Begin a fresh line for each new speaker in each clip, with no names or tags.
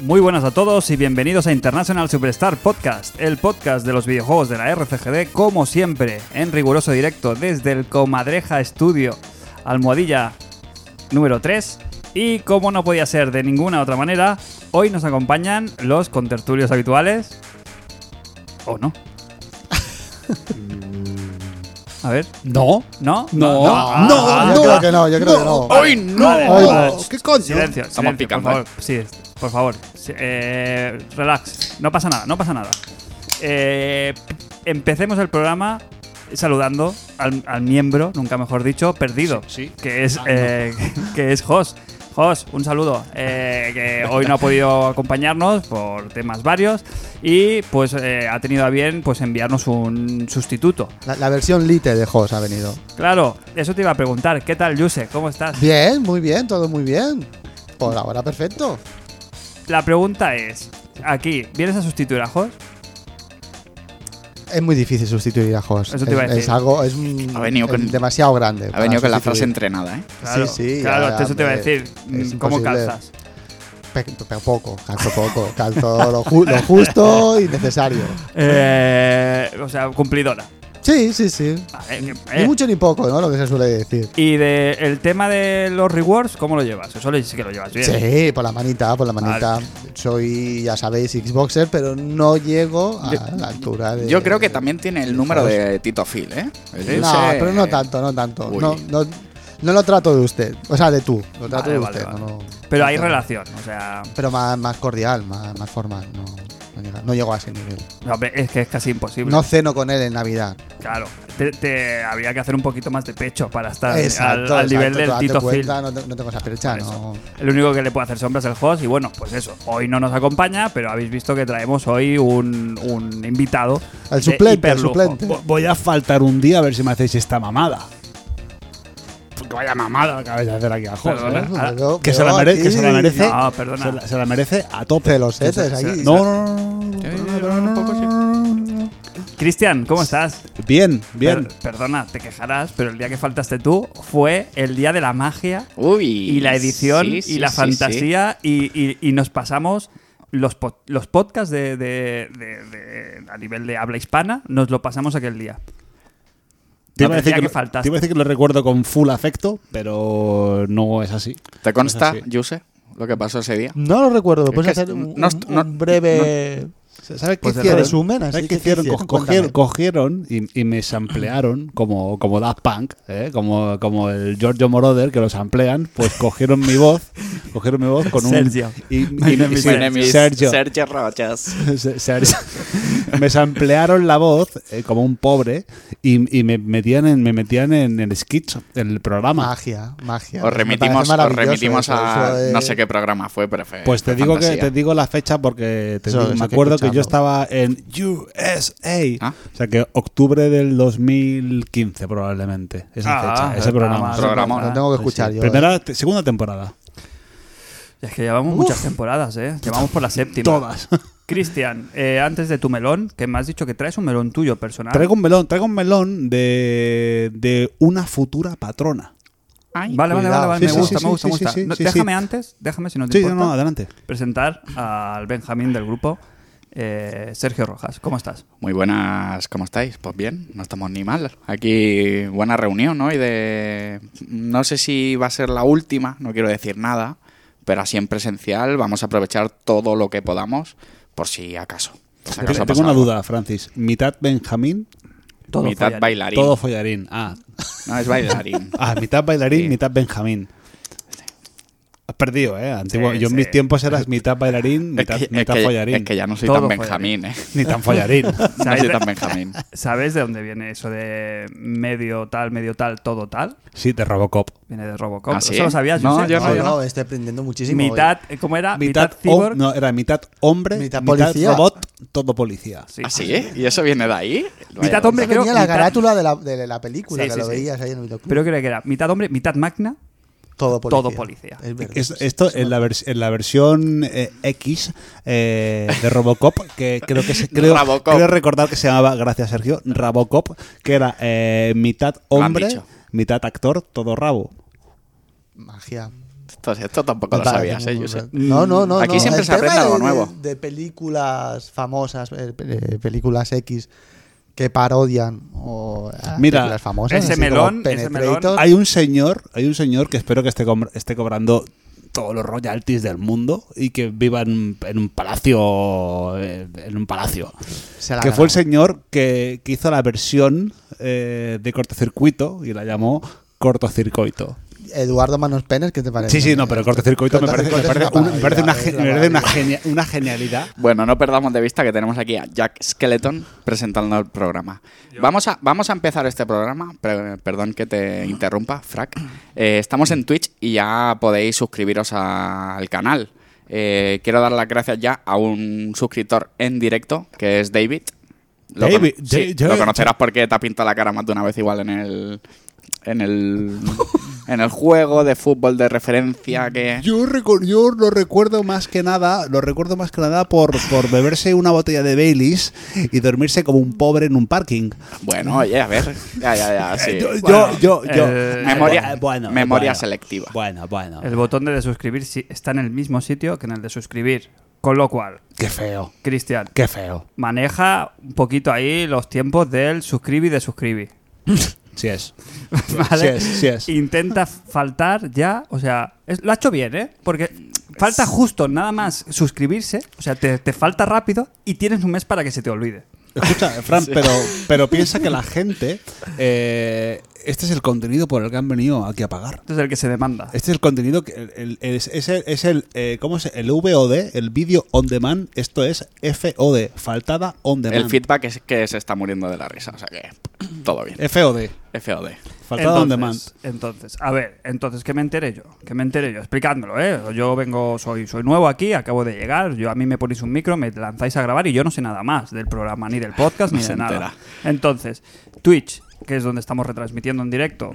Muy buenas a todos y bienvenidos a International Superstar Podcast, el podcast de los videojuegos de la RCGD, como siempre, en riguroso directo desde el Comadreja Studio, almohadilla número 3. Y como no podía ser de ninguna otra manera, hoy nos acompañan los contertulios habituales. ¿O no? A ver,
No.
¿no?
No.
ah, ah,
yo
ah,
creo que no, yo creo que no.
¡Hoy no!
Vale, vale.
¿Qué coño?
Silencio,
Estamos
silencio,
picando,
Por favor. Sí, por favor. Sí, eh, relax. No pasa nada, no pasa nada. Eh, empecemos el programa saludando al, al miembro, nunca mejor dicho, perdido.
Sí, Ah, sí.
Que es, eh, que es Jos. Jos, un saludo. eh, que hoy no ha podido acompañarnos por temas varios. Y pues eh, ha tenido a bien pues enviarnos un sustituto.
La, la versión lite de Hoss ha venido.
Claro, eso te iba a preguntar. ¿Qué tal, Yuse? ¿Cómo estás?
Bien, muy bien, todo muy bien. Por ahora, perfecto.
La pregunta es, aquí, ¿vienes a sustituir a Jos?
Es muy difícil sustituir a Hoss.
Eso te iba a
es,
decir.
es algo, es un-
Ha venido
es
con-
demasiado grande.
Ha
para
venido con la frase
sustituir.
entrenada, ¿eh?
Claro,
sí,
claro,
ya,
eso te iba a
hombre,
decir.
es
mm, ¿Cómo
imposible.
calzas?
Pe- pe- pe- poco, calzo poco, calzo lo, ju- lo justo y necesario.
Eh, o sea, cumplidora.
Sí, sí, sí.
Vale, que- eh.
Ni mucho ni poco, ¿no? Lo que se suele decir.
Y de el tema de los rewards, ¿cómo lo llevas? Eso lo- sí que lo llevas bien.
Sí, por la manita, por la manita.
Vale.
Soy, ya sabéis, Xboxer, pero no llego a
Yo-
la altura de.
Yo creo que también tiene el número de Tito Phil, ¿eh? El
No,
user-
pero no tanto, no tanto.
Uy.
No, no, no lo trato de usted, o sea, de tú. Lo trato
Vale,
de
vale,
usted.
vale.
no- no-
Pero
no
hay
tengo.
relación, o sea,
Pero más, más cordial, más, más formal. No, no, llega- no llego a ese nivel.
no, hombre, es que es casi imposible.
No ceno con él en Navidad.
Claro, te, te- habría que hacer un poquito más de pecho para estar al-
exacto,
al, nivel
exacto, tú
del
date
Tito Phil.
cuenta, No, te- no tengo esa percha, no.
El único que le puede hacer sombra es el host y bueno, pues eso. Hoy no nos acompaña, pero habéis visto que traemos hoy un, un invitado.
El
de
suplente, el
hiperlujo.
suplente.
Vo- Voy a faltar un día a ver si me hacéis esta mamada. Porque vaya mamada que acabáis de hacer aquí a Jos,
Perdona.
¿eh?
Ah,
Veo-
Que se,
veo
la merece, que
aquí
se la merece.
No, perdona.
Se la, se la merece a tope.
Celosetes aquí.
No, no, no,
Sí,
no,
no, un poco
no.
Cristian, ¿cómo estás?
Bien, bien.
Per- perdona, te quejarás, pero el día que faltaste tú fue el día de la magia
Uy.
y la edición
sí, sí,
y la
sí,
fantasía y- y, y nos pasamos los, po- los podcasts de, de- de- de- a nivel de habla hispana, nos lo pasamos aquel día.
Te iba,
No,
a decir
ya
que
que
lo-
faltaste.
te iba a decir que lo recuerdo con full afecto, pero no es así.
sí. ¿Te consta,
Es así.
Yuse, lo que pasó ese día?
No lo recuerdo, puedes
Es que
hacer un,
no-
un-
no-
un breve. ¿Sabes qué
Pues
hicieron?
de-
Resumen, así
¿Sabes
que
qué hicieron?
¿qué
Co- cogieron,
Cuéntame.
cogieron y, y me samplearon como, como Daft Punk, ¿eh? como, como el Giorgio Moroder, que los samplean, pues cogieron mi voz, cogieron mi voz con un...
Sergio.
Y, y-
My name is
sí,
My name is
Sergio.
Sergio Rochas.
Se- se- me samplearon la voz eh, como un pobre y, y me metían en, me metían en el sketch, en el programa.
Magia, magia.
Os
Me
remitimos,
parece
os
maravilloso
remitimos a.
eso, eso, eh,
No sé qué programa fue, pero fue.
Pues te
fue
digo que
Eh, fantasía.
te digo la fecha porque te
Eso,
digo-
eso
me
que
acuerdo que yo
escuchamos.
estaba en USA.
Ah.
O sea que octubre del 2015 probablemente. Esa
Ah,
fecha, ese
está
programa.
mal.
Programa.
Lo tengo que
Sí,
escuchar yo. eh.
Primera, te- segunda temporada.
Es que llevamos muchas temporadas, ¿eh? Llevamos por la séptima.
Todas.
Ah. Cristian, eh, antes de tu melón, que me has dicho que traes un melón tuyo personal.
Traigo un melón, traigo un melón de, de una futura patrona.
Ay,
Vale, vale, vale,
Cuidado.
vale,
Sí,
me
sí,
gusta,
sí,
me gusta,
sí,
me gusta.
sí, sí,
No,
sí,
déjame
sí.
antes, déjame si no te
Sí, no,
importa,
no, adelante.
presentar al Benjamín del grupo, eh, Sergio Rojas. ¿Cómo estás?
Muy buenas, ¿cómo estáis? Pues bien, no estamos ni mal. Aquí buena reunión, ¿no? Y de... No sé si va a ser la última, no quiero decir nada, pero así en presencial vamos a aprovechar todo lo que podamos por si acaso. Por si acaso
Tengo
pasa
una
algo.
duda, Francis. ¿Mitad Benjamín?
Todo
mitad
follar.
bailarín.
Todo follarín. Ah,
No, es bailarín.
ah mitad bailarín,
Sí.
mitad Benjamín. Has perdido, ¿eh? Antiguo-
Sí,
yo
sí.
en mis tiempos eras mitad bailarín,
es,
mitad,
que, es
mitad
que-
follarín.
es que ya no soy
Todo
tan
follarín.
Benjamín, ¿eh?
Ni tan follarín.
No
¿Sabéis
soy
de-
tan Benjamín.
¿Sabes de dónde viene eso de medio tal, medio tal, todo tal?
Sí, de Robocop.
Viene de Robocop.
¿Ah, sí?
¿Eso lo sabías,
No,
Josep?
yo
No,
yo
no, estoy aprendiendo muchísimo. hoy.
Mitad, ¿cómo era?
Mitad,
Ah, Mitad, cyborg.
hom- no, era mitad hombre,
Mitad
mitad,
policía.
robot, todo policía.
Sí.
¿Ah, sí? ¿Y eso viene de ahí? Vaya
Mitad
cosa.
hombre,
Venía
creo,
la
mitad-
carátula de la, de la película
Sí,
que
sí,
lo
sí.
veías ahí en el videoclub.
Pero creo que era mitad hombre, mitad magna.
todo policía.
todo policía.
Es verdad.
Es- esto en la, vers- en la versión eh, X eh, de Robocop, que creo que se, creo,
Rabocop.
creo recordar que se llamaba, gracias Sergio, Rabocop, que era eh, mitad
Lo han
hombre,
dicho.
mitad actor, todo rabo.
Magia.
Esto, esto tampoco lo
Total,
sabías,
que-
¿eh, Josep?
No, no, no.
Aquí
no.
siempre
El
se aprende
tema
algo
de-
nuevo.
De, de películas famosas, eh, pe- eh, películas X que parodian o ah,
Mira,
películas famosas.
ese
así como
melón, ese melón.
Penetrator.
Hay un señor, hay un señor que espero que esté, com- esté cobrando todos los royalties del mundo y que viva en, un- en un palacio, eh, en un palacio.
Se la
que fue el
ganó.
señor que, que hizo la versión eh, de cortocircuito y la llamó cortocircuito.
Eduardo Manos Penes, ¿qué te parece?
Sí, sí, no, pero cortocircuito me parece, me
Cortocircuito
parece,
es
un- me parece una,
maravilla,
ge-
es
me parece una
maravilla.
genia- una genialidad.
Bueno, no perdamos de vista que tenemos aquí a Jack Skeleton presentando el programa. Vamos a, vamos a empezar este programa. Pre- perdón que te interrumpa, Frac. Eh, estamos en Twitch y ya podéis suscribiros a- al canal. Eh, quiero dar las gracias ya a un suscriptor en directo, que es David. Lo,
David,
cono- sí,
David.
lo conocerás porque te ha pintado la cara más de una vez igual en el... En el, en el juego de fútbol de referencia que...
Yo, recu- yo lo recuerdo más que nada, lo recuerdo más que nada por, por beberse una botella de Baileys y dormirse como un pobre en un parking.
Bueno, oye, a ver. Ya, ya, ya, sí.
Eh, Yo,
Bueno,
yo, yo, yo-
eh,
Memoria-
Eh, bueno,
memoria
bueno.
selectiva.
Bueno, bueno.
El botón de desuscribir sí- está en el mismo sitio que en el de suscribir. Con lo cual,
Qué feo,
Cristian,
qué feo.
maneja un poquito ahí los tiempos del suscribir y de suscribir.
Sí es.
¿vale?
Sí es, sí es.
Intenta faltar ya, o sea, es- lo ha hecho bien, ¿eh? Porque falta justo nada más suscribirse, o sea, te, te falta rápido y tienes un mes para que se te olvide.
Escucha, Fran, pero, pero piensa que la gente, eh, este es el contenido por el que han venido aquí a pagar.
Este es el que se demanda.
Este es el contenido que el- el- es, es el, es el, eh, ¿cómo es? El VOD, el video on demand, esto es FOD, faltada on demand.
El feedback es que se está muriendo de la risa, o sea que todo bien.
Eh,
FOD,
FOD.
faltada on demand.
entonces, entonces, a ver, entonces, ¿qué me enteré yo? ¿Qué me enteré yo? Explicándolo, ¿eh? Yo vengo, soy, soy nuevo aquí, acabo de llegar, yo a mí me ponéis un micro, me lanzáis a grabar y yo no sé nada más del programa, ni del podcast,
No
ni
se
de
entera.
nada. Entonces, Twitch, que es donde estamos retransmitiendo en directo,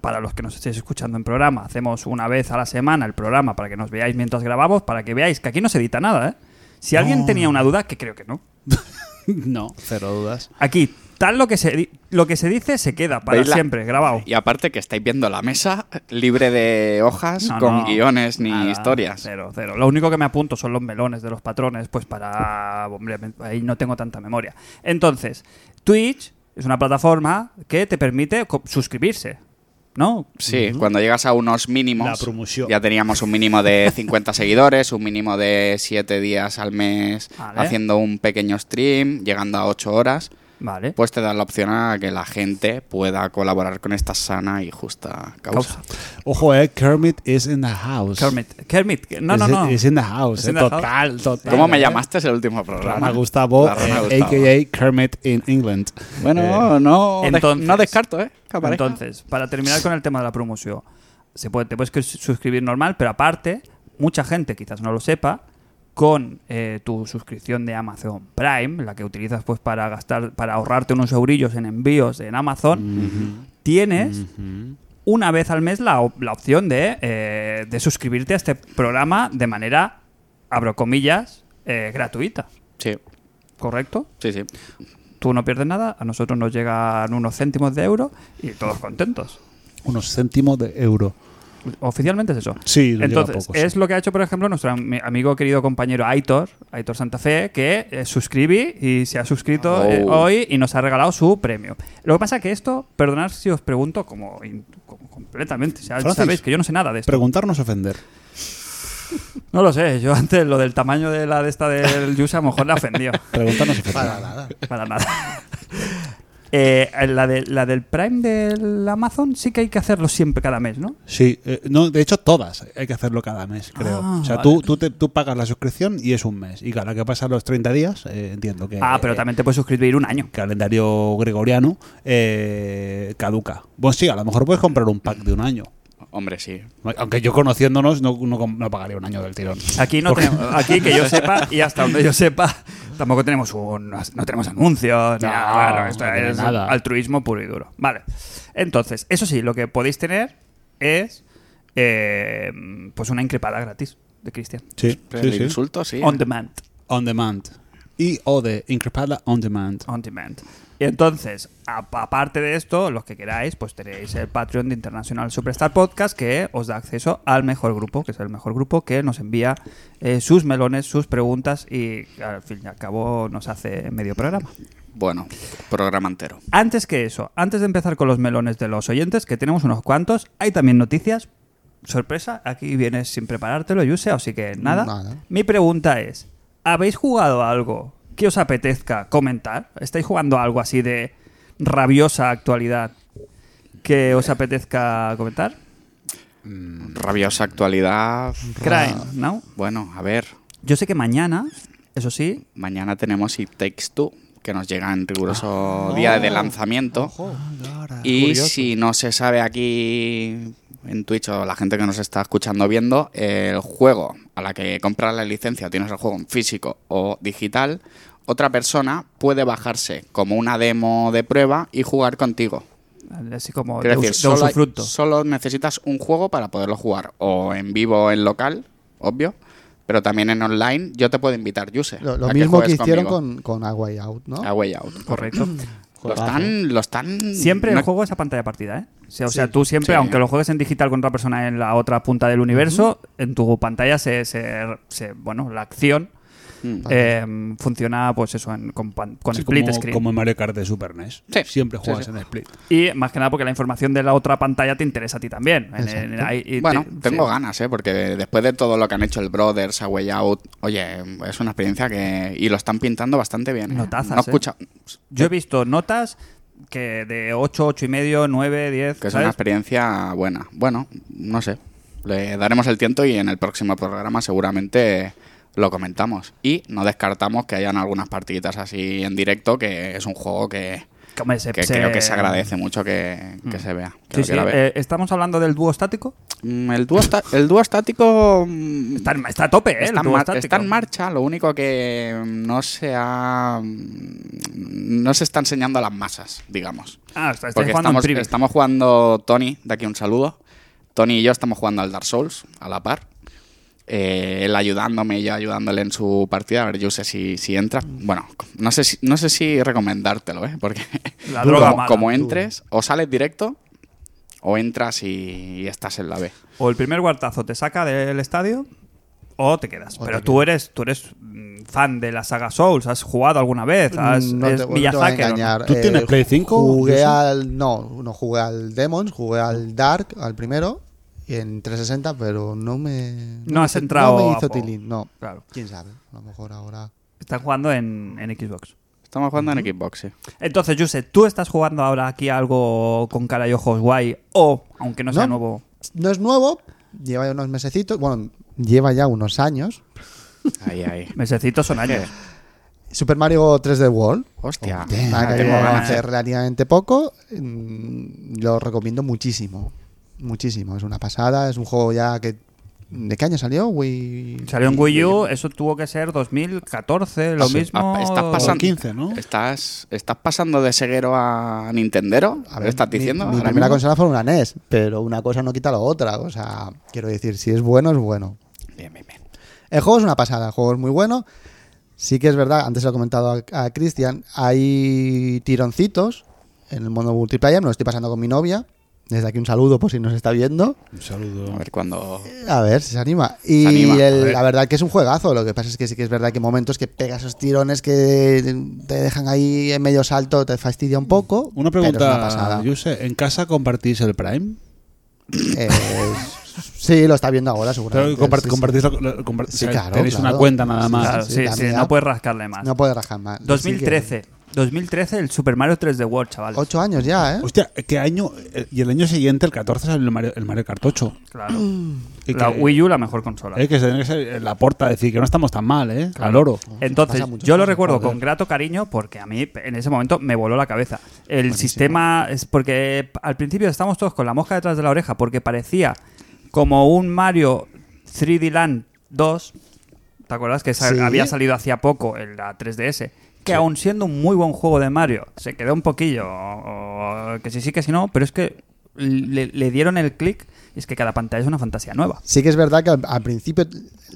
para los que nos estéis escuchando en programa, hacemos una vez a la semana el programa para que nos veáis mientras grabamos, para que veáis que aquí no se edita nada, ¿eh? Si alguien tenía una duda, que creo que no.
No, cero dudas.
Aquí, tal lo que se, di- lo que se dice se queda para
¿Veis la-
siempre, grabado.
Y aparte que estáis viendo la mesa libre de hojas
No,
con
no,
guiones ni
nada, Eh,
historias.
Cero, cero. Lo único que me apunto son los melones de los patrones, pues para. Hombre, me- ahí no tengo tanta memoria. Entonces, Twitch es una plataforma que te permite co- suscribirse, ¿no?
Sí, cuando llegas a unos mínimos,
La promoción.
ya teníamos un mínimo de 50 seguidores, un mínimo de 7 días al mes
Vale.
haciendo un pequeño stream, llegando a 8 horas,
Vale.
pues te dan la opción a que la gente pueda colaborar con esta sana y justa causa.
Ojo, eh, Kermit is in the house.
Kermit. Kermit. que- No,
Is
no,
in-
no.
Is in the house,
Is
eh,
in the house.
total, total.
¿Cómo me
eh.
llamaste el último programa?
Rana Gustavo,
La Rana
eh,
Gustavo.
a.k.a. Kermit in England. Eh,
Bueno, no, des-
entonces-
no descarto, ¿eh? que aparezca.
Entonces, para terminar con el tema de la promoción, se puede, te puedes sus- suscribir normal, pero aparte, mucha gente quizás no lo sepa, con eh, tu suscripción de Amazon Prime, la que utilizas pues para gastar, para ahorrarte unos eurillos en envíos en Amazon, tienes una vez al mes la, op- la opción de, eh, de suscribirte a este programa de manera, abro comillas, eh, gratuita,
Sí,
¿correcto?
sí, sí.
Tú no pierdes nada, a nosotros nos llegan unos céntimos de euro y todos contentos.
Unos céntimos de euro.
Oficialmente es eso.
Sí, nos llega
Entonces,
poco, sí.
es lo que ha hecho, por ejemplo, nuestro ami- amigo querido compañero Aitor, Aitor Santa Fe, que eh, suscribí y se ha suscrito
Oh.
eh, hoy y nos ha regalado su premio. Lo que pasa que esto, perdonad si os pregunto como, in- como completamente, o sea,
Francis.
sabéis que yo no sé nada de esto.
Preguntarnos ofender.
No lo sé, yo antes lo del tamaño de la de esta del Yusa a lo mejor la ofendió.
Preguntarnos ofender.
Para nada.
Para nada. Eh, la, de- la del Prime del Amazon sí que hay que hacerlo siempre cada mes, ¿no?
Sí, eh, no, de hecho todas eh, hay que hacerlo cada mes, creo.
Ah,
o sea,
vale.
tú, tú, te- tú pagas la suscripción y es un mes. Y claro, que pasan los 30 días, eh, entiendo que...
Ah, pero
eh,
también te puedes suscribir un año.
calendario gregoriano eh, caduca. Bueno, sí, a lo mejor puedes comprar un pack de un año.
Hombre, sí.
Aunque yo conociéndonos no, no, com- no pagaría un año del tirón.
Aquí no tenemos- aquí que yo sepa y hasta donde yo sepa tampoco tenemos un no tenemos anuncios ni
No,
nada, claro, esto
no tiene
es
nada.
altruismo puro y duro. Vale. Entonces, eso sí, lo que podéis tener es eh, pues una increpada gratis de Cristian.
Sí,
Pero
sí,
el
sí.
insulto, sí.
On demand.
On demand. y o de Increpada On Demand.
On demand. Y entonces, a- aparte de esto, los que queráis, pues tenéis el Patreon de International Superstar Podcast que os da acceso al mejor grupo, que es el mejor grupo que nos envía eh, sus melones, sus preguntas y al fin y al cabo nos hace medio programa.
Bueno, programa entero.
Antes que eso, antes de empezar con los melones de los oyentes, que tenemos unos cuantos, hay también noticias. Sorpresa, aquí vienes sin preparártelo, Yuse, así que nada.
Nada.
Mi pregunta es, ¿habéis jugado a algo que os apetezca comentar? ¿Estáis jugando a algo así de rabiosa actualidad que os apetezca comentar?
Rabiosa actualidad.
Crime, ¿no?
Bueno, a ver.
Yo sé que mañana, eso sí,
Mañana tenemos It Takes Two, que nos llega en riguroso día de lanzamiento. Y si no se sabe aquí en Twitch o la gente que nos está escuchando o viendo, el juego a la que compras la licencia o tienes el juego en físico o digital, otra persona puede bajarse como una demo de prueba y jugar contigo.
así como de,
Quiero decir,
us- de
solo, hay-
usufructo.
solo necesitas un juego para poderlo jugar, o en vivo o en local, obvio, pero también en online. Yo te puedo invitar, Yuse.
Lo, lo
a
mismo que
juegues
hicieron
conmigo
con, con A Way Out, ¿no?
A Way Out.
Correcto.
Lo están, lo están.
Siempre
no-
el juego es a pantalla partida, ¿eh? O sea, o sea,
Sí.
tú siempre,
Sí.
aunque lo juegues en digital con otra persona en la otra punta del universo, en tu pantalla se, se- se- bueno, la acción
Mm.
eh, funciona, pues eso, en- con, pan- con
Sí,
split
como,
screen.
como en Mario Kart de Super NES.
Sí.
Siempre
Sí,
juegas
sí.
en split.
Y más que nada porque la información de la otra pantalla te interesa a ti también. En- en-
Exacto.
ahí- y
Bueno,
te-
tengo
sí.
ganas, ¿eh? Porque después de todo lo que han hecho el Brothers, A Way Out, oye, es una experiencia que. Y lo están pintando bastante bien. ¿eh?
Notazas,
no
¿eh?
escucha.
Yo he visto notas que de 8, 8 y medio, 9, 10,
Que es
¿sabes?
una experiencia buena. Bueno, no sé. Le daremos el tiento y en el próximo programa seguramente lo comentamos. Y no descartamos que hayan algunas partiditas así en directo, que es un juego que,
Que, hombre, se-
que
se-
creo que se agradece mucho que, que se vea.
Mm. Sí,
que lo
sí,
quiera ver.
eh, estamos hablando del dúo estático.
Mm, El dúo, esta- el dúo estático mm,
Está, en- está a tope, ¿eh? El
está, en
dúo
mar-
estático.
está en marcha, lo único que mm, no se ha. mm, No se está enseñando a las masas, digamos.
Ah, está, estáis
Porque
jugando en
estamos,
privy.
estamos jugando, Tony, de aquí un saludo. Tony y yo estamos jugando al Dark Souls a la par. Eh, él ayudándome y yo ayudándole en su partida. A ver, yo sé si, si entras. Bueno, no sé si, no sé si recomendártelo, ¿eh? Porque
La droga
como,
mala.
como entres, o sales directo o entras y, y estás en la B.
O el primer guartazo te saca del estadio o te quedas.
O
Pero
te
tú eres tú eres mm, fan de la saga Souls, has jugado alguna vez, has,
Mm, no
es
te, no te voy a
Miyazaki, ¿no?
engañar. Eh,
¿Tú tienes Play 5,
Jugué
Jason?
al. No, no jugué al Demons, jugué al Dark, al primero, y en 360, pero no me.
No
me
has
hizo-
entrado
No
a
me hizo
po-
tilín, no.
Claro.
Quién sabe, a lo mejor ahora.
Están jugando en, en Xbox.
Estamos jugando en Xbox, sí.
Entonces, Juse, tú estás jugando ahora aquí algo con cara y ojos guay o, aunque no sea
No.
nuevo,
No es nuevo, lleva ya unos mesecitos, bueno, lleva ya unos años.
Ahí, ahí.
mesecitos son años.
Super Mario 3D World.
Hostia.
Eh, ah,
Nada que
tengo
ver,
ganas.
hace relativamente poco. mm, Lo recomiendo muchísimo. Muchísimo. Es una pasada. Es un juego ya que. ¿De qué año salió? Wii-
Salió en Wii U, eso tuvo que ser 2014, lo
Ah, sí.
mismo.
Ah, estás
Pasan
Pasan-
15, ¿no?
¿Estás, ¿Estás pasando de Seguero a Nintendero?
A
A
ver,
¿Estás
mi-
diciendo?
Mi,
ahora
primera
mismo?
consola fue una NES, pero una cosa no quita la otra. O sea, quiero decir, si es bueno, es bueno.
Bien, bien, bien.
El juego es una pasada, el juego es muy bueno. Sí que es verdad, antes lo he comentado a, a Cristian, hay tironcitos en el modo multiplayer, me lo estoy pasando con mi novia. Desde aquí un saludo por si nos está viendo.
Un saludo.
A ver cuándo.
A ver si se anima. Y
Se anima, a
el-
ver.
la verdad que es un juegazo. Lo que pasa es que sí que es verdad que hay momentos que pega esos tirones que te dejan ahí en medio salto, te fastidia un poco.
Una
pero es
pregunta,
pasada.
Yuse, ¿en casa compartís el Prime?
Eh, sí, lo está viendo ahora, seguramente.
Pero compart-
Sí, sí.
compartís lo- lo- compart-
Sí,
o sea,
claro,
tenéis
claro.
una cuenta nada
Sí,
más.
Claro,
sí,
sí,
la
sí,
mía-
no puedes rascarle más.
No puede rajar más.
2013, 2013 el Super Mario 3D World, chaval.
8 años ya, ¿eh?
Hostia, ¿qué año? Eh, Y el año siguiente, el 14, salió el Mario, el Mario Kart 8.
Claro.
Y
La
que-
Wii U la mejor consola.
eh, que se tiene que ser la porta, decir que no estamos tan mal, ¿eh? Al oro.
Entonces,
Pasa mucho,
yo lo
pasa,
recuerdo
joder.
con grato cariño porque a mí en ese momento me voló la cabeza. El sistema es porque al principio estábamos todos con la mosca detrás de la oreja porque parecía como un Mario 3D Land 2. ¿Te acuerdas que sa-
Sí.
había salido hacía poco en la 3DS? Que aun siendo un muy buen juego de Mario, se quedó un poquillo o- o- que sí, sí, que sí, no, pero es que le, le dieron el clic y es que cada pantalla es una fantasía nueva.
Sí que es verdad que al, al principio,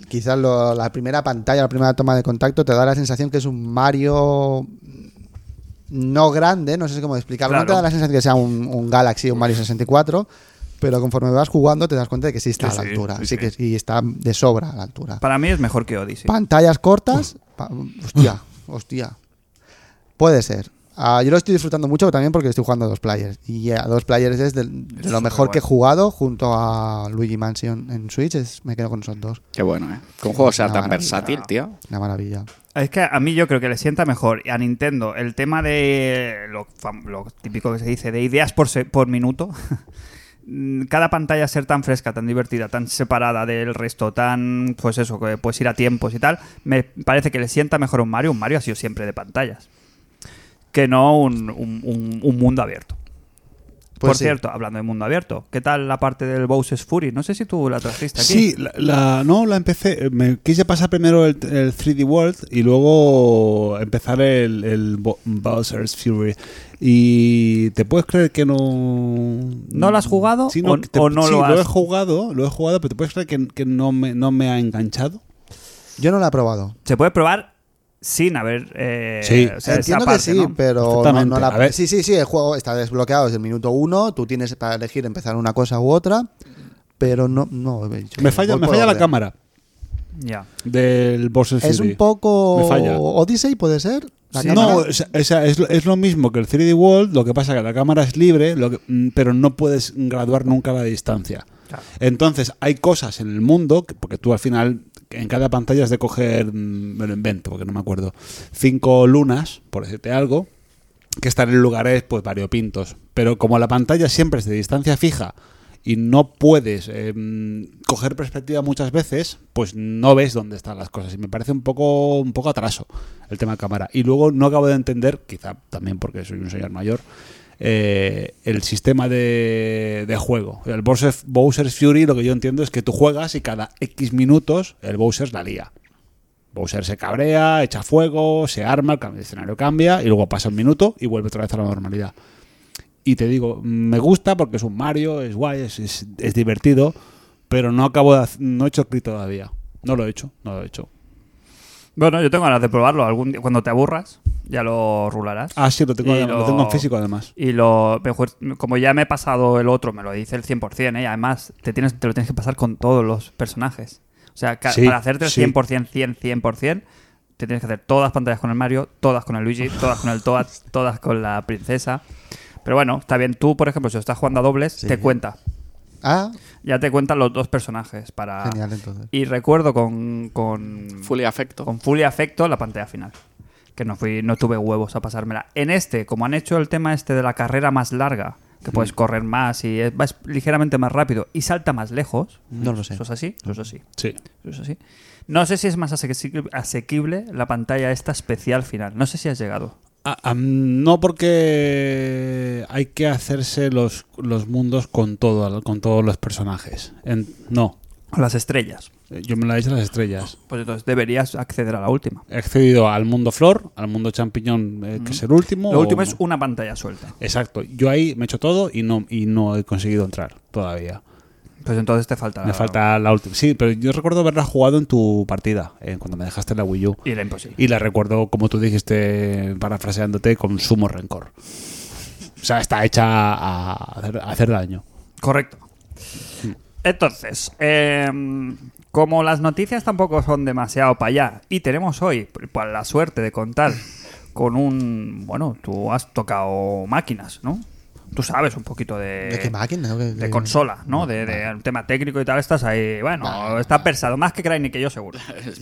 quizás lo- la primera pantalla, la primera toma de contacto, te da la sensación que es un Mario no grande, no sé cómo explicarlo. No
Claro.
te da la sensación que sea un, un Galaxy o un Mario 64, pero conforme vas jugando te das cuenta de que sí está
Sí,
a la
sí,
altura.
sí,
Sí,
sí.
que y está de sobra a la altura.
Para mí es mejor que Odyssey.
Pantallas cortas. pa- hostia, hostia. Puede ser. Ah, yo lo estoy disfrutando mucho también porque estoy jugando a dos players. Y a dos players es del- de,
Es
lo mejor
superguay.
que he jugado junto a Luigi Mansion en Switch. es- me quedo con esos dos.
Qué bueno, ¿eh? Que un juego sea
Una
tan
maravilla.
versátil, tío.
Una maravilla.
Es que a mí yo creo que le sienta mejor y a Nintendo el tema de lo, fam- lo típico que se dice de ideas por, se- por minuto. Mm, Cada pantalla ser tan fresca, tan divertida, tan separada del resto, tan pues eso, que puedes ir a tiempos y tal, me parece que le sienta mejor a un Mario. Un Mario ha sido siempre de pantallas, que no un, un- un- un mundo abierto.
Pues
por
sí.
cierto, hablando de mundo abierto, ¿qué tal la parte del Bowser's Fury? No sé si tú la trajiste aquí.
Sí, la, la- no, la empecé. eh, Me quise pasar primero el, el 3D World y luego empezar el, el Bo- Bowser's Fury. Y te puedes creer que no.
¿No lo has jugado
Sí, no,
o-
que te-
o no
sí,
lo has-
he jugado, lo he jugado, pero te puedes creer que, que no, me, no me ha enganchado.
Yo no la he probado.
Se puede probar sin haber. eh,
Sí.
o sea, esa
Entiendo
parte,
que sí,
¿no?
pero no,
Perfectamente.
no
A
la.
ver.
Sí, sí, sí, el juego está desbloqueado desde el minuto uno. Tú tienes para elegir empezar una cosa u otra. Pero no. no yo
Me falla,
voy
me
por
falla la
orden.
cámara
Ya.
del Bowser's
Es
Fury.
un poco.
Me falla.
Odyssey, puede ser. ¿La
Sí.
cámara?
No, o sea, o sea, es, lo- es lo mismo que el 3D World, lo que pasa es que la cámara es libre, lo que- mm, pero no puedes graduar nunca la distancia.
Claro.
Entonces, hay cosas en el mundo, que- porque tú al final, en cada pantalla es de coger, mm, me lo invento, porque no me acuerdo, cinco lunas, por decirte algo, que están en lugares pues variopintos. Pero como la pantalla siempre es de distancia fija y no puedes eh, coger perspectiva muchas veces, pues no ves dónde están las cosas. Y me parece un poco, un poco atraso el tema de cámara. Y luego no acabo de entender, quizá también porque soy un señor mayor, eh, el sistema de, de juego. El Bowser, Bowser's Fury, lo que yo entiendo es que tú juegas y cada X minutos el Bowser la lía. Bowser se cabrea, echa fuego, se arma, el cambio de escenario cambia y luego pasa un minuto y vuelve otra vez a la normalidad. Y te digo, mm, me gusta porque es un Mario, es guay, es, es- es divertido, pero no acabo de hac- no he hecho clic todavía. No lo he hecho, no lo he hecho.
Bueno, yo tengo ganas de probarlo. Algún día, cuando te aburras, ya lo rularás.
Ah, sí, lo tengo,
Y
lo
lo-
tengo en físico además.
Y lo mejor, como ya me he pasado el otro, me lo dice el 100%, ¿eh? y además te, tienes, te lo tienes que pasar con todos los personajes. O sea, ca-
Sí,
para hacerte el
sí.
100%, 100, 100%, te tienes que hacer todas las pantallas con el Mario, todas con el Luigi, todas con el Toad, todas con la princesa. Pero bueno, está bien. Tú, por ejemplo, si estás jugando a dobles, te cuenta.
Ah,
Ya te cuentan los dos personajes para...
genial entonces.
Y recuerdo con, con,
Fully afecto.
con Fully Afecto la pantalla final. Que no, fui, no tuve huevos a pasármela. En este, como han hecho el tema este de la carrera más larga, que puedes
Mm.
correr más y es- vas ligeramente más rápido y salta más lejos.
No lo sé.
¿Eso es así? Eso es así.
Sí.
Eso es así. No sé si es más asequible, asequible la pantalla esta especial final. No sé si has llegado.
Ah, ah, no porque hay que hacerse los, los mundos con todo, con todos los personajes. En- no,
O las estrellas.
yo me lo he hecho a las estrellas.
Pues entonces deberías acceder a la última.
He accedido al mundo flor, al mundo champiñón, eh, que es el último.
Lo
o-
último es una pantalla suelta.
Exacto. Yo ahí me he hecho todo y no, y no he conseguido entrar todavía.
Pues entonces te falta.
Me falta la última. Sí, pero yo recuerdo haberla jugado en tu partida, eh, cuando me dejaste la Wii U.
Y era imposible.
Y la recuerdo, como tú dijiste, parafraseándote, con sumo rencor. O sea, está hecha a hacer, a hacer daño.
Correcto. Entonces, eh, como las noticias tampoco son demasiado para allá, y tenemos hoy para la suerte de contar con un. Bueno, tú has tocado máquinas, ¿no? Tú sabes un poquito de.
¿De qué máquina? ¿No? ¿Qué-
De
qué-
consola, ¿no? De, de un tema técnico y tal, estás ahí. Bueno,
Vale,
está pensado, más que Craig ni que yo, seguro.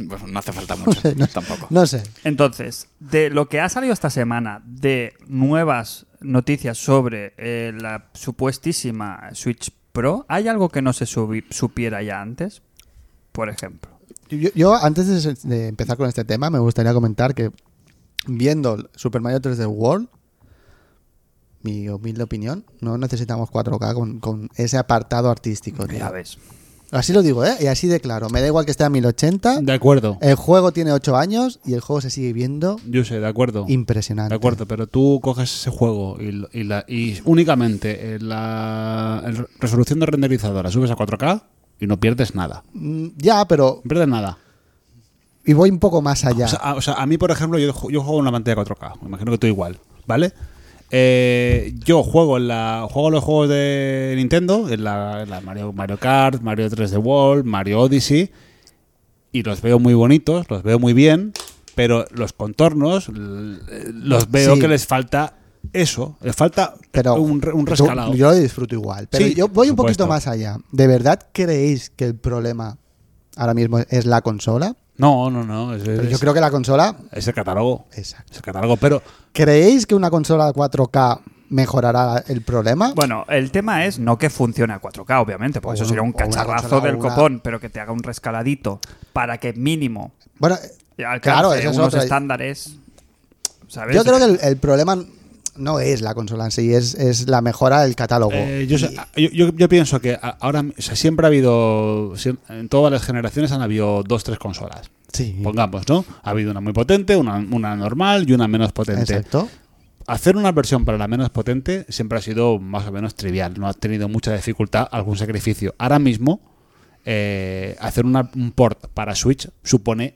Pues no hace falta mucho, tampoco.
No sé.
Entonces, de lo que ha salido esta semana de nuevas noticias sobre eh, la supuestísima Switch Pro, ¿hay algo que no se subi- supiera ya antes? Por ejemplo.
Yo, yo, antes de, de empezar con este tema, me gustaría comentar que viendo el Super Mario 3D World, mi humilde opinión, no necesitamos 4K con, con ese apartado artístico. tío.
Ya ves.
Así lo digo, ¿eh? Y así de claro. Me da igual que esté a
Ah.
1080.
De acuerdo.
El juego tiene 8 años y el juego se sigue viendo
Yo sé, de acuerdo.
impresionante.
De acuerdo, pero tú coges ese juego y, lo- y la- y únicamente en la en resolución de renderizadora subes a 4K y no pierdes nada.
Mm, Ya, pero.
No pierdes nada.
Y voy un poco más allá.
O sea, a, o sea, a mí, por ejemplo, yo, ju- yo juego en una pantalla 4K. Me imagino que tú igual, ¿vale? Eh, yo juego en la juego los juegos de Nintendo, en la, en la Mario, Mario Kart, Mario 3D World, Mario Odyssey, y los veo muy bonitos, los veo muy bien, pero los contornos l- los veo
Sí.
que les falta eso, les falta
pero
un, re- un
tú-
rescalado.
Yo lo disfruto igual. Pero
Sí,
yo voy un
por
poquito más
supuesto.
allá. ¿De verdad creéis que el problema ahora mismo es la consola?
No, no, no, es,
Pero
es-
yo creo que la consola.
es el catálogo,
Exacto.
es el catálogo, pero
¿Creéis que una consola 4K mejorará el problema?
Bueno, el tema es no que funcione a 4K, obviamente, porque eso
O
sería un
una- o una
cacharrazo
consola,
del
una-
copón, pero que te haga un rescaladito para que mínimo
Bueno,
alcance
Claro, eso es
unos
otra.
estándares. ¿sabes?
yo creo que el, el problema no es la consola en sí, es, es la mejora del catálogo.
Eh, yo, sé- yo- yo- yo pienso que a- ahora o sea, siempre ha habido, siem- en todas las generaciones han habido dos, tres consolas.
sí,
Pongamos, ¿no? Ha habido una muy potente, una, una normal y una menos potente.
exacto.
Hacer una versión para la menos potente siempre ha sido más o menos trivial, no ha tenido mucha dificultad, algún sacrificio. Ahora mismo, eh, hacer una- un port para Switch supone,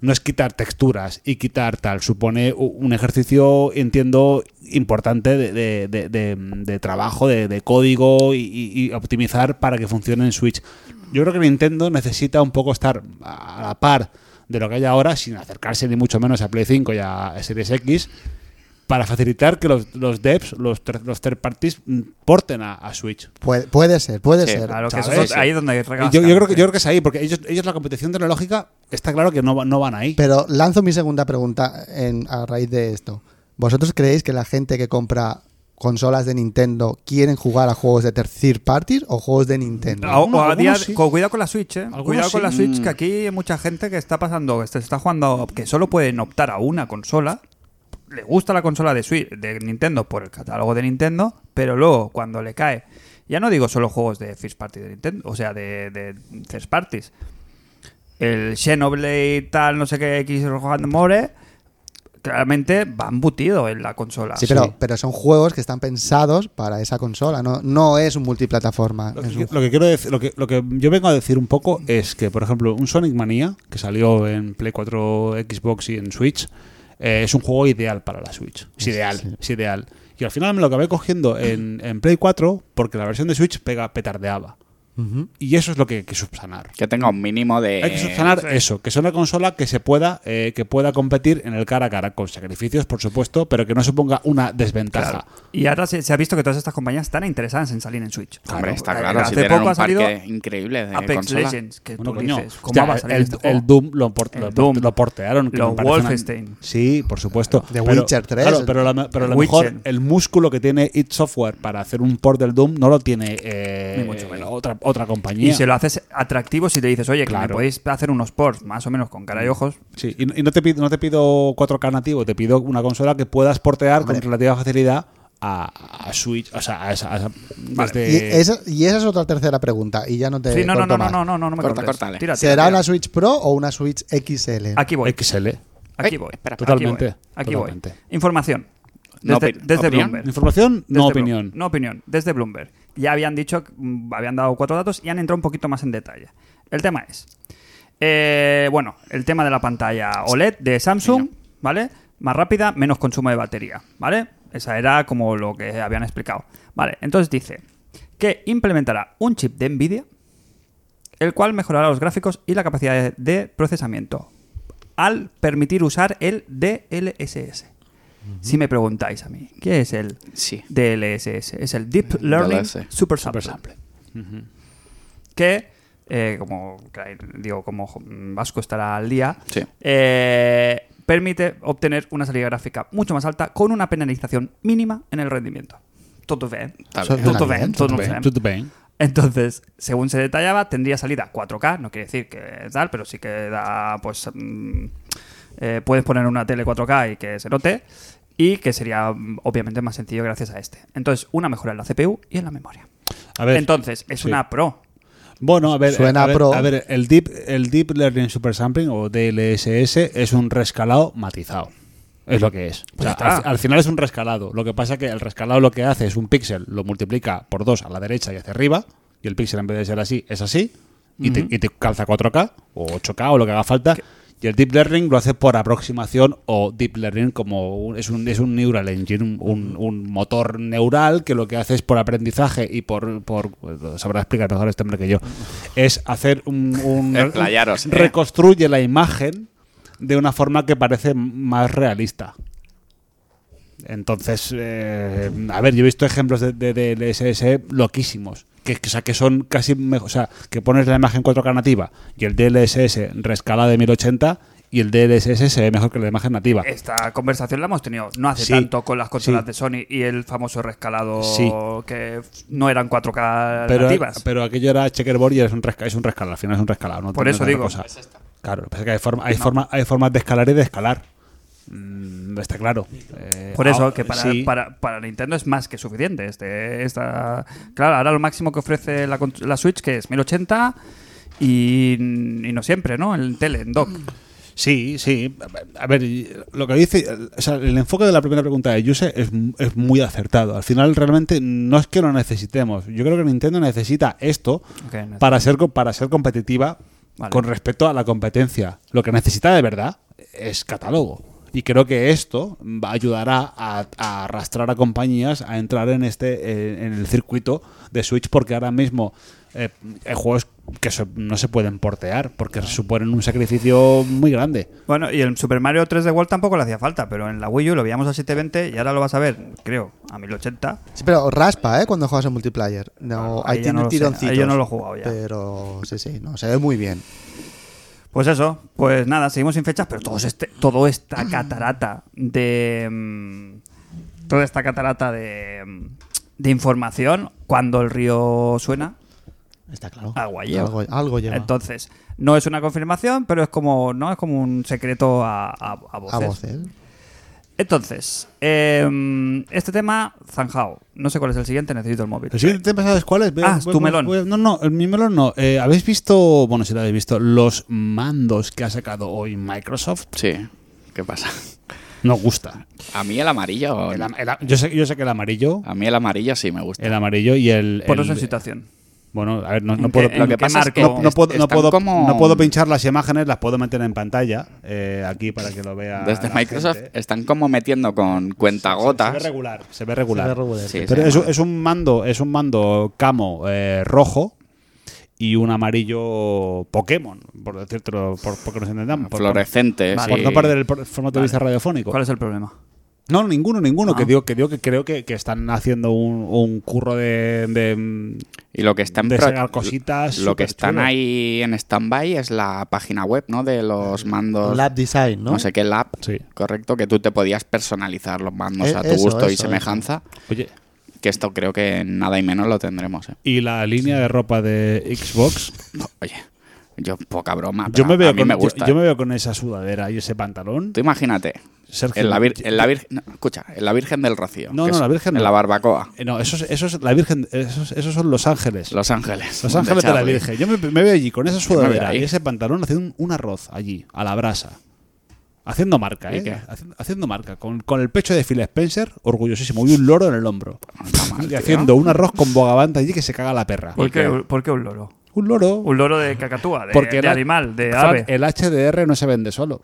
no es quitar texturas y quitar tal, supone u- un ejercicio, entiendo, importante de, de- de- de- de trabajo, de, de código y, y- y optimizar para que funcione en Switch. Yo creo que Nintendo necesita un poco estar a la par de lo que hay ahora, sin acercarse ni mucho menos a Play 5 y a Series X para facilitar que los, los devs, los, ter- los third parties, mm, porten a, a Switch.
Puede, puede ser, puede
Sí,
ser.
Claro, que eso
¿sabes?
es ot- ahí es donde
Yo,
regalas
yo creo que, yo
carne.
creo que es ahí, porque ellos, ellos la competición tecnológica está claro que no, va- no van ahí.
Pero lanzo mi segunda pregunta en- a raíz de esto. ¿Vosotros creéis que la gente que compra consolas de Nintendo quieren jugar a juegos de tercer parties o juegos de Nintendo?
A- o
Algunos-
a día-
algunos sí.
con- cuidado con la Switch, ¿eh?
Algunos
Cuidado con
sí. Mm.
la Switch, que aquí hay mucha gente que está pasando, que se está jugando, que solo pueden optar a una consola. Le gusta la consola de Switch, de Nintendo por el catálogo de Nintendo, pero luego cuando le cae, ya no digo solo juegos de first party de Nintendo, o sea, de, de third parties. El Xenoblade tal, no sé qué, X Rohan More, claramente va embutido en la consola.
Sí, pero, pero son juegos que están pensados para esa consola, no, no es un multiplataforma.
Lo
es
que,
un-
lo que quiero decir, lo que, lo que yo vengo a decir un poco es que, por ejemplo, un Sonic Mania, que salió en Play 4, Xbox y en Switch, eh, es un juego ideal para la Switch. Es ideal, es ideal. Y al final me lo acabé cogiendo en, en Play 4 porque la versión de Switch pega, petardeaba.
Ujú.
Y eso es lo que hay que subsanar.
Que tenga un mínimo de.
Hay que subsanar
Eh,
eso, que sea una consola que se pueda eh, que pueda competir en el cara a cara con sacrificios, por supuesto, pero que no suponga una desventaja.
Y ahora se, se ha visto que todas estas compañías están interesadas en salir en Switch.
Hombre, está
Eh,
claro. Si
Hace
tienen
poco
un
ha salido
parque increíble de
Apex
consola.
Legends, que
Bueno,
tú
coño,
dices, ¿cómo
hostia,
va a salir
el,
este
el
juego?
Doom lo, port-
El
lo-
Doom.
lo portearon. que
Lo
me parece una-
Wolfenstein.
Sí, por supuesto.
The Witcher 3.
Claro, pero, la- pero a lo
The
mejor
Witcher.
el músculo que tiene id Software para hacer un port del Doom no lo tiene eh,
Ni mucho menos.
otra, otra compañía.
Y se lo haces atractivo si te dices, oye, que me
Claro. Mm.
podéis hacer unos ports más o menos con cara y ojos.
Sí, y, y no, te pido, no te pido 4K nativo, te pido una consola que puedas portear con relativa facilidad a, a Switch, o sea, a esa. a esa- desde-
Y, esa, y esa es otra tercera pregunta, y ya no te.
Eh.
Eh,
Sí, no, no, no,
corto
no,
más.
no, no, no me
Corta,
cortes.
córtale.
Tira, tira,
¿Será
tira.
una Switch Pro o una Switch XL?
Aquí voy,
XL.
aquí
Ay,
voy.
espera,
aquí
totalmente,
voy, Aquí
totalmente.
voy. Información.
No
Desde,
opin-
desde
opinión.
Bloomberg.
Información, no
Desde
opinión.
Bloom- no opinión, desde Bloomberg. Ya habían dicho, mm, habían dado cuatro datos y han entrado un poquito más en detalle. El tema es, eh, bueno, el tema de la pantalla OLED de Samsung, ¿vale? Más rápida, menos consumo de batería, ¿vale? Esa era como lo que habían explicado. Vale, entonces dice que implementará un chip de Nvidia, el cual mejorará los gráficos y la capacidad de- de procesamiento al permitir usar el DLSS. Si me preguntáis a mí, ¿qué es el
Sí.
DLSS? Es el Deep Learning
DLSS.
Super
Super
Sample.
sample.
Que, eh, como claro, digo, como jo- Vasco estará al día,
Sí.
eh, permite obtener una salida gráfica mucho más alta con una penalización mínima en el rendimiento. Todo bien.
Está
Son-
bien.
Todo
bien,
bien, todo bien.
Tú te ven.
Entonces, según se detallaba, tendría salida 4K, no quiere decir que tal, pero sí que da, pues, mm, eh, puedes poner una tele 4K y que se note, y que sería mm, obviamente más sencillo gracias a este. Entonces, una mejora en la CPU y en la memoria.
A ver,
Entonces, es
sí.
una Pro.
Bueno, a ver,
Suena
a ver,
pro.
a ver, el, deep, el Deep Learning Super Sampling o DLSS es un rescalado matizado. Es lo que es. O sea,
Pues está.
al, al final es un rescalado. Lo que pasa que el rescalado lo que hace es un píxel, lo multiplica por dos a la derecha y hacia arriba, y el píxel en vez de ser así, es así, y, te, y te calza 4K o 8K o lo que haga falta. Y el Deep Learning lo hace por aproximación o Deep Learning como un- es, un, es un Neural Engine, un, un- un motor neural que lo que hace es por aprendizaje y por... por lo sabrá explicar mejor este hombre que yo. Es hacer un... un
Explayaros, eh.
Reconstruye la imagen de una forma que parece más realista. Entonces, eh, a ver, yo he visto ejemplos de, de, de DLSS loquísimos. Que, que- o sea, que son casi mejor. O sea, que pones la imagen 4K nativa y el DLSS rescalada de 1080 y el DLSS se ve mejor que la imagen nativa.
Esta conversación la hemos tenido no hace
Sí,
tanto con las consolas
sí.
de Sony y el famoso rescalado
Sí.
que f- no eran 4K
pero,
nativas.
pero aquello era checkerboard y es un, resca- es un rescalado. Al final es un rescalado. No
Por
tiene
eso
otra
digo. Es
Claro, lo que pasa es que hay, forma- hay, forma- hay formas de escalar y de escalar. Mm, está claro. Eh,
Por eso,
ah,
que para,
sí.
para, para Nintendo es más que suficiente. Este, esta, claro, ahora lo máximo que ofrece la, cont- la Switch, que es 1080 y, y no siempre, ¿no? En tele, en dock.
Sí, sí. A ver, lo que dice, o sea, el enfoque de la primera pregunta de Yuse es, es muy acertado. Al final, realmente, no es que lo necesitemos. Yo creo que Nintendo necesita esto
Ok, no-
para ser, co- para ser competitiva
Vale.
con respecto a la competencia. Lo que necesita de verdad es catálogo. Y creo que esto va- ayudará a, a arrastrar a compañías a entrar en este eh, en el circuito de Switch porque ahora mismo eh, hay juegos que se- no se pueden portear porque suponen un sacrificio muy grande.
Bueno, y el Super Mario 3 de World tampoco le hacía falta, pero en la Wii U lo veíamos a 720 y ahora lo vas a ver, creo, a 1080.
Sí, pero raspa, ¿eh? Cuando juegas en multiplayer. No,
Ah, ahí
ahí
ya
tiene
no lo sé.
tironcitos.
Ahí yo no lo he jugado ya.
Pero sí, sí, no, se ve muy bien.
Pues eso, pues nada, seguimos sin fechas, pero todo este, todo esta catarata de mm, toda esta catarata de, mm, de información cuando el río suena,
Está claro.
Agua lleva.
Algo, algo lleva.
entonces no es una confirmación, pero es como no es como un secreto a, a- a voces.
a voces.
Entonces em, este tema zanjao, no sé cuál es el siguiente, necesito el móvil.
¿El siguiente tema sabes cuál es? Ve-
Ah, es
ve-
tu
ve-
melón.
ve- no, no, el- mi melón no. Eh, ¿Habéis visto, bueno, si lo habéis visto, los mandos que ha sacado hoy Microsoft?
Sí. ¿Qué pasa?
Nos gusta.
A mí el amarillo.
El am- el am- yo, sé, yo sé que el amarillo,
A mí el amarillo sí me gusta.
el amarillo y el...
Ponos
el-
en situación.
Bueno, a ver, no, no
¿En
puedo...
qué-
lo
en
que
qué
pasa es que
marco?
no, no puedo, no,
Están
puedo,
como-
no puedo pinchar las imágenes, las puedo meter en pantalla eh, aquí para que lo vea
Desde
la
Microsoft
gente.
están como metiendo con
Se ve
cuentagotas.
regular, se ve regular.
Se ve regular.
Sí,
Pero
sí,
es,
vale.
es un mando, es un mando camo eh, rojo y un amarillo Pokémon, por decirlo, por, porque nos entendamos. Por,
Fluorescentes.
Vale.
por- por
y-
no perder el por- formato de vista radiofónico.
¿Cuál es el problema?
No, ninguno, ninguno.
Ah.
Que digo que digo que creo que, que están haciendo un, un curro de, de-
Y lo que están
de
pro-
sacar cositas
Lo que están
superchulas.
ahí en stand-by es la página web, ¿no? De los mandos.
Lab design, ¿no?
¿no? sé qué lab.
Sí.
Correcto, que tú te podías personalizar los mandos
Eh,
a tu
eso,
gusto y
eso,
semejanza.
Oye,
Que esto creo que nada y menos lo tendremos. ¿eh?
y la línea de ropa de Xbox.
Oye, yo poca broma.
Yo
Ah, pero
me,
a
veo
mí
con,
me
yo-
gusta. ¿eh?
yo, me veo con esa sudadera y ese pantalón.
Tú imagínate.
Sergio,
En la, vir-
yo-
en la vir- no, escucha, en la Virgen del Rocío.
No,
que
no,
es-
la Virgen
En
no.
la Barbacoa.
Eh, No, eso es, eso es la Virgen, esos, esos son Los Ángeles.
Los Ángeles.
Los Ángeles de la
Charlie.
Virgen. Yo me, me veo allí con
me
esa
veo
sudadera
ahí.
y ese pantalón haciendo un, un arroz allí, a la brasa. Haciendo marca,
¿Y
¿eh?
qué?
Haciendo, haciendo marca. Con, con el pecho de Phil Spencer, orgullosísimo, y un loro en el hombro.
Está mal,
y
tío.
haciendo un arroz con bogavante allí que se caga la perra.
¿Por qué,
qué?
¿Por qué un loro?
Un loro.
Un loro de cacatúa, de,
porque
de
el-
animal, de
Fran,
ave.
El HDR no se vende solo.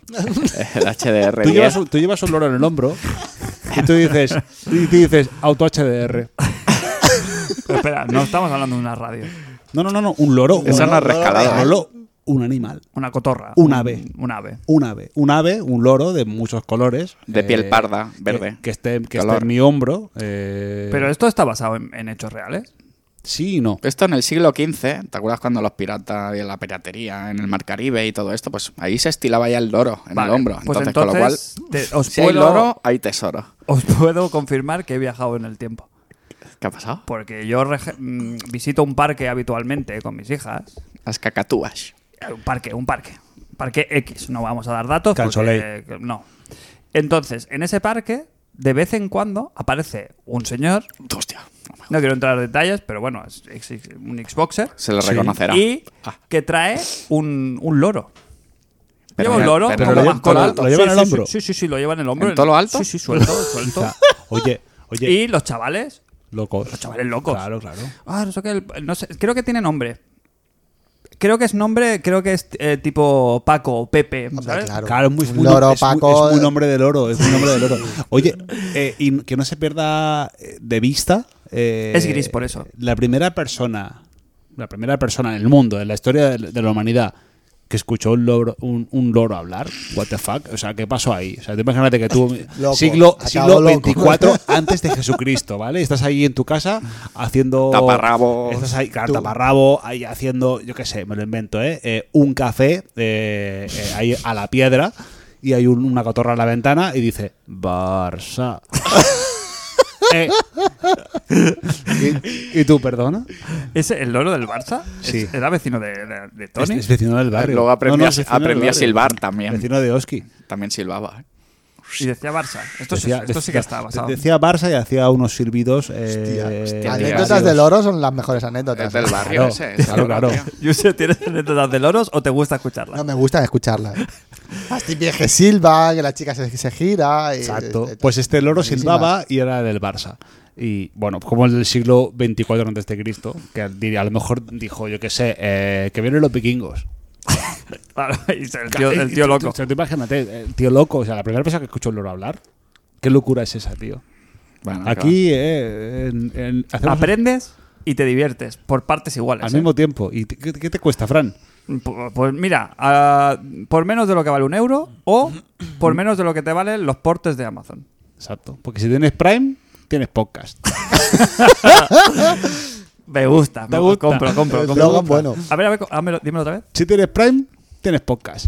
El HDR.
Tú llevas,
diez.
un, tú llevas un loro en el hombro y tú dices, y tú dices auto HDR.
Espera, no estamos hablando de una radio.
No, no, no, no, un loro.
Eso
un-
no es rescalado, ¿eh?
loro, un animal.
Una cotorra.
Un ave.
Un ave.
un ave, un ave, un loro de muchos colores. eh,
De piel parda, verde.
Que, que esté, que
Color.
esté en mi hombro. eh,
Pero esto está basado en, en hechos reales.
sí y no.
Esto en el siglo XV, ¿te acuerdas cuando los piratas y la piratería en el Mar Caribe y todo esto? Pues ahí se estilaba ya el loro en
Vale,
el hombro.
pues
Entonces, con lo cual,
entonces, te- os,
si hay
puedo,
loro, hay tesoro.
os puedo confirmar que he viajado en el tiempo.
¿Qué ha pasado?
Porque yo rege- mm, visito un parque habitualmente con mis hijas.
Las cacatúas.
Eh, Un parque, un parque. Parque X. No vamos a dar datos.
Can
porque- no. Entonces, en ese parque de vez en cuando aparece un señor,
Hostia. no me-
no quiero entrar en detalles, pero bueno, es, es- es un Xboxer,
Se le reconocerá.
y
Ah.
que trae un, un loro.
Pero
lleva un
en-
loro,
pero
como
lo lle-
mascota.
todo lo alto. ¿Lo lleva
Sí,
en el
sí,
hombro?
Sí, sí, sí, lo lleva en el hombro.
¿En todo lo alto?
Sí, sí, suelto, suelto.
Oye, oye.
y los chavales,
Locos.
los chavales locos.
Claro, claro.
Ah, no sé qué, el- no sé, creo que tiene nombre. Creo que es nombre, creo que es eh, tipo Paco o Pepe, ¿sabes?
claro.
Claro, es muy,
Un
muy
loro,
nom- es muy-
Paco.
es muy nombre del oro, es muy nombre del oro. Oye, eh, y que no se pierda eh, de vista. eh,
Es gris, por eso.
La primera persona, la primera persona en el mundo, en la historia de, de la humanidad, que escuchó un loro, un, un loro hablar, what the fuck, o sea, ¿qué pasó ahí? O sea, te imagínate que tú,
Loco,
siglo,
acabo
siglo
loco.
24 antes de Jesucristo, ¿vale? Estás ahí en tu casa haciendo...
Taparrabos.
Estás ahí, claro,
Tú-
taparrabo, ahí haciendo, yo qué sé, me lo invento, ¿eh? Eh, un café eh, eh, ahí a la piedra y hay un- una cotorra en la ventana y dice, Barça. Eh. ¿Y, y tú, perdona?
¿Es el loro del Barça? ¿Es-
Sí.
¿Era vecino de, de- de
Es,
Tony?
es vecino del barrio.
Luego aprendí a-
es vecino del
aprendí a
barrio.
silbar también.
Vecino de Oski.
También silbaba. ¿eh?
Y decía Barça. Esto, sí-
Decía-
esto sí que está basado.
Decía Barça y hacía unos silbidos. eh,
Hostia,
hostia,
anécdotas
varios.
del oro son las mejores anécdotas.
Es del barrio
Claro,
ese. es
claro,
del barrio.
claro.
Yusef, ¿tienes anécdotas de loros o te gusta escucharlas?
No me gusta escucharlas. Las típicas que silba, que la chica se, se gira. y-
Exacto.
y- y-
Pues este loro
buenísimas.
silbaba y era del Barça. Y bueno, como el del siglo 24 antes de Cristo, que al- diría- a lo mejor dijo, yo qué sé, eh, que vienen los vikingos.
Claro, y se- el, tío, el tío
O
loco.
sea, tú imagínate, el tío loco, o sea, la primera persona que escucho un loro hablar. ¿Qué locura es esa, tío?
Bueno,
Ah,
claro.
Aquí, eh, en- en- hacemos-
Aprendes y te diviertes por partes iguales.
al
¿eh?
mismo tiempo. ¿Y t- qué, qué te cuesta, Fran?
Pu- Pues mira, ah, por menos de lo que vale un euro o por menos de lo que te valen los portes de Amazon.
Exacto. Porque si tienes Prime, tienes podcast.
Me gusta, me
Te gusta.
compro, compro,
El
compro.
slogan
compro.
bueno.
A ver, a ver, co- házmelo- dímelo otra vez.
Si tienes Prime, tienes podcast.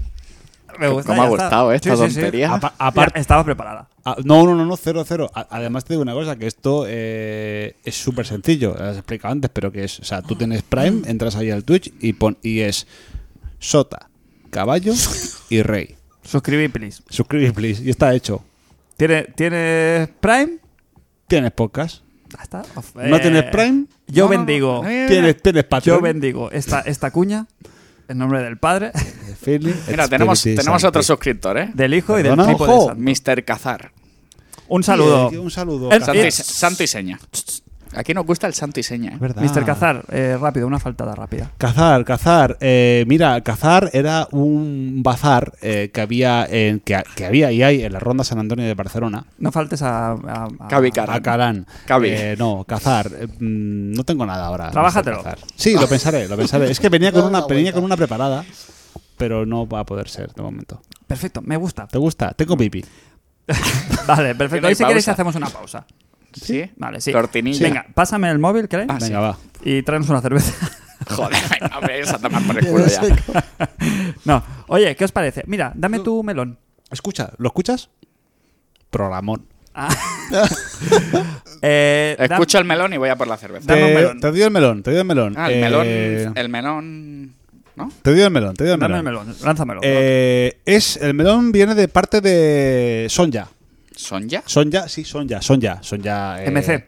Me gusta. ya
cómo ha
está.
gustado esta
Sí, sí, sí.
tontería?
Ya,
Apa- aparte-
estaba preparada.
Ah, no, no, no, no, cero, cero. A- Además te digo una cosa, que esto eh, es súper sencillo, lo has explicado antes, pero que es, o sea, tú tienes Prime, entras ahí al Twitch y pon y es Sota, Caballo y Rey.
Suscribí, please.
Suscribir, please, y está hecho.
¿Tiene- ¿Tienes Prime?
Tienes podcast,
Ya está. Of- eh,
¿No tienes Prime?
Yo
No, no, no.
bendigo.
Eh,
tienes, tienes Patreon.
Yo bendigo esta, esta cuña en nombre del Padre,
Feeling,
Mira, tenemos,
Spirit
tenemos
Santi.
otro suscriptor, ¿eh?
del Hijo y del
Perdona,
Tipo
ojo.
de Santo.
Mr. Cazar.
Un saludo.
Sí, un saludo.
El-
Santo y,
Eh,
santo y seña. Aquí nos gusta el santo y seña. ¿eh?
Es verdad.
Mr. Cazar, eh, rápido, una faltada rápida.
Cazar, Cazar. eh, mira, Cazar era un bazar eh, que, había en- que, que había y hay en la Ronda San Antonio de Barcelona.
No faltes a. a, a-
Cavi Cara.
A Carán.
Cavi.
Ah, Eh, no, cazar. Eh, mm, no tengo nada ahora.
Trabájatelo.
No sé cazar. Sí, lo pensaré, lo pensaré. Es que venía con
Dale
una,
una
venía
vuelta.
con una preparada, pero no va a poder ser de momento.
Perfecto, me gusta.
¿Te gusta? Tengo pipi.
Vale,
Que
perfecto.
no hay
Ahí si queréis
pausa.
hacemos una pausa.
¿Sí?
Vale, sí.
Cortinilla.
Venga, pásame el móvil, ¿queréis?
Ah, sí.
Venga, va.
Y traemos una cerveza.
Joder, venga, me vais a tomar por el culo ya.
no. Oye, ¿qué os parece? Mira, dame tu melón.
Escucha, ¿lo escuchas? Programón.
Ah. Eh, dam-
Escucho el melón y voy a por la cerveza.
Da- Dame un
Te,
melón.
te dio el melón, te dio el melón.
Ah, el
Eh,
melón. El melón. ¿No?
Te dio el melón, te dio el
Dame
melón.
el melón, lánzamelo.
Eh, es, el melón viene de parte de Sonja.
¿Son ya?
Sonja, sí, Sonja, Sonja, Sonja. eh,
MC.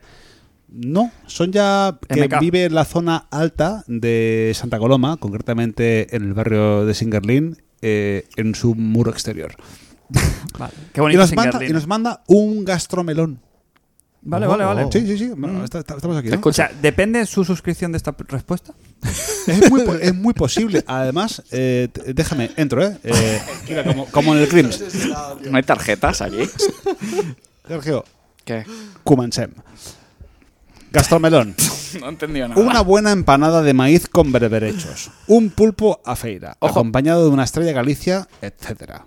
No, son ya que
MK.
vive en la zona alta de Santa Coloma, concretamente en el barrio de Singerlin, eh, en su muro exterior.
Vale. Qué
Y
bonito
nos,
sin
manda,
Guerlina.
y nos manda un gastromelón.
Vale, vale, vale.
oh,
Mm.
Sí, sí, sí. bueno, está- está- estamos aquí.
Te
¿no?
O
escucho.
sea, ¿depende su suscripción de esta p- respuesta?
Es muy, po- es muy posible. Además, eh, t- déjame, entro, ¿eh? Eh, mira, como, como en el Crims.
¿No hay tarjetas aquí?
Sergio,
¿Qué?
Kumansem. Gastromelón.
No he entendido nada.
Una buena empanada de maíz con berberechos. Un pulpo a feira,
Ojo.
acompañado de una estrella Galicia, etcétera.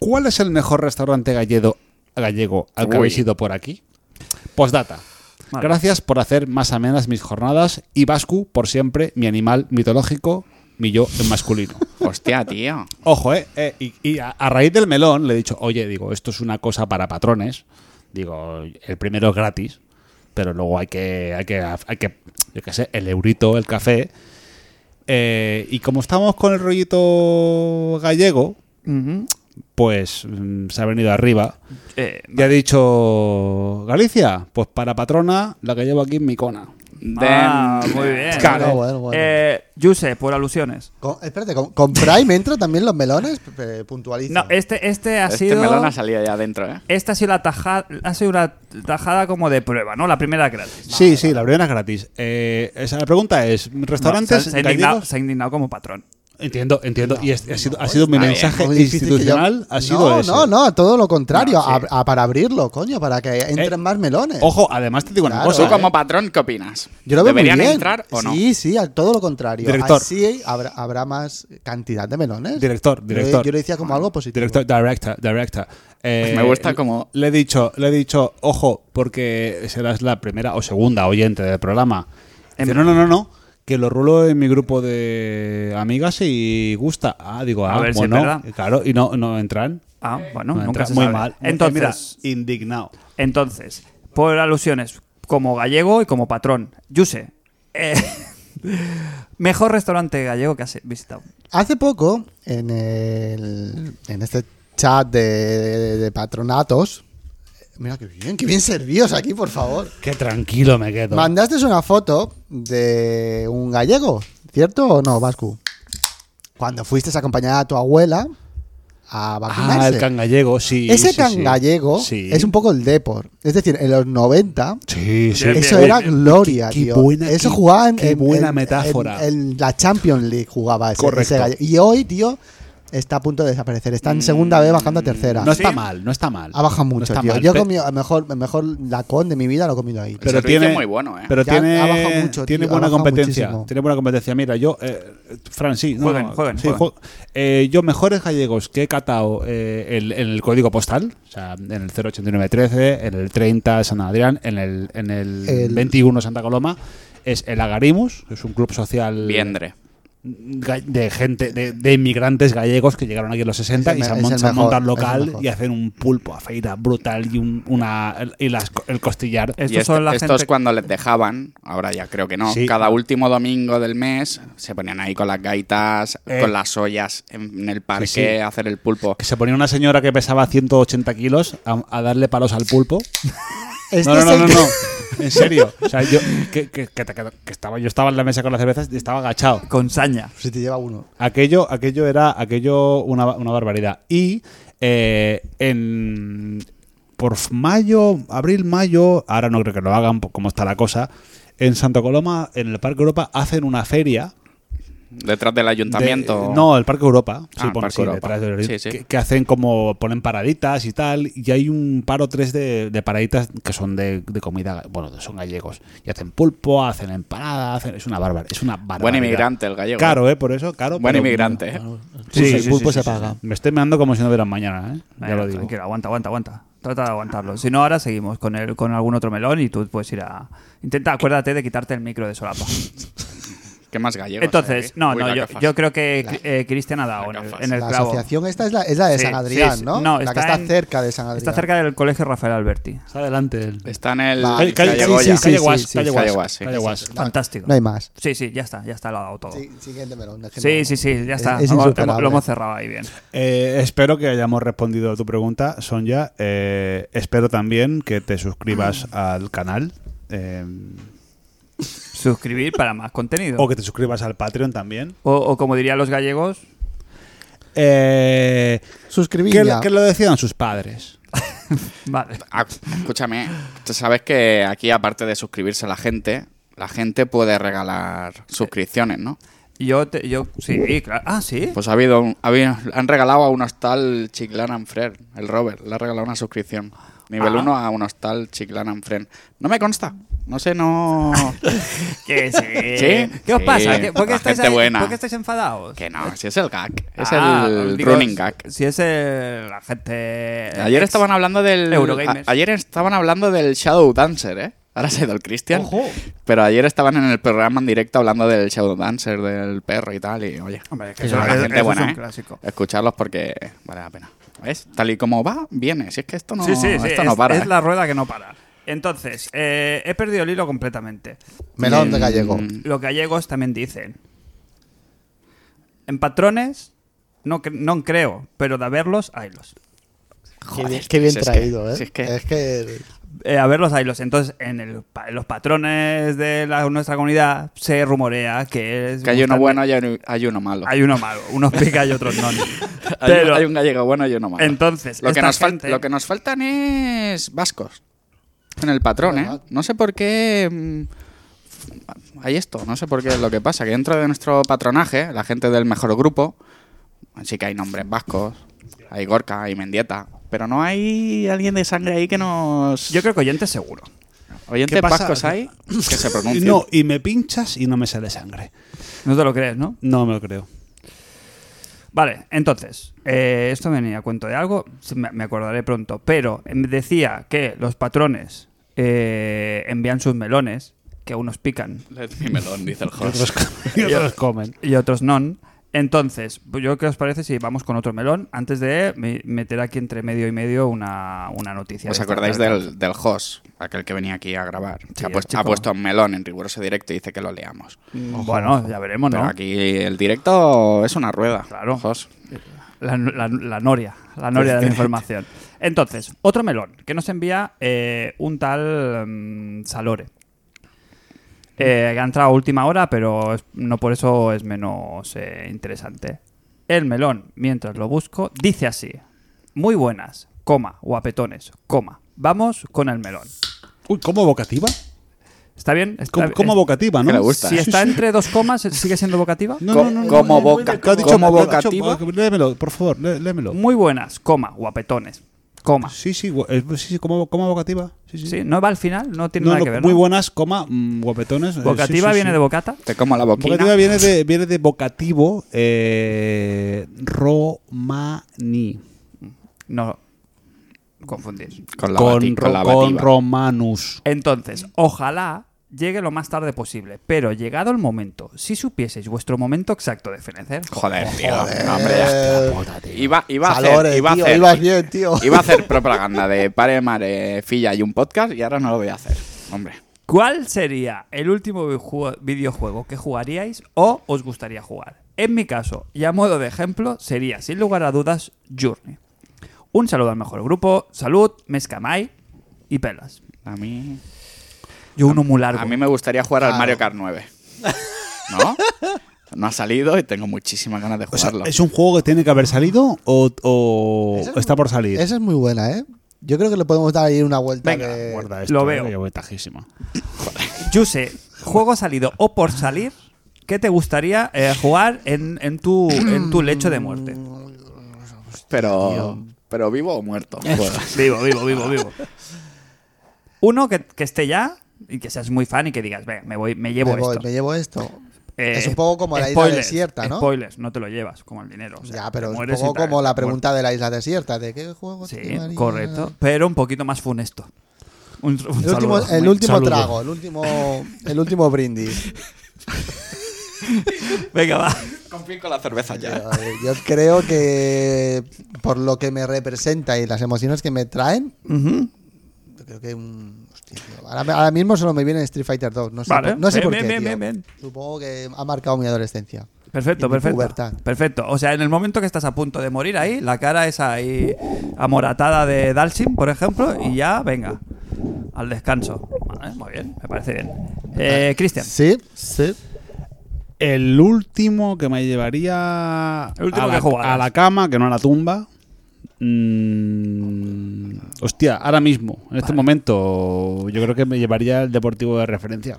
¿Cuál es el mejor restaurante galledo- gallego al que
Uy.
habéis ido por aquí? Postdata.
Vale.
Gracias por hacer más amenas mis jornadas y Bascu, por siempre, mi animal mitológico, mi yo en masculino.
Hostia, tío.
Ojo, ¿eh? eh, y y a, a raíz del melón le he dicho, oye, digo, esto es una cosa para patrones. Digo, el primero es gratis, pero luego hay que, hay que, hay que yo qué sé, el eurito, el café. Eh, y como estamos con el rollito gallego,
Ujú.
pues mm, se ha venido arriba.
Eh,
Y ha dicho, Galicia, pues para patrona, la que llevo aquí en mi cona.
ah,
Damn.
muy bien.
Claro.
Bueno, bueno, bueno.
Eh, Yuse, por alusiones.
Co- espérate, ¿con, con Prime entran también los melones? P- p- Puntualizo.
No, este, este ha
Este
sido.
melón ha salido ya adentro, ¿eh?
Esta ha sido la tajada, ha sido una tajada como de prueba, ¿no? La primera gratis.
Sí, sí, la primera es gratis. Eh, esa- la pregunta es,
No,
¿restaurantes
se, se ha indignado,
gallegos?
se ha indignado como patrón.
Entiendo, entiendo. y es- ha sido, ha sido mi
Está bien,
mensaje
Muy difícil que yo-
institucional, ha sido
no,
ese.
No, no, todo lo contrario.
No, sí.
a- a para abrirlo, coño, para que entren
Eh,
más melones.
Ojo, además te digo una
Claro,
cosa.
¿Tú
¿eh?
como patrón qué opinas?
Yo lo veo muy
¿Deberían
bien.
entrar o no?
Sí, sí, a todo lo contrario.
Director.
Así habrá, habrá más cantidad de melones.
Director,
Yo- Yo,
director.
lo decía como algo positivo.
Director, directa, directa. Eh,
Pues me gusta como-
Le he dicho, le he dicho, ojo, porque serás la primera o segunda oyente del programa.
Em-
Dice, no, no, no, no. Que lo rulo en mi grupo de amigas y gusta. Ah, digo, ah,
A ver si es
bueno,
verdad.
claro, y no, no entran.
Ah, bueno,
No
nunca
entran.
se
muy
sabe.
mal.
Entonces,
Mira, indignado.
entonces, por alusiones, como gallego y como patrón. Yuse, eh, mejor restaurante gallego que has visitado.
Hace poco, en, el- en este chat de, de- de patronatos. Mira, qué bien, qué bien servidos aquí, por favor.
Qué tranquilo me quedo.
Mandaste una foto de un gallego, ¿cierto o no, Vascu? Cuando fuiste acompañada a tu abuela a vacunarse.
ah, el cangallego, sí.
Ese
sí, sí.
cangallego
Sí.
es un poco el Depor. Es decir, en los 90
Sí, sí.
Bien,
eso
bien,
era
bien.
gloria,
Qué- qué
tío.
buena-
eso
qué-
jugaba en,
qué
en-
buena
en-
metáfora.
En, en la Champions League jugaba ese,
Correcto.
ese gallo. Y hoy, tío, está a punto de desaparecer. Está en segunda B bajando a tercera.
No está
Sí.
mal, no está mal.
ha bajado mucho,
está
tío.
mal,
Yo he
pe-
comido, a mejor, a mejor lacón de mi vida lo he comido ahí.
El
pero
servicio
tiene
muy bueno, ¿eh?
Pero
Ya
tiene,
ha bajado mucho,
tiene
tío, ha
buena
bajado
competencia.
muchísimo.
Tiene buena competencia. Mira, yo, eh, Fran, sí, no,
Jueguen,
no,
jueguen,
sí,
jueguen.
jue- eh, yo mejores gallegos que he catado eh, en, en el código postal, o sea, en el 08913, en el 30 San Adrián, en el, en el,
El-
21 Santa Coloma, es el Agarimus, que es un club social
Viendre.
ga- de gente, de, de inmigrantes gallegos que llegaron aquí en los 60
Es el
y
me-
se
es el
montan,
mejor,
montan
es el
local
mejor.
y hacen un pulpo a feira brutal y un- una y las, co- el costillar.
Estos
Y esto,
son la
esto
gente-
es cuando les dejaban, ahora ya creo que no,
Sí.
cada último domingo del mes se ponían ahí con las gaitas,
Eh.
con las ollas en, en el parque
Sí, sí.
a hacer el pulpo.
Que se ponía una señora que pesaba 180 kilos a, a darle palos al pulpo.
Este
no, no,
es
no,
el
no,
que-
no. En serio. O sea, yo, que, que- que- que estaba, yo estaba en la mesa con las cervezas y estaba agachado.
Con saña.
Si te lleva uno.
Aquello, aquello era aquello una, una barbaridad. Y eh, en por mayo, abril, mayo, ahora no creo que lo hagan por cómo está la cosa. En Santa Coloma, en el Parque Europa, hacen una feria
Detrás del
de-
ayuntamiento.
no, el Parque Europa.
Ah,
sí, pon-
Parque
sí,
Europa.
detrás del-
Sí, sí.
Que, que hacen como, ponen paraditas y tal, y hay un par o tres de, de paraditas que son de, de comida, bueno, son gallegos. Y hacen pulpo, hacen empanada, hacen, es una bárbara, es una barbaridad.
Buen inmigrante el gallego.
Caro, ¿eh? Por eso, caro.
Buen
pero-
inmigrante, ¿eh?
Sí,
sí,
el
sí,
pulpo
sí,
se
sí,
paga.
sí. Me estoy meando como si no hubiera mañana, ¿eh? ya
Venga,
lo digo.
Tranquilo, aguanta, aguanta, aguanta. Trata de aguantarlo. Si no, ahora seguimos con, el, con algún otro melón y tú puedes ir a... Intenta, acuérdate de quitarte el micro de solapa.
¿Qué más gallego?
Entonces, no, no, yo, yo creo que eh, Cristian ha dado
La
en el,
gafas.
en el
La
clavo.
asociación esta es la, es la de
Sí,
San Adrián,
sí, sí.
¿no?
No,
La
está
que está
en-
cerca de San Adrián.
Está cerca del colegio Rafael Alberti.
Está adelante. el-
Está en el
Va,
Calle-
el
calle-
gallego
sí,
ya.
sí, calle Guas,
sí, sí,
calle
Ah, sí.
Guas,
Calle Guas, sí.
calle Guas.
Fantástico.
No hay más.
Sí, sí, ya está, ya está, lo ha dado todo. Sí,
Sí, siguiente melón. es que
sí,
no-
sí, ya
es-
está.
es
lo, hemos-
insuperable.
lo hemos cerrado ahí bien.
Eh, espero que hayamos respondido a tu pregunta, Sonja. Eh, espero también que te suscribas al canal. eh,
Suscribir para más contenido.
o que te suscribas al Patreon también.
O, o como dirían los gallegos,
Eh,
Suscribir
que,
ya.
que lo decían sus padres.
vale.
Ah, Escúchame, tú sabes que aquí, aparte de suscribirse la gente, la gente puede regalar suscripciones, ¿no?
Yo, te- yo, sí, claro. Ah, sí.
Pues ha habido, un- ha habido- han regalado a un hostal Chiclan and Friend, el Robert, le ha regalado una suscripción. Nivel
Ah.
1 a un hostal Chiclan and Friend. No me consta, no sé, no...
Que sí.
Sí,
¿Qué os
sí.
pasa? ¿Qué- ¿Por qué
La
estáis,
gente
ahí-
buena.
por qué estáis enfadados?
que no, si es el gag, es
Ah,
el
digo,
running gag.
Si es el- la gente.
Eh, Ayer
ex-
estaban hablando del...
Eurogamers.
a- ayer estaban hablando del Shadow Dancer, ¿eh? Ahora se ha ido el Christian.
Ojo.
Pero ayer estaban en el programa en directo hablando del Shadow Dancer, del perro y tal, y oye...
Hombre, es que
Que
eso,
son
es,
gente
eso
buena,
es un
¿eh?
clásico.
Escucharlos porque vale la pena. ¿Ves? Tal y como va, viene. Si es que esto no,
sí, sí, sí.
esto
es,
no para.
es
¿eh?
la rueda que no para. Entonces, eh, he perdido el hilo completamente.
Melón de
Mm,
gallego.
Los gallegos también dicen. En patrones, no, cre- non creo, pero de haberlos, haylos.
Joder,
bien- qué bien
si es que-
traído, ¿eh?
si es que-
Eh, a verlos, haylos. Entonces, en, el pa- en los patrones de la- nuestra comunidad se rumorea que es.
Que hay uno
bastante-
bueno y hay hay uno malo.
Hay uno malo. Unos pica y otros no.
Hay un-
Pero-
hay un gallego bueno y uno malo.
Entonces,
lo que,
esta
nos fal-
gente-
lo que nos faltan es vascos. En el patrón, ¿eh? No sé por qué... mm, Hay esto, no sé por qué es lo que pasa. Que dentro de nuestro patronaje, la gente del mejor grupo, sí que hay nombres vascos, hay Gorka, hay Mendieta, pero no hay alguien de sangre ahí que nos...
Yo creo que oyente seguro.
Oyentes
¿Qué pasa?
vascos hay que se pronuncien.
No, y me pinchas y no me sale sangre.
No te lo crees, ¿no?
No me lo creo.
Vale, entonces, eh, esto me venía a cuento de algo, se- me me acordaré pronto, pero em, decía que los patrones eh, envían sus melones, que unos pican
Let me melón, dice el
Y
host.
otros, y otros comen.
y otros non. Entonces, pues yo qué os parece si vamos con otro melón antes de me- meter aquí entre medio y medio una, una noticia.
¿Os
de esta
acordáis
tarde?
del, del host, aquel que venía aquí a grabar?
Sí,
que ha,
el
puest-
chico.
ha puesto un melón en riguroso directo y dice que lo leamos.
Mm, Bueno, ya veremos, ¿no?
Pero aquí el directo es una rueda.
Claro.
Jos.
La, la- la noria, la noria de la información. Entonces, otro melón que nos envía eh, un tal mm, Salore. Eh, que ha entrado a última hora, pero es- no por eso es menos eh, interesante. El melón, mientras lo busco, dice así. Muy buenas, coma, guapetones, coma. Vamos con el melón.
Uy, ¿cómo vocativa?
¿Está bien? ¿Está-
Como, como
es-
vocativa, no?
Que le gusta,
Si
¿eh?
está entre dos comas, ¿sigue siendo vocativa?
No,
Co-
no, no, no,
como
no, no,
boca-
no, no, no, no,
como
no, no, no,
vocativa.
no, Léemelo, por favor, lé- léemelo.
Muy buenas, coma, guapetones, coma.
Sí, sí, gu- eh, sí, sí, como, como vocativa. Sí, sí.
Sí, no va al final, no tiene
No,
nada
no,
que ver.
muy
¿no?
buenas, coma, mm, guapetones. eh,
Vocativa
sí, sí,
viene
sí.
de bocata.
Te como la boquina.
Vocativa viene de, viene de vocativo eh, romaní.
No confundir.
Con la,
Con,
bati- con la
ro- con
bativa.
romanus.
Entonces, ojalá llegue lo más tarde posible, pero llegado el momento, si supieseis vuestro momento exacto de fenecer,
Joder, tío. No, hombre, ya
eh,
está. Iba, iba a
Salores,
hacer, iba a
tío,
hacer-
ibas bien, tío.
iba a hacer propaganda de pare, mare, filla y un podcast y ahora no lo voy a hacer. Hombre.
¿cuál sería el último videojuego- videojuego que jugaríais o os gustaría jugar? En mi caso, y a modo de ejemplo, sería sin lugar a dudas Journey. Un saludo al mejor grupo, salud, mezcamay y pelas.
A mí,
Yo uno muy largo.
a mí me gustaría jugar al
Claro.
Mario Kart 9. ¿No? No ha salido y tengo muchísimas ganas de
O sea,
jugarlo.
¿es un juego que tiene que haber salido o, o
Esa es
está por salir?
Esa es muy buena, ¿eh? Yo creo que le podemos dar ahí una vuelta.
Venga,
de-
Guarda
esto, Lo veo. eh, que Yuse, juego salido o por salir, ¿qué te gustaría eh, jugar en, en tu, en tu lecho de muerte?
pero, pero vivo o muerto.
Vivo, vivo, vivo, vivo. Uno que, que esté ya y que seas muy fan y que digas, "Ve, me, voy, me llevo
me, voy-
esto.
me llevo esto.
Eh,
es un poco como la isla
spoilers,
desierta, ¿no?
Spoilers, no te lo llevas, como el dinero. o sea,
ya,
te
pero es un
mueres y
poco
tal,
como la
muerto.
pregunta de la isla desierta. ¿De qué juego te
Sí,
llevaría?
correcto, pero un poquito más funesto. Un- un
El último,
saludo.
el último
Saludo.
trago, el último, el último brindis.
Venga, va.
Confío con la cerveza
Yo, yo creo que por lo que me representa y las emociones que me traen, yo creo que un- hostia, tío, ahora, ahora mismo solo me viene Street Fighter 2. No sé,
Vale.
por, no sé
Bien,
por
bien,
qué.
bien,
tío.
bien, bien.
Supongo que ha marcado mi adolescencia.
Perfecto,
Y mi
perfecto.
pubertad.
Perfecto. O sea, en el momento que estás a punto de morir ahí, la cara esa ahí amoratada de Dalsim, por ejemplo, y ya, venga, al descanso. Vale, muy bien, me parece bien. Eh, Cristian,
Sí, sí.
El último que me llevaría
El último
a,
que
la,
jugaras.
a la cama, que no a la tumba. Mm, hostia, ahora mismo, en este momento, yo creo que me llevaría el deportivo de referencia.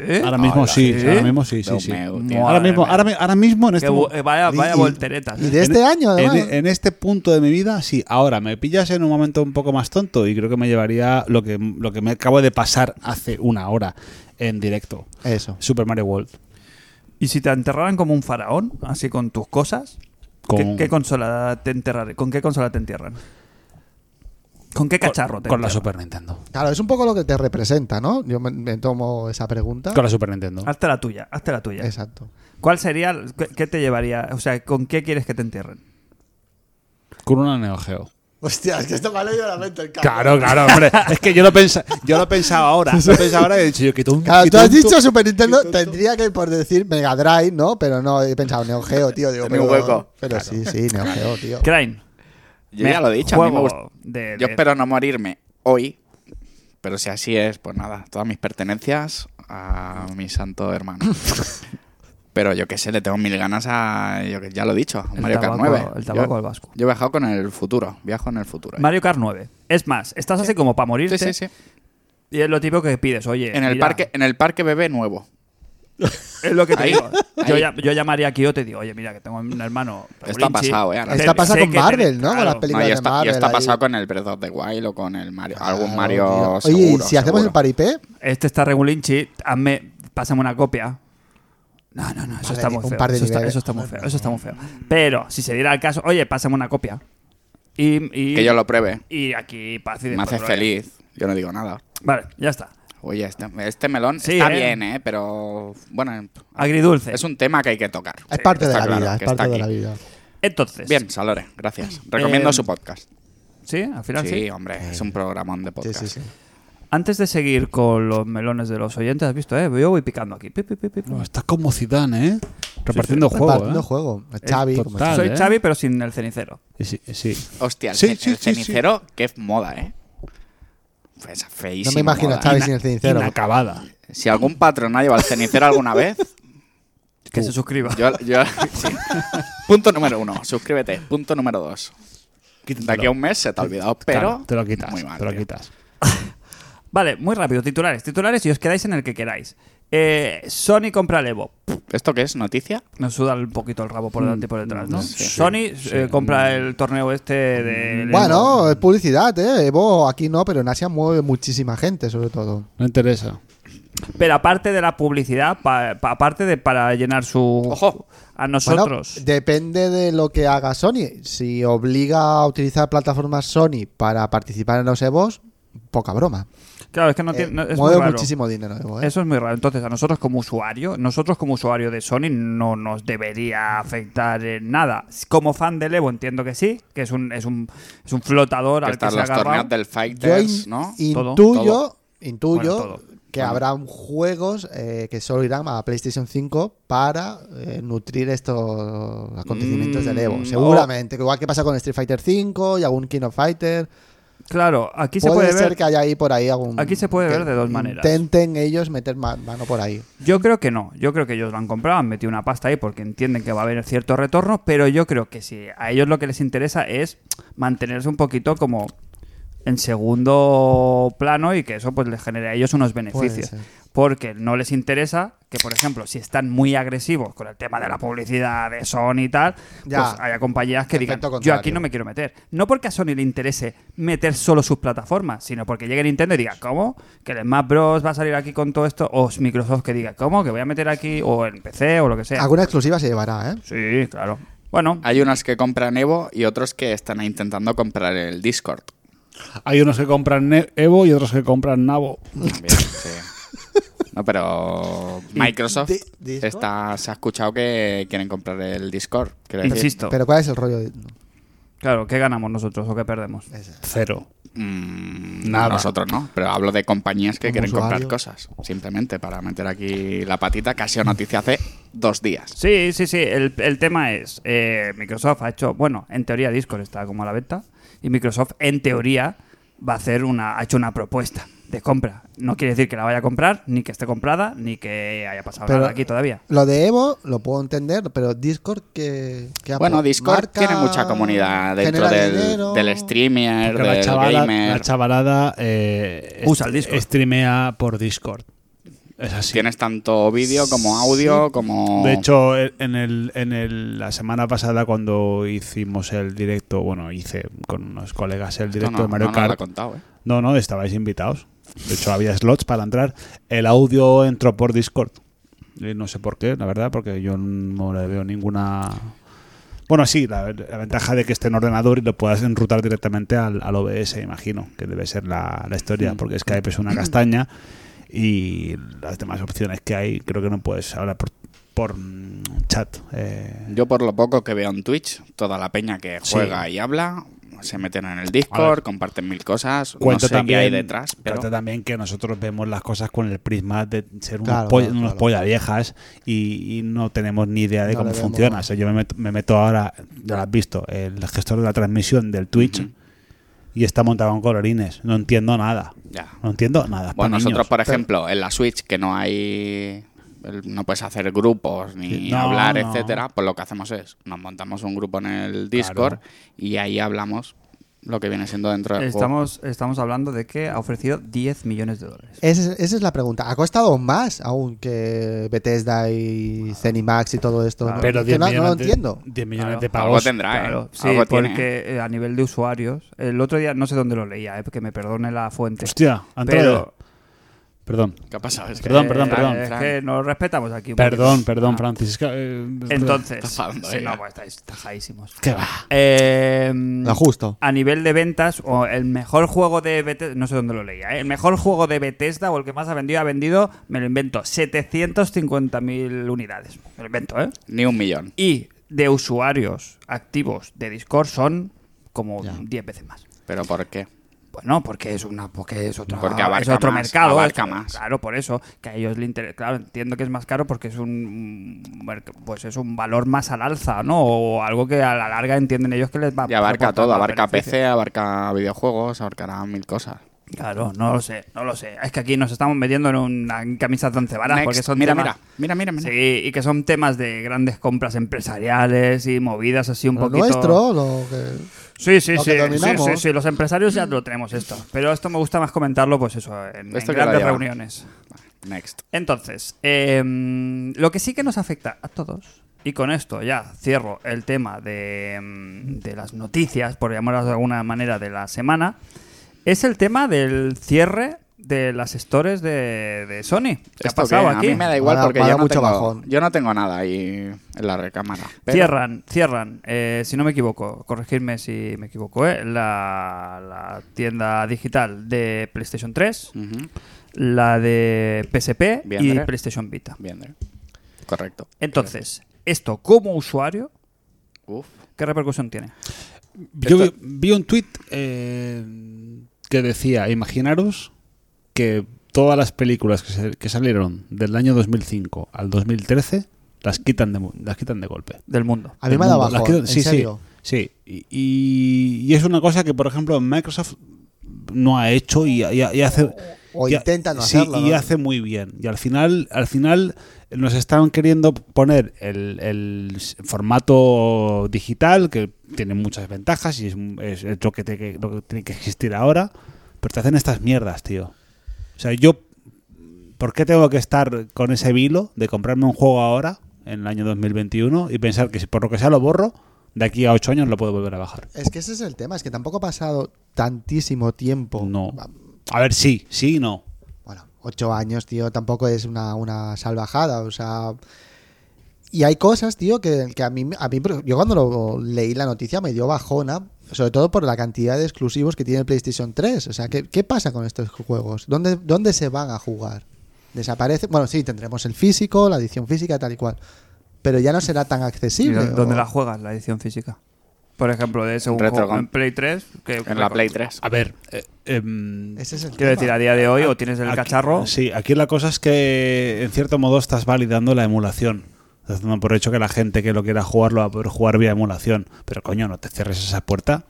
¿eh?
Ahora mismo
Hola,
sí,
¿sí?
ahora mismo sí, sí,
Déu
sí.
meu,
Madre
tío.
Ahora mismo,
mía.
ahora, mi- ahora mismo en
Que
este
vo-
mo-
eh, vaya, vaya
y-
volteretas.
y
¿eh?
de este
en- e-
año,
en,
además.
en este punto de mi vida, sí. Ahora, me pillas en un momento un poco más tonto y creo que me llevaría lo que, lo que me acabo de pasar hace una hora en directo.
Eso.
Super Mario World.
Y si te enterraran como un faraón, así con tus cosas, ¿qué,
Con-
qué consola te enterrar, ¿Con qué consola te entierran? ¿Con qué cacharro te
Con la
entierran?
Super Nintendo.
Claro, es un poco lo que te representa, ¿no? Yo me, me tomo esa pregunta.
Con la Super Nintendo.
Hazte la tuya, hazte la tuya.
Exacto.
¿Cuál sería, qué, qué te llevaría, o sea, con qué quieres que te entierren?
Con una Neo Geo.
Hostia, es que esto me ha leído la mente el cabrón.
Claro, claro, hombre. Es que yo lo pensa, yo lo pensaba ahora. Lo pensaba ahora y he dicho yo que tonto.
Claro,
qué
tú has
tonto.
dicho Super Nintendo,
qué tonto.
tendría que por decir Mega Drive, ¿no? Pero no, he pensado Neo Geo, tío. Digo,
Tenía un
pero,
hueco.
Pero sí, sí, Neo Geo, tío.
Crane.
Yo ya lo he dicho, a mí me
juego
gusta.
de-
Yo
de-
espero no morirme hoy, pero si así es, pues nada, todas mis pertenencias a mi santo hermano. pero yo qué sé, le tengo mil ganas a, yo que ya lo he dicho, a
El
Mario Kart
tabaco-
9.
el tabaco
yo,
al vasco.
Yo he viajado con el futuro, viajo en el futuro. eh.
Mario Kart 9. Es más, estás así como para morirte
Sí, sí, sí.
y es lo típico que pides, oye.
En el,
mira,
parque, en el parque bebé nuevo.
Es lo que te
Ahí,
digo. Yo,
ahí.
ya- yo llamaría a Kioto y digo, oye, mira, que tengo un hermano.
Está
Rinchi.
pasado, eh, ahora.
Sé-
Está pasado
sé
con
que tenés-
Marvel, ¿no? Con las
No,
películas
ya
de
está, ya
Marvel.
está
ahí.
pasado con el Breath of the Wild o con el Mario, algún
Claro,
Mario
tío.
seguro.
Oye, y si hacemos
seguro.
el paripé,
Este está regulinchi, hazme, pásame una copia. No, no, no, eso
Vale,
está muy
un
feo.
par de
eso, está,
niveles.
eso está muy feo, eso está muy feo. Pero si se diera el caso, oye, pásame una copia. Y, y-
Que yo lo pruebe.
y aquí paz y
Me hace
descontrol.
feliz. Yo no digo nada.
Vale, ya está.
Oye, este, este melón
Sí,
está
¿eh?
bien, ¿eh? Pero bueno,
Agridulce.
es un tema que hay que tocar.
es parte de
Está
la
claro
vida,
que
es
está
parte de
aquí.
la vida.
Entonces.
Bien, Salore, gracias. Recomiendo
Eh,
su podcast.
¿Sí? Al final
Sí,
sí.
hombre, es un programón de
Eh, Sí,
podcast.
sí, sí.
Antes de seguir con los melones de los oyentes, has visto, eh. Yo voy picando aquí. Pi, pi, pi, pi.
No, estás como Zidane, ¿eh? Repartiendo
Partiendo
juegos, ¿eh?
juego. Xavi, como
total.
Soy
Vale, eh.
Xavi, pero sin el cenicero.
Y Sí, y sí.
Hostia, el,
Sí,
ce-
sí,
el
sí, sí.
cenicero, qué moda, ¿eh? Pues feísimo.
No me imagino a Xavi sin el cenicero.
Inacabada.
Si algún patrón ha llevado el cenicero alguna vez,
Que se suscriba.
yo. yo- sí. Punto número uno, suscríbete. Punto número dos. De aquí a un mes se te ha olvidado, pero.
Claro, te lo quitas,
Muy mal,
te lo
tío.
quitas.
Vale, muy rápido. Titulares, titulares y os quedáis en el que queráis. Eh, Sony compra el Evo.
¿Esto qué es? ¿Noticia?
Nos suda un poquito el rabo por delante y por detrás, ¿no?
Mm, Sí.
Sony eh, compra el torneo este de...
Bueno, es publicidad, ¿eh? Evo aquí no, pero en Asia mueve muchísima gente, sobre todo.
No interesa.
Pero aparte de la publicidad, pa- pa- aparte de para llenar su...
Ojo.
A
Bueno,
nosotros.
depende de lo que haga Sony. Si obliga a utilizar plataformas Sony para participar en los Evos, poca broma.
Claro, es que no
Eh,
tiene... no- es muy
mueve
raro.
muchísimo dinero Evo, ¿eh?
Eso es muy raro. Entonces, a nosotros como usuario, nosotros como usuario de Sony no nos debería afectar en nada. Como fan del Evo entiendo que sí, que es un, es un, es un flotador
Que
al que
están
se ha
los
agarrado.
torneos del
Yo
Fighters,
in-
¿no?
intuyo,
Todo.
intuyo
Bueno, todo.
que
Bueno.
habrá juegos eh, que solo irán a PlayStation 5 para eh, nutrir estos acontecimientos
Mm,
del Evo.
no.
Seguramente, que igual que pasa con Street Fighter 5 y algún King of Fighter.
Claro, aquí se
puede,
puede
ser
ver...
que haya ahí por ahí algún.
Aquí se puede
que
ver de dos maneras.
Intenten ellos meter ma- mano por ahí.
Yo creo que no. Yo creo que ellos lo han comprado, han metido una pasta ahí porque entienden que va a haber cierto retorno, pero yo creo que sí. A ellos lo que les interesa es mantenerse un poquito como en segundo plano y que eso pues les genere a ellos unos beneficios.
ser.
Porque no les interesa que, por ejemplo, si están muy agresivos con el tema de la publicidad de Sony y tal,
Ya.
pues haya compañías que digan,
Efecto
yo
contrario.
aquí no me quiero meter. No porque a Sony le interese meter solo sus plataformas, sino porque llegue Nintendo y diga, ¿cómo? Que el Smash Bros. va a salir aquí con todo esto, o Microsoft que diga, ¿cómo? Que voy a meter aquí, o en PC, o lo que sea.
Alguna exclusiva se llevará, ¿eh?
Sí, claro. Bueno,
Ah,
Hay unos que compran Evo y otros que están intentando comprar el Discord.
Hay unos que compran ne- Evo y otros que compran Nabo.
También, sí. No, pero Microsoft
¿Di- Discord?
está, se ha escuchado que quieren comprar el Discord. Quiero decir,
insisto.
Pero ¿cuál es el rollo? de-
claro, ¿qué ganamos nosotros o qué perdemos?
Cero.
mm,
Nada.
Nosotros no, pero hablo de compañías que
Como
quieren comprar
usuario.
cosas. Simplemente para meter aquí la patita, que ha sido noticia hace dos días.
Sí, sí, sí. El, el tema es, eh, Microsoft ha hecho, bueno, en teoría Discord está como a la venta y Microsoft en teoría va a hacer una, ha hecho una propuesta de compra. No quiere decir que la vaya a comprar, ni que esté comprada, ni que haya pasado
Pero-
nada aquí todavía.
Lo de Evo lo puedo entender, pero Discord que. que
Bueno,
apo-
Discord
pues, marca,
tiene mucha comunidad dentro
genera
del,
dinero.
del streamer,
Porque la,
del
chavala- la
gamer.
chavalada eh,
Usa el
est-
Discord.
Streamea por Discord. Es así.
Tienes tanto vídeo como audio, como...
De hecho, e- en, el, en el- la semana pasada cuando hicimos el directo, bueno, hice con unos colegas el
Esto
directo
no-
de Mario
no nos lo ha
Kart.
contado, ¿eh?
No, no, estabais invitados. De hecho, había slots para entrar. El audio entró por Discord. Y no sé por qué, la verdad, porque yo no le veo ninguna... Bueno, sí, la, la ventaja de que esté en ordenador y lo puedas enrutar directamente al, al OBS, imagino, que debe ser la, la historia, porque Skype es una castaña y las demás opciones que hay, creo que no puedes hablar por, por mm, chat. eh,
Yo por lo poco que veo en Twitch, toda la peña que
Sí.
juega y habla, se meten en el Discord, comparten mil cosas,
Cuenta
no sé
también,
qué hay detrás, pero
cuenta también que nosotros vemos las cosas con el prisma de ser unos,
Claro,
poll-
claro,
unos
claro.
polla viejas y, y no tenemos ni idea de
No
cómo
le vemos.
funciona. O sea, yo me meto, me meto ahora, ya lo has visto, el gestor de la transmisión del Twitch y está montado con colorines. No entiendo nada.
Ya.
No entiendo nada. es
Bueno,
pa'
nosotros,
Ah, niños.
por ejemplo, en la Switch, que no hay. el- No puedes hacer grupos ni
No,
hablar,
no.
etcétera. Pues lo que hacemos es, nos montamos un grupo en el Discord y ahí hablamos lo que viene siendo dentro del juego.
Estamos, estamos hablando de que ha ofrecido 10 millones de dólares.
Esa es, esa es la pregunta. ¿Ha costado más aún que Bethesda y Zenimax y todo esto? No,
Pero
que
10
no, no lo
millones de-
entiendo.
10 millones
Claro.
de
Algo
pagos.
tendrá, ¿eh?
Claro, sí,
Algo tiene.
porque eh, a nivel de usuarios, el otro día no sé dónde lo leía, eh, que me perdone la fuente.
Hostia, han traído-
pero,
Perdón.
¿Qué ha pasado? Es que-
Perdón,
eh,
perdón,
Fran,
perdón.
Es
Fran.
que nos respetamos aquí. un
Perdón,
poquito.
perdón,
Ah,
Francis. es que, eh,
Entonces,
Está eh? enfadando
sí,
ella.
no, pues estáis tajadísimos.
¿Qué va?
Eh,
Lo justo.
a nivel de ventas, o el mejor juego de Bethesda, no sé dónde lo leía, ¿eh? el mejor juego de Bethesda o el que más ha vendido, ha vendido, me lo invento, 750.000 unidades. Me lo invento, ¿eh?
Ni un millón.
Y de usuarios activos de Discord son como
Ya.
10 veces más.
¿Pero por qué?
Bueno, porque es una porque es otra-
Porque abarca
es otro
más,
mercado,
abarca
es-
más.
Claro, por eso que a ellos le interesa, claro, entiendo que es más caro porque es un merc- pues es un valor más al alza, ¿no? O algo que a la larga entienden ellos que les va
Y abarca
reportar
todo,
más
abarca
beneficio.
PC, abarca videojuegos, abarcará mil cosas.
Claro, no lo sé, no lo sé. Es que aquí nos estamos metiendo en una en camisas de once varas
Next.
porque son
mira,
temas
mira, mira, mira, mira.
Sí, y que son temas de grandes compras empresariales y movidas así un
Lo
poquito
nuestro, lo que-
Sí, sí,
Lo
sí,
que
sí,
dominamos.
sí, sí, los empresarios ya lo tenemos esto, pero esto me gusta más comentarlo pues eso en,
Esto
en
que lo
grandes
lleva.
reuniones.
Next.
Entonces, eh, lo que sí que nos afecta a todos, y con esto ya cierro el tema de, mm, de las noticias, por llamarlas de alguna manera, de la semana, es el tema del cierre de las stores de, de Sony. ¿Qué ha
¿Esto qué?
pasado aquí?
A mí me da igual
Me ha-
porque
me ha
yo
dado
no,
mucho
tengo,
bajón.
yo no tengo nada ahí en la recámara. pero-
Cierran, cierran, eh, si no me equivoco, corregirme si me equivoco, ¿eh? la, la tienda digital de PlayStation 3,
Ujú.
la de PSP
Bien,
y
Andrés.
PlayStation Vita.
Bien, eh. André. correcto.
Entonces, esto como usuario,
Uf.
¿qué repercusión tiene?
Yo vi,
Esto-
vi un tuit eh, que decía, imaginaros que todas las películas que, se- que salieron del año 2005 al 2013 las quitan de, mo- las quitan de golpe.
Del mundo.
A mí
Del
me da
mundo. Las
bajo.
quitan-
en
sí, sí,
serio.
sí. Y, y- y es una cosa que, por ejemplo, Microsoft no ha hecho y, y- y hace...
O
y-
intenta no
sí,
hacerlo,
y
¿no?
hace muy bien. Y al final, al final nos están queriendo poner el, el s- formato digital, que tiene muchas ventajas y es, es- es lo, que te- que- lo que tiene que existir ahora, pero te hacen estas mierdas, tío. O sea, yo, ¿por qué tengo que estar con ese vilo de comprarme un juego ahora, en el año 2021, y pensar que si por lo que sea lo borro, de aquí a 8 años lo puedo volver a bajar?
Es que ese es el tema, es que tampoco ha pasado tantísimo tiempo.
No.
Va-
A ver, sí, sí y no.
Bueno, ocho años, tío, tampoco es una, una salvajada, o sea... Y hay cosas, tío, que, que a mí, a mí, yo cuando lo leí la noticia me dio bajona, sobre todo por la cantidad de exclusivos que tiene PlayStation 3. O sea, ¿qué, qué pasa con estos juegos? ¿Dónde, ¿Dónde se van a jugar? ¿Desaparece? Bueno, sí, tendremos el físico, la edición física, tal y cual. Pero ya no será tan accesible.
¿Y dó- ¿Dónde
o-
la juegas, la edición física? Por ejemplo, de ese
En
un
Retro
juego
Gun.
en Play 3. que-
En la Play 3.
A ver, eh, em,
Ese es el
Quiero
tema.
decir, a día de hoy o tienes el
Aquí-
cacharro.
Sí, aquí la cosa es que en cierto modo estás validando la emulación. Estás dando por hecho que la gente que lo quiera jugar lo va a poder jugar vía emulación. Pero coño, no te cierres esa puerta.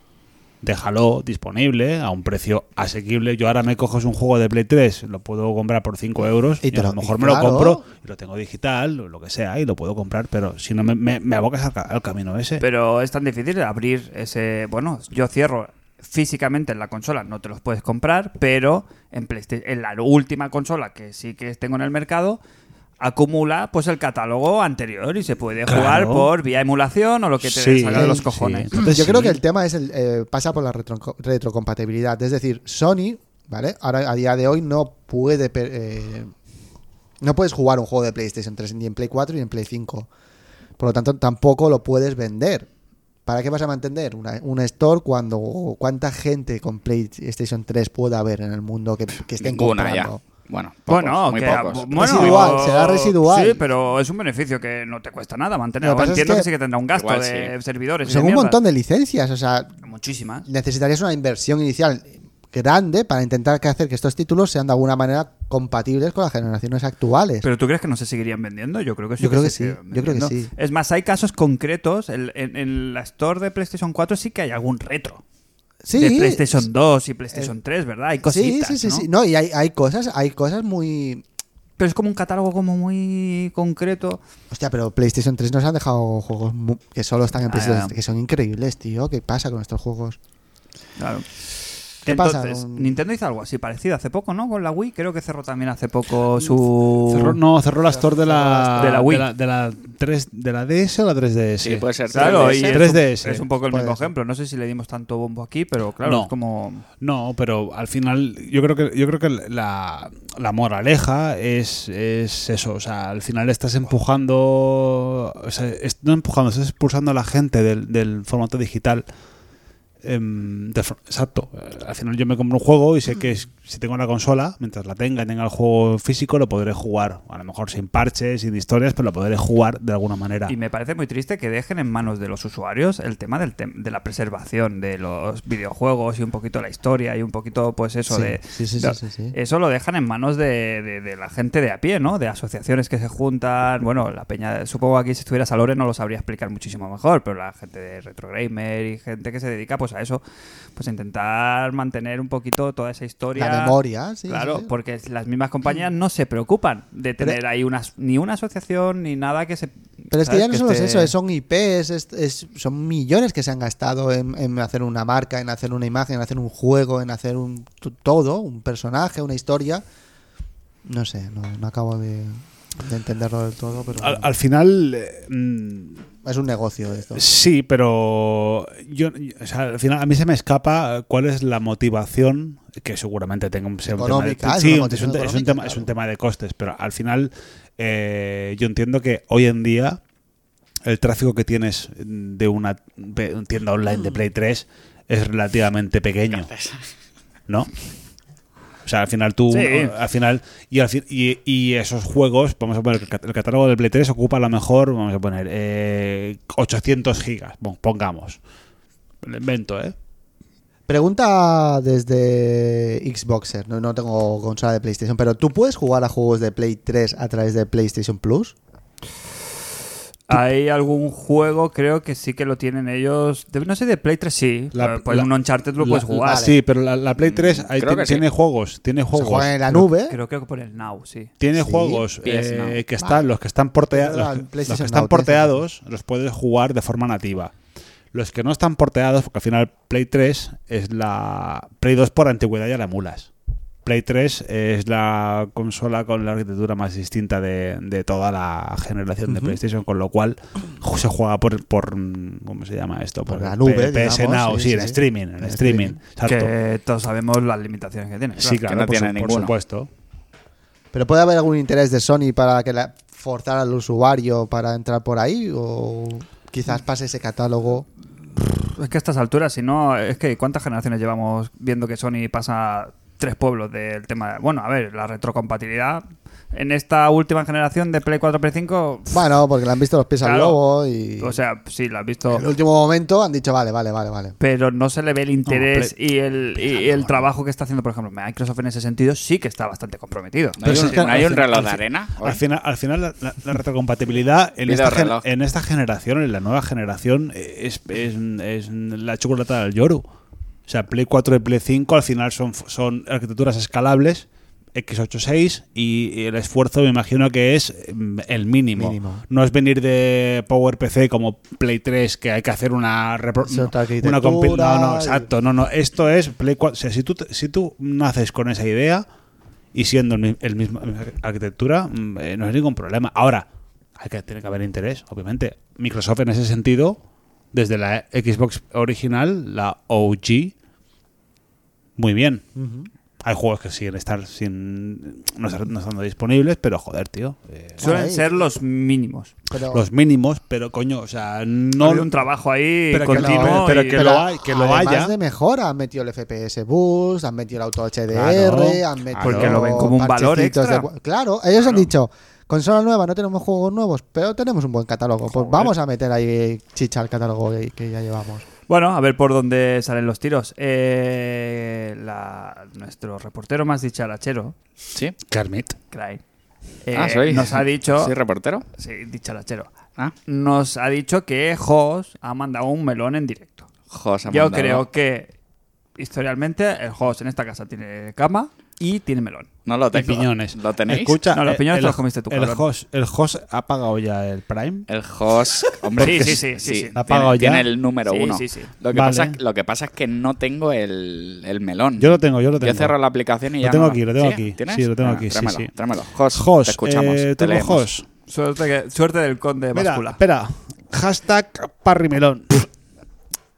Déjalo disponible a un precio asequible. Yo ahora me coges un juego de Play 3, lo puedo comprar por 5 euros.
Y
Y,
te
a
lo-
lo mejor
y
me
claro.
lo compro y lo tengo digital o lo que sea y lo puedo comprar. Pero si no, me, me- me abocas al, ca- al camino ese.
Pero es tan difícil abrir ese. Bueno, yo cierro físicamente en la consola, no te los puedes comprar, pero en, PlayStation, en la última consola que sí que tengo en el mercado acumula pues el catálogo anterior y se puede
Claro.
jugar por vía emulación o lo que te
Sí,
salga de los
sí.
cojones.
Entonces,
Yo creo
sí.
que el tema es el, eh, pasa por la retro- retrocompatibilidad. Es decir, Sony, ¿vale? Ahora a día de hoy no puede. per- eh, no puedes jugar un juego de PlayStation 3 ni en Play 4 ni en Play 5. Por lo tanto, tampoco lo puedes vender. ¿Para qué vas a mantener una, una store cuando cuánta gente con PlayStation 3 pueda haber en el mundo que, que estén
Ninguna,
comprando? Ya.
Bueno, pocos,
Bueno,
muy
que-
pocos.
bueno,
Residual, será residual.
Sí, pero es un beneficio que no te cuesta nada mantenerlo.
Lo que pasa
Entiendo
es
que,
que-
sí que tendrá un gasto
Igual
de
sí.
servidores. y de
Son un
Pues mierda.
montón de licencias, o sea,
Muchísimas.
necesitarías una inversión inicial grande para intentar que hacer que estos títulos sean de alguna manera compatibles con las generaciones actuales.
¿Pero tú crees que no se seguirían vendiendo? Yo creo que sí.
Yo creo que
se
sí,
siguen
yo creo que
vendiendo.
sí.
Es más, hay casos concretos. En, en- en la Store de PlayStation 4 sí que hay algún retro.
sí, Eh,
De PlayStation 2 y PlayStation 3, ¿verdad? Hay cositas,
sí, sí,
¿no?
sí, sí. No, y hay, hay cosas, hay cosas muy
Pero es como un catálogo como muy concreto.
Hostia, pero PlayStation 3 nos han dejado juegos mu- que solo están en
Ah,
PlayStation
ya.
3, que son increíbles, tío. ¿Qué pasa con estos juegos?
Claro.
¿Qué pasa
Entonces,
con-
Nintendo hizo algo así parecido hace poco, ¿no? Con la Wii creo que cerró también hace
Mm,
poco su...
Cerró- no, cerró la store de la,
De la Wii.
De la, de la 3, de la DS o la 3DS.
Sí, puede ser.
Claro,
3DS.
y es,
3DS.
Un, es un poco el
Puede
mismo
ser.
ejemplo. No sé si le dimos tanto bombo aquí, pero claro,
No.
es como...
No, pero al final yo creo que yo creo que la, la moraleja es, es eso, o sea, al final estás empujando, o sea, es- no empujando, estás expulsando a la gente del, del formato digital. Em, de for- exacto, Eh, al final yo me compro un juego y sé que es- si tengo la consola, mientras la tenga y tenga el juego físico, lo podré jugar, a lo mejor sin parches, sin historias, pero lo podré jugar de alguna manera.
Y me parece muy triste que dejen en manos de los usuarios el tema del tem- de la preservación de los videojuegos y un poquito la historia y un poquito, pues eso
Sí,
de.
sí, sí, sí,
de-
sí, sí.
Eso lo dejan en manos de, de- de la gente de a pie, ¿no? De asociaciones que se juntan. Bueno, la peña. Supongo que aquí si estuvieras a Lore no lo sabría explicar muchísimo mejor, pero la gente de Retrogamer y gente que se dedica, pues a eso, pues a intentar mantener un poquito toda esa historia.
La memoria, sí,
Claro,
sí, sí.
porque las mismas compañías no se preocupan de
Mm. Pero-
tener ahí unas, ni una asociación ni nada que se.
Pero es que
¿sabes?
ya no solo es
esté-
eso, es- son IPs, es- es- son millones que se han gastado en, en hacer una marca, en hacer una imagen, en hacer un juego, en hacer un t- todo, un personaje, una historia. No sé, no, no acabo de, de entenderlo del todo, pero
Al, al final, eh, mm,
es un negocio esto.
Sí, pero yo, yo- o sea, al final a mí se me escapa cuál es la motivación que seguramente tenga un, sea un tema de,
Económica, es
sí,
una
un- es,
motivación
un, es un
económica,
tema es
claro.
un tema de costes, pero al final eh, yo entiendo que hoy en día el tráfico que tienes de una pe- tienda online
Mm.
de Play 3 es relativamente pequeño, ¿no? O sea, al final tú,
Sí.
al final, y, al fin- y, y esos juegos, vamos a poner, que el cat- el catálogo del Play 3 ocupa a lo mejor, vamos a poner, eh, 800 gigas, pon- pongamos. Lo invento, ¿eh?
Pregunta desde Xboxer, no, no tengo consola de PlayStation, pero ¿tú puedes jugar a juegos de Play 3 a través de PlayStation Plus?
Hay algún juego, creo que sí que lo tienen ellos. de- no sé, de Play 3 sí.
La-
pero pues
la-
un Uncharted lo
La-
puedes jugar. ¿eh?
Sí, pero la, la Play 3 ahí
creo
ti-
que sí.
tiene juegos, tiene
Se
juegos.
juega en la
pero-
nube.
Creo, creo que por el Now, sí.
Tiene
Sí.
juegos
PS
eh,
Now.
que están, los que están porteados,
Pero
los,
en
que- los
PlayStation
que están
Now, PlayStation
porteados, los puedes jugar de forma nativa. Los que no están porteados, porque al final Play 3 es la. Play 2 por antigüedad ya la mulas. Play 3 es la consola con la arquitectura más distinta de, de toda la generación de
Ujú.
PlayStation, con lo cual ju- se juega por, por mm, ¿cómo se llama esto?
Por la nube,
P- PS
digamos,
Now,
sí,
sí,
sí,
en
sí.
streaming, en
En
streaming.
streaming.
exacto.
Que todos sabemos las limitaciones que tiene.
sí,
claro.
claro,
no
por, su-
tiene
por
ninguno.
supuesto.
¿Pero puede haber algún interés de Sony para que la, forzar al usuario para entrar por ahí? ¿O quizás pase ese catálogo?
Es que a estas alturas, si no, es que ¿cuántas generaciones llevamos viendo que Sony pasa tres pueblos del tema? de- bueno, a ver, la retrocompatibilidad. En esta última generación de Play 4, Play 5, pff,
Bueno, porque le han visto los pies al
Claro.
lobo y
o sea, sí, la has
en
visto.
el último momento han dicho, vale, vale, vale, vale.
pero no se le ve el interés
No,
y el, y el trabajo que está haciendo, por ejemplo, Microsoft en ese sentido sí que está bastante comprometido.
¿No hay
Pero
un,
es que
no hay
al
un
final-
reloj de
al fin-
arena?
Al final, al final la, la- la retrocompatibilidad en
Pido
esta, gen-
reloj.
en esta generación, en la nueva generación, es, es- es la chocolata del lloro. O sea, Play 4 y Play 5 al final son, son arquitecturas escalables, x86, y el esfuerzo me imagino que es mm, el mínimo.
Mínimo.
No es venir de PowerPC como Play 3, que hay que hacer una, repro-
Es otra
una compil- No, no,
arquitectura y-
exacto. No, no, esto es Play 4. O sea, si tú, te- si tú naces con esa idea y siendo el, mi- el mismo la misma arquitectura, mm, eh, no es ningún problema. Ahora, hay que, tiene que haber interés, obviamente. Microsoft en ese sentido, desde la Xbox original, la OG, muy bien. Hay juegos que siguen estar sin, no, estar- no estando disponibles, pero joder, tío. eh,
Suelen
ahí.
ser los mínimos.
Pero,
los mínimos, pero coño, o sea, no.
Hay un trabajo ahí
Pero que
continuo.
no, pero
y-
que
pero
lo hay- que lo
además
haya.
de mejora, han metido el FPS Boost, han metido el Auto HDR,
Claro,
han metido.
porque lo
ven como un valor
parchecitos de
extra.
gu- claro, ellos han dicho: consola nueva, no tenemos juegos nuevos, pero tenemos un buen catálogo. Pues
Joder.
vamos a meter ahí chicha al catálogo que, que ya llevamos.
Bueno, a ver por dónde salen los tiros. Eh, la- nuestro reportero más dicharachero,
Sí.
Kermit.
Craig, eh,
ah, soy.
nos ha dicho.
¿Soy reportero?
Sí, dicharachero.
Ah,
Nos ha dicho que Jos ha mandado un melón en directo.
José
Yo creo que historialmente el Jos en esta casa tiene cama y tiene melón.
No lo
Y
tengo.
piñones.
¿Lo tenéis?
Escucha,
No, los
eh,
piñones
el,
te los comiste tú,
El
cabrón.
host, el host ha pagado ya el Prime.
El host, hombre,
Sí,
que
sí, sí, sí, sí.
tiene-
¿La ha pagado ya?
tiene el número
Sí,
uno.
sí, sí.
Lo, que
Vale.
pasa, lo que pasa es que no tengo el, el melón.
Yo lo tengo, yo lo
Yo
tengo.
cierro la aplicación y
Lo
ya.
tengo
no
aquí, lo tengo
¿Sí?
aquí.
¿Tienes?
Sí, lo tengo
Venga,
aquí, sí,
Tráemelo,
sí.
tráemelo. Host,
Host,
te escuchamos.
eh,
te
tengo
leemos.
host.
Suerte, que- suerte del conde
Mira,
Bascula.
espera. Hashtag parrimelón.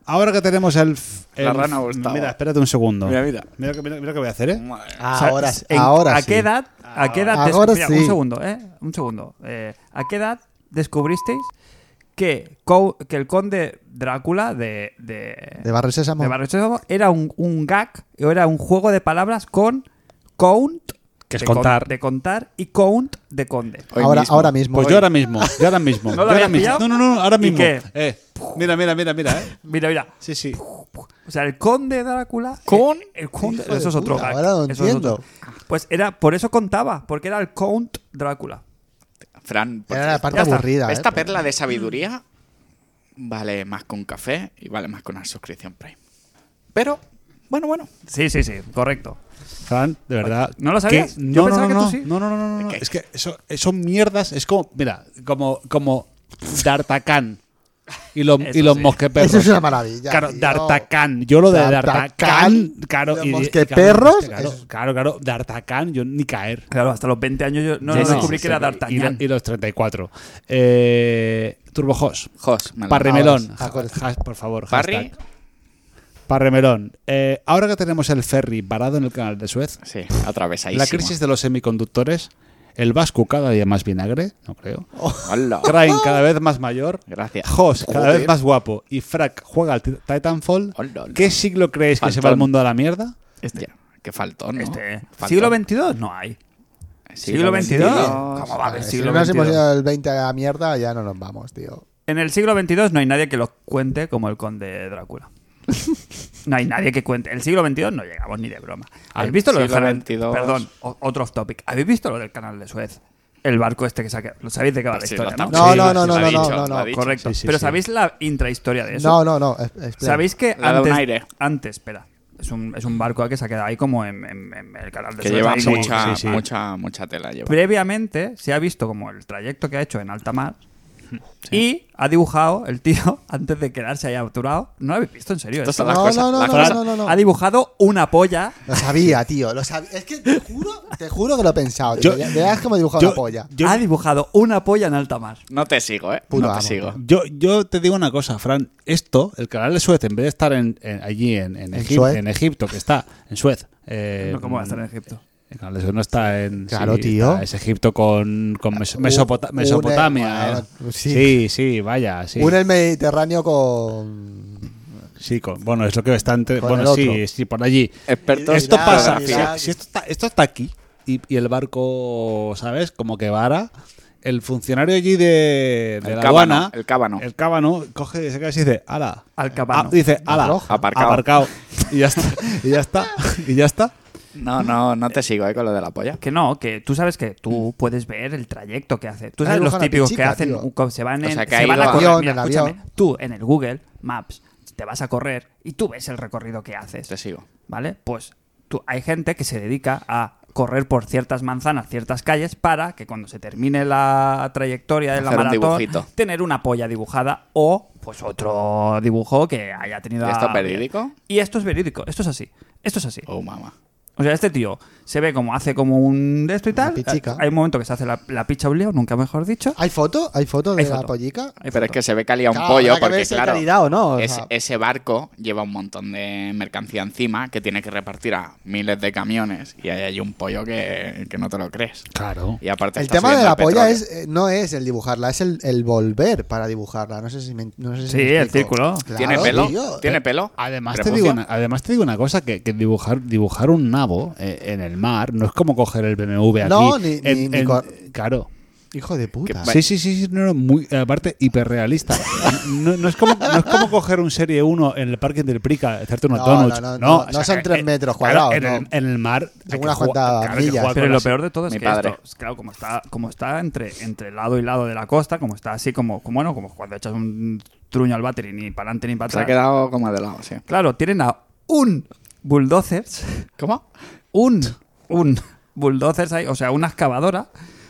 Ahora que tenemos el... f-
La
el-
rana Gustavo.
Mira, espérate un segundo.
Mira, mira.
Mira que- mira- mira que voy a hacer, ¿eh?
Madre.
O sea,
Ahora,
en-
ahora
¿A
sí.
qué edad? ¿A qué edad? des-
Ahora
Mira,
sí.
Un segundo, ¿eh? Un segundo. Eh, ¿A qué edad descubristeis que, co- que el conde Drácula de, de,
De Barrio Sésamo.
de Barrio Sésamo era un, un gag, era un juego de palabras con count,
Que es
de con-
contar.
de contar, y count de conde?
Hoy
ahora,
mismo.
ahora mismo.
Pues yo ahora mismo, yo ahora mismo.
¿No lo
yo ahora
habías
mismo.
pillado?
No, no, no, ahora
¿Y
mismo.
qué?
Eh, mira, mira, mira, mira, ¿eh?
Mira, mira.
Sí, sí.
O sea, el conde Drácula.
Con-
eh, el conde-
Hijo de
eso es otro
puta,
gag.
ahora lo
eso es
entiendo.
otro. Pues era, por eso contaba, porque era el count Drácula.
Fran, por
Era la
cierto,
parte
Ya está.
aburrida.
esta
eh, pero-
perla de sabiduría vale más con café y vale más con una suscripción Prime. Pero, bueno, bueno.
Sí, sí, sí, correcto.
Fran, de verdad.
¿No lo sabías?
que-
Yo
No, no,
pensaba
no,
que
no,
tú sí.
no, no, no, no, no,
¿De qué?
Es que eso, son mierdas. Es como, mira, como, como D'Artacán y los,
Eso
y los
sí.
mosqueperros.
Eso es una maravilla.
Claro,
tío.
D'Artacán. Yo lo de
D'Artacán,
D'Artacán. Claro,
los
y- y-
mosqueperros,
Claro, claro,
eso.
claro, claro, D'Artacán, yo ni caer.
Claro, hasta los 20 años yo no,
Sí,
no
sí,
descubrí que
sí, sí.
era
Y lo-
D'Artagnan.
Y, los 34. Eh, Turbojos.
Jos, me lo-
Parremelón.
Ahora sí,
Ja- ja- por favor,
Parry.
hashtag. Parremelón. Eh, ahora que tenemos el ferry varado en el canal de Suez,
Sí, atravesadísimo.
la crisis de los semiconductores, el vasco cada día más vinagre, no creo.
Oh.
Hola.
Crane cada vez más mayor.
Gracias.
Jos cada
Joder.
vez más guapo. Y Frack juega al Tit- Titanfall.
Hola, hola.
¿Qué siglo creéis que se
Faltón.
va el mundo a la mierda?
Este.
Ya, Qué faltón, ¿no?
Este.
Faltón.
¿Siglo XXII? No hay. ¿Siglo XXII? ¿Cómo va a haber
Si
siglo
no nos hemos
XXII?
ido el 20 a la mierda, ya no nos vamos, tío.
En el siglo XXII no hay nadie que lo cuente como el conde Drácula. No hay nadie que cuente. El siglo XXII no llegamos ni de broma. ¿Habéis
Al
visto lo del
siglo
canal?
XXII.
Perdón, o- otro off topic. ¿Habéis visto lo del canal de Suez? El barco este que se ha quedado. ¿Lo sabéis de qué va la
Sí,
historia?
lo
¿no?
está-
No,
sí,
no,
lo-
no,
lo
no,
ha
no,
dicho,
no,
lo
no.
ha dicho.
Correcto.
Sí, sí,
Pero
sí.
¿sabéis la intrahistoria de eso?
No, no, no. es- espera.
¿Sabéis que
Le ha dado
antes,
un aire.
antes, espera, es un, es un barco que se ha quedado ahí como en, en- en el canal de
Que
Suez,
lleva
ahí como-
mucha,
sí, sí.
mucha, mucha tela. Lleva.
previamente se ha visto como el trayecto que ha hecho en alta mar y ha dibujado el tío antes de quedarse ahí aturado. No lo habéis visto en serio.
Esto
esto?
son las
No,
cosas.
no, no,
las
no,
cosas-
no, no, no.
Ha dibujado una polla.
Lo sabía, tío. Lo sabía. Es que te juro, te juro que lo he pensado. Tío.
Yo-
Ya- ya es que me he dibujado
yo-
una polla.
Yo-
Ha dibujado una polla en alta mar.
No te sigo, ¿eh?
Puto
no te
amo.
sigo.
Yo, yo te digo una cosa, Fran. Esto, el canal de Suez, en vez de estar en- en- allí en, en,
¿En
Egip-
Suez?
en Egipto, que está en Suez. eh,
No, ¿Cómo va a estar en Egipto?
El canal de Suez no está en.
Claro, tío.
está- es Egipto con, con Meso- Mesopota-
un-
Mesopotamia.
bueno,
eh.
sí.
sí, sí, vaya. Sí,
Une el Mediterráneo con.
sí con- bueno, es lo que está entre.
Con el
Bueno,
otro.
sí, sí, por allí.
Expertos
Esto
en
Irán,
pasa. Si,
geografía.
Irán.
si esto, está, esto está aquí y, y el barco, ¿sabes? Como que vara. El funcionario allí de, de
El
la
cábano,
aduana.
el cábano.
El cábano coge, se queda así y dice, ala.
Al cábano.
Ah, dice, ala.
Arroja.
Aparcao.
aparcao". Y ya está. Y ya está. Y ya está.
No, no, no te sigo, ¿eh? Con lo de la polla.
Que no, que tú sabes que
Mm.
tú puedes ver el trayecto que hace. Tú
Ha
sabes los
dibujado una
típicos que
pichica,
hacen,
tío.
co- se van
O
en,
sea, que ha
se van
ido
a
a-
correr.
Avión,
Mira,
el
escúchame,
avión.
Tú en el Google Maps te vas a correr y tú ves el recorrido que haces.
Te sigo.
¿Vale? Pues tú, hay gente que se dedica a correr por ciertas manzanas, ciertas calles, para que cuando se termine la trayectoria de la
Hacer un
maratón,
dibujito.
tener una polla dibujada o pues otro dibujo que haya tenido...
¿Y esto
a-
es verídico?
Y esto es verídico, esto es así, esto es así.
Oh, mamá.
O sea, este tío se ve como hace como un de esto y
Una
tal. eh,
pichica.
Hay un momento que se hace la, la picha obleo, nunca mejor dicho.
¿Hay foto? ¿Hay foto de
Hay
la
foto.
pollica?
Hay
Pero es
foto.
que se ve calidad un
Claro, habrá
pollo
que
porque,
ver si hay
claro,
calidad o no, o
es-
sea.
ese barco lleva un montón de mercancía encima que tiene que repartir a miles de camiones y ahí hay un pollo que, que no te lo crees.
Claro.
Y aparte
El
está
tema de
subiendo
la
el petróleo.
polla es, eh, no es el dibujarla, es el, el volver para dibujarla. No sé si me, no sé si
Sí,
me
el
explico.
círculo.
¿Tiene
Claro,
pelo?
tío. eh,
¿Tiene pelo? pues
Además te,
¿Prepucio?
digo una, además te digo una cosa, que, que dibujar, dibujar un nabo eh, en el mar no es como coger el BMW aquí.
No, ni- ni-
en-
ni
en-
co-
Claro.
Hijo de puta.
Que-
Sí, sí, sí, sí, no, no, muy, aparte hiperrealista. No, no es como, no es como coger un Serie 1 en el parking del Prica, hacerte unos
No, no,
donuts.
no,
No,
no,
o
no
sea,
son tres
eh,
metros
claro,
cuadrados,
en, el,
no.
en el mar. hay
Según
que
las
jugar-
cuantas
claro, hay que
millas.
jugar
Pero
con
lo
las-
peor de todo es
Mi
que
padre.
esto, claro, como está, como está entre, entre lado y lado de la costa, como está así como, como bueno, como cuando echas un truño al battery, ni para adelante ni para
Se ha
atrás.
quedado como de lado, sí.
Claro, tienen a un bulldozer,
¿Cómo?
un, un bulldozer ahí, o sea, una excavadora,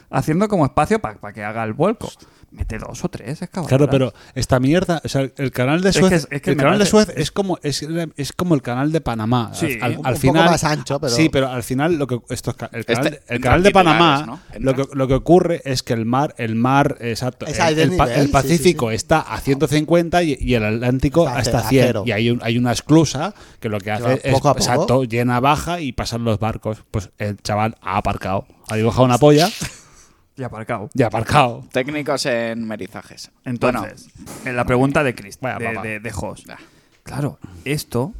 haciendo como espacio para que haga el vuelco. Mete dos o tres excavadoras.
Claro, pero esta mierda, o sea, el canal de
Es
Suez,
que es- es que
el
me
canal de
parece-
Suez es como es, es como el canal de Panamá.
Sí.
al, al
Un-
un poco
final
más ancho, pero-
sí, pero al final lo que esto es ca- el canal,
Este-
el
entra
canal de
titulares,
Panamá,
¿no? Entra.
lo que lo que ocurre es que el mar, el mar, exacto,
Es
el,
al
el pa-
desnivel,
el
sí,
Pacífico
sí, sí.
está a 150 y, y el Atlántico
Está a
hasta
ce- a
100
cero.
y hay un- hay una esclusa que lo que
va
hace es
poco a poco.
exacto, llena baja y pasan los barcos. Pues el chaval ha aparcado, ha dibujado una polla
Y aparcado.
y ha aparcado.
Técnicos en merizajes.
Entonces, en la pregunta de Chris,
Vaya
de,
papá.
de, de Jos.
Bueno,
Claro, esto,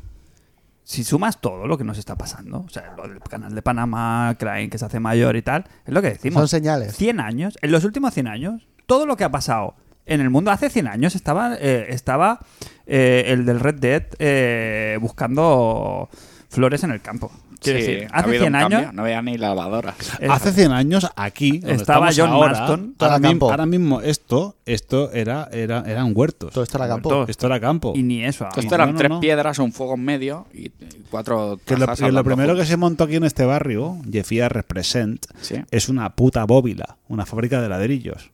si sumas todo lo que nos está pasando, o sea, lo del canal de Panamá, Crane, que se hace mayor y tal, es lo que decimos.
Son señales.
100 años, en los últimos 100 años, todo lo que ha pasado en el mundo hace 100 años estaba, eh, estaba eh, el del Red Dead eh, buscando flores en el campo. Quiero
sí,
decir,
ha
hace
habido
100
un
años.
cambio, no había ni lavadora.
eh,
Hace 100 años aquí donde
Estaba
estamos
John
ahora,
Marston.
Todo
Ahora,
era
mim-
campo.
ahora mismo esto esto era, era eran huertos.
Todo esto era campo.
Todo.
Esto era campo.
Y ni eso.
Entonces
vamos.
eran
no, no,
tres
no.
piedras, un fuego en medio y y cuatro
Que lo,
cajas
que lo
hablando
primero que
juntas.
se montó aquí en este barrio, Jeffia Represent,
Sí.
es una puta bóvila, una fábrica de ladrillos.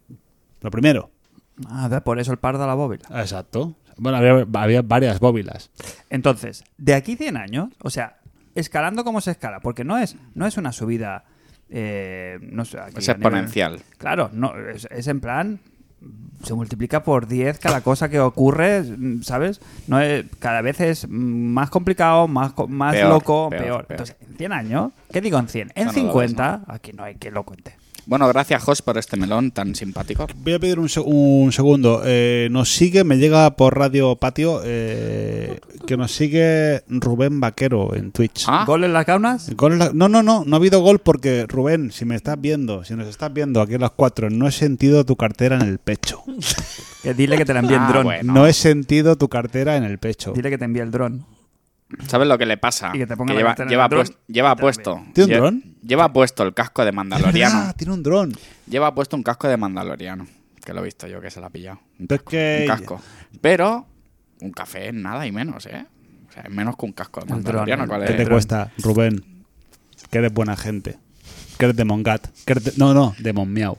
Lo primero.
Nada, por eso el par de la bóvila.
Exacto. Bueno, había, había varias bóvilas.
Entonces, de aquí 100 años, o sea, escalando como se escala, porque no es, no es una subida. eh, no sé, aquí
Es
a nivel-
exponencial.
claro, no, es, es en plan. Se multiplica por 10 cada cosa que ocurre, ¿sabes? No es- cada vez es más complicado, más, co- más
Peor,
loco,
peor,
peor,
peor.
Entonces, en 100 años, ¿qué digo en 100? En
no lo ves,
50, aquí no hay que lo cuente.
Bueno, gracias, Jos, por este melón tan simpático.
Voy a pedir un, se- un segundo. Eh, nos sigue, me llega por Radio Patio, eh, que nos sigue Rubén Vaquero en Twitch.
Ah.
¿Gol en las caunas?
Gol en la- No, no, no, no ha habido gol porque Rubén, si me estás viendo, si nos estás viendo aquí a las cuatro, no he sentido tu cartera en el pecho.
Que dile que te la envíe el
Ah,
dron.
bueno.
No he sentido tu cartera en el pecho.
Dile que te envíe el dron.
¿Sabes lo que le pasa?
Y que te ponga la
lleva,
cartera en
lleva
el dron
puest- lleva
y te la
puesto.
¿Tiene un
lle-
dron?
Lleva puesto el casco de Mandaloriano.
Ah, tiene un dron.
lleva puesto un casco de Mandaloriano. Que lo he visto yo que se lo ha pillado. Un
Es que-
un casco. Pero un café es nada y menos, ¿eh? O sea, es menos que un casco de
El dron,
Mandaloriano.
el-
¿cuál
Eh,
¿Qué
es?
te
dron.
cuesta, Rubén? Que eres buena gente. Que eres de Mongat. Que eres de- No, no, de Monmiao.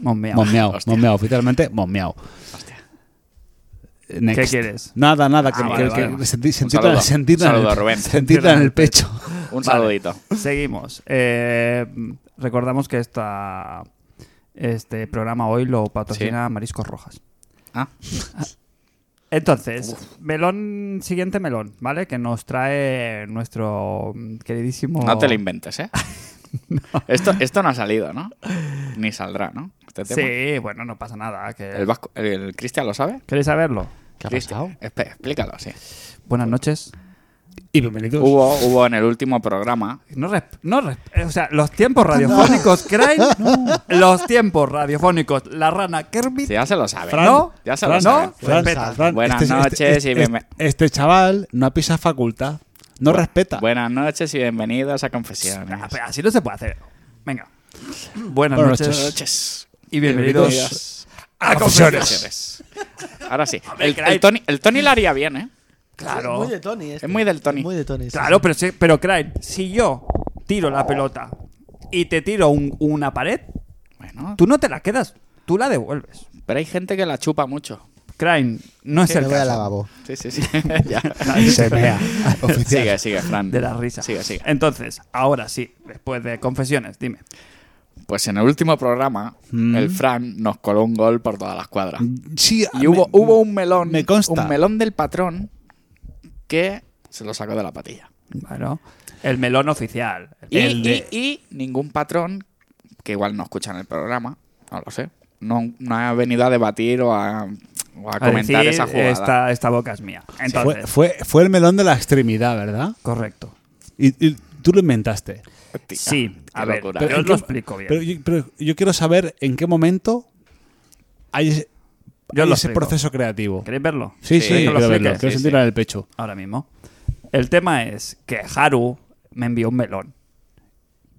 Monmea.
Monmiao,
hostia.
Monmiao, oficialmente Monmiao.
Hostia.
Eh, next.
¿Qué quieres?
Nada, nada, que,
Ah,
que-
vale,
que-
vale.
que sentí- sentí-
saludo.
sentí-
Un saludo,
en el-
Rubén.
sentí en el pecho.
Un
Vale.
saludito.
Seguimos. Eh, recordamos que esta, este programa hoy lo patrocina Mariscos Rojas.
Ah,
Entonces, melón, siguiente melón, ¿vale? Que nos trae nuestro mm, queridísimo.
no te lo inventes, ¿eh? esto, esto no ha salido, ¿no? Ni saldrá, ¿no? Este tema.
Sí, bueno, no pasa nada. Que...
¿El, vasco- el, el Cristian lo sabe?
¿Queréis saberlo?
¿Qué ha
Cristian,
pasado?
espe- explícalo, sí.
Buenas noches.
Y bienvenidos.
Hubo, hubo en el último programa.
No, resp- no resp- eh, o sea, los tiempos radiofónicos, Crane, los tiempos radiofónicos, la rana Kermit,
Sí, ya se lo sabe.
Fran,
¿No? Ya se lo
Fran,
sabe.
¿no?
Fran,
Respeta.
Fran,
Buenas noches y bienven-
este, este chaval no pisa facultad. No respeta.
Buenas noches y bienvenidos a Confesiones.
Ah, pero así no se puede hacer. Venga. Buenas,
Buenas
noches.
noches.
Noches.
y bienvenidos, a
Confesiones.
Confesiones.
Ahora sí. El,
Craig.
el Tony, el Tony lo haría bien, ¿eh?
Claro.
Es muy de Tony. este.
Es muy del Tony.
Muy de Tony. sí.
Claro, pero, sí- pero Crane, si yo tiro la pelota y te tiro un- una pared,
Bueno,
tú no te la quedas, tú la devuelves.
pero hay gente que la chupa mucho.
Crane, no es
Me
el
voy al
caso.
lavabo.
Sí, sí, sí. ya.
Se vea. Oficial.
Sigue, sigue, Fran.
De la risa.
Sigue, sigue.
Entonces, ahora sí, después de confesiones, dime.
Pues en el último programa,
Mm.
el Fran nos coló un gol por todas las cuadras.
Sí,
Y
me-
hubo, hubo un melón,
Me consta.
un melón del patrón que se lo sacó de la patilla.
Bueno, el melón oficial.
Y,
El de-
y- y ningún patrón, que igual no escuchan el programa, no lo sé, no, no ha venido a debatir o a, o a
a
comentar
decir,
esa jugada.
Esta, esta boca es mía. Entonces,
Fue, fue, fue el melón de la extremidad, ¿verdad?
correcto.
Y, y tú lo inventaste.
Hostia,
Sí, a
qué
ver,
locura.
pero- Yo
¿en
os
qué-
lo explico bien.
Pero yo, pero yo quiero saber en qué momento hay ese,
Yo
hay
lo
ese
explico.
proceso creativo.
¿Queréis verlo?
Sí,
Sí, sí,
que lo
quiero verlo.
explique.
Quiero
Sí,
sentir
sí.
en el pecho.
Ahora mismo. El tema es que Haru me envió un melón.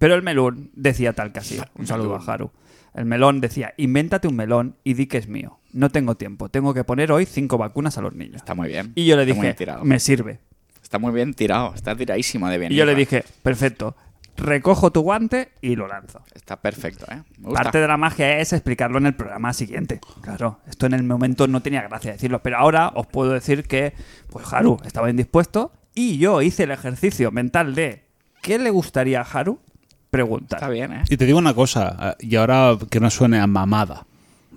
Pero el melón decía tal que así. Un saludo a Haru. El melón decía, invéntate un melón y di que es mío. No tengo tiempo. Tengo que poner hoy cinco vacunas a los niños.
Está muy bien.
Y yo le
Está muy
dije,
bien tirado.
me sirve.
Está muy bien tirado, está tiradísimo de bien.
Y yo le
Rafa.
dije, perfecto, recojo tu guante y lo lanzo.
Está perfecto, ¿eh? Me gusta.
Parte de la magia es explicarlo en el programa siguiente. Claro, esto en el momento no tenía gracia decirlo, pero ahora os puedo decir que, pues Haru estaba indispuesto y yo hice el ejercicio mental de ¿qué le gustaría a Haru?
Está
Preguntar.
bien, ¿eh?
Y te digo una cosa, eh, y ahora que no suene a mamada,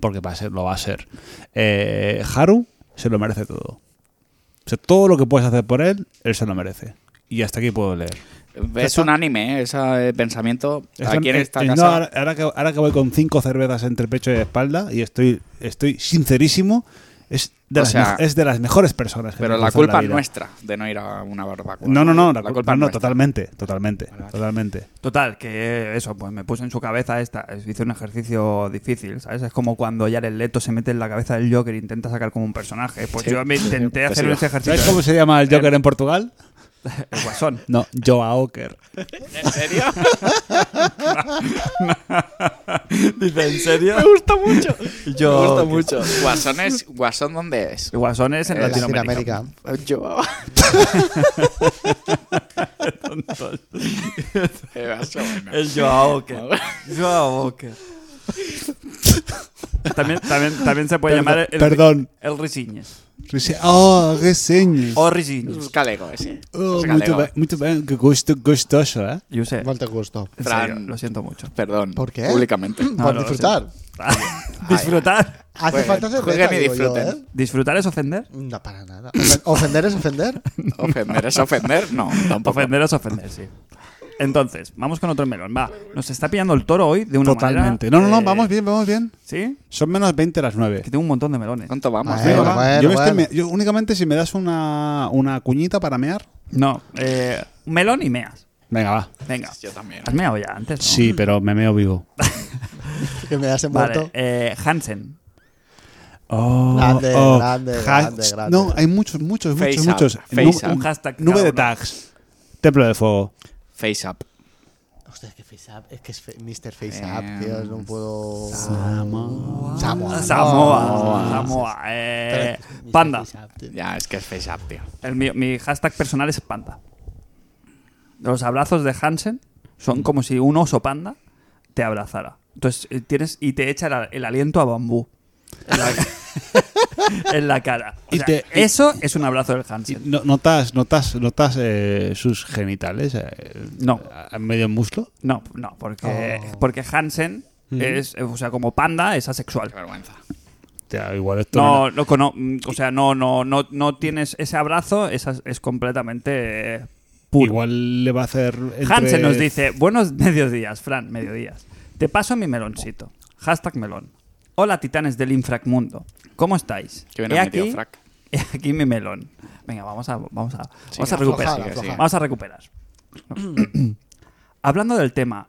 porque va a ser, lo va a ser. Eh, Haru se lo merece todo. O sea, todo lo que puedes hacer por él, él se lo merece. Y hasta aquí puedo leer.
Es un anime, ¿eh? ese eh, pensamiento
Están-
aquí en
eh,
esta
eh,
casa.
no, ahora, ahora que, ahora que voy con cinco cervezas entre pecho y espalda y estoy, estoy sincerísimo, es de,
O
las,
sea,
me- es de las mejores personas. que me
pero
he
la
cruzado en
culpa es
vida.
nuestra de no ir a una barbacoa.
No, no, no, la,
culpa
culpa
es
no,
nuestra.
totalmente, totalmente, totalmente.
Total, que eso, pues me puse en su cabeza esta. Hice un ejercicio difícil, ¿sabes? Es como cuando Jared Leto se mete en la cabeza del Joker e intenta sacar como un personaje. Pues
Sí.
yo me intenté
Pues
hacer
sí.
ese
¿Sabes
ejercicio.
cómo se llama el Joker en Portugal?
El guasón.
No, Joaoker.
¿En serio?
Dice, ¿en serio?
Me gusta mucho.
Yo-
Me gusta mucho. Guasón es. ¿Guasón dónde es?
El guasón es en
Eh,
Latinoamérica.
Latinoamérica.
Yo. Eh, guasón, no.
El Joao que Joao que También, también, también se puede
Perdón,
llamar el,
perdón.
el Risiñes.
Dice, Oh, reseñas.
O Risiñes.
Es galego ese.
Oh,
Es
muito
galego.
bem, muito bem, que gosto, gostoso, ¿eh?
Yo sé.
¿Cuál te gustó?
en
Fran.
serio, lo siento mucho.
Perdón.
¿Por qué?
Públicamente.
No,
Por
no,
disfrutar.
Ah, Disfrutar.
Hace
Jueguen,
falta cerveza,
jueguen y
digo yo,
disfruten.
¿eh?
¿Disfrutar es ofender?
No, para nada. Ofen- ¿Ofender es ofender?
¿Ofender es ofender? No, tampoco.
Ofender es ofender, sí. Entonces, vamos con otro melón. Va, nos está pillando el toro hoy de una manera,
Totalmente. No, no, no,
eh,
vamos bien, vamos bien.
¿Sí?
Son menos 20 las 9.
Que tengo un montón de melones.
¿Cuánto vamos?
Eh, Bueno,
Venga, va.
bueno,
yo, me estoy
bueno.
me- yo únicamente si me das una, una cuñita para mear.
No, eh, un melón y meas.
Venga, va.
Venga.
Yo también.
¿Has meado ya antes? no?
Sí, pero me meo vivo.
Que me das envuelto.
Vale, eh, Hansen.
Oh,
Grande, grande, grande,
ch-
grande.
No, hay muchos, muchos,
Face
muchos,
up,
muchos.
face
Nube-
up.
Un hashtag
Nube
cada
de
uno.
tags. Templo de fuego.
Face up.
Hostia, es que FaceApp, es que es fe- Mr. FaceApp,
Eh,
tío, no puedo... Samoa. Samoa.
Samoa. Samoa. Eh, panda.
Ya, es que es face up, tío.
El mío- mi hashtag personal es panda. Los abrazos de Hansen son como si un oso panda te abrazara. Entonces eh, tienes y te echa el, el aliento a bambú en la, en la cara. O
Y
sea,
te- y-
eso es un abrazo del
Y
Hansen.
no- ¿Notas, notas, notas eh, sus genitales? eh,
No.
a- a medio muslo?
No, no, porque, porque Hansen es, eh, o sea, como panda es asexual.
Qué vergüenza.
Hostia, igual esto
No, loco, no, mm, o sea, no, no, no, no tienes ese abrazo, es, es completamente eh, puro.
Igual le va a hacer. entre-
Hansen nos dice, buenos mediodías, Fran, mediodías. Te paso mi meloncito. Hashtag melón. Hola, titanes del infracmundo. ¿Cómo estáis?
Qué bien has metido, frac.
he aquí mi melón. Venga, vamos a, vamos a, vamos a
afloja,
recuperar.
sigue, sigue.
Vamos a recuperar. Hablando del tema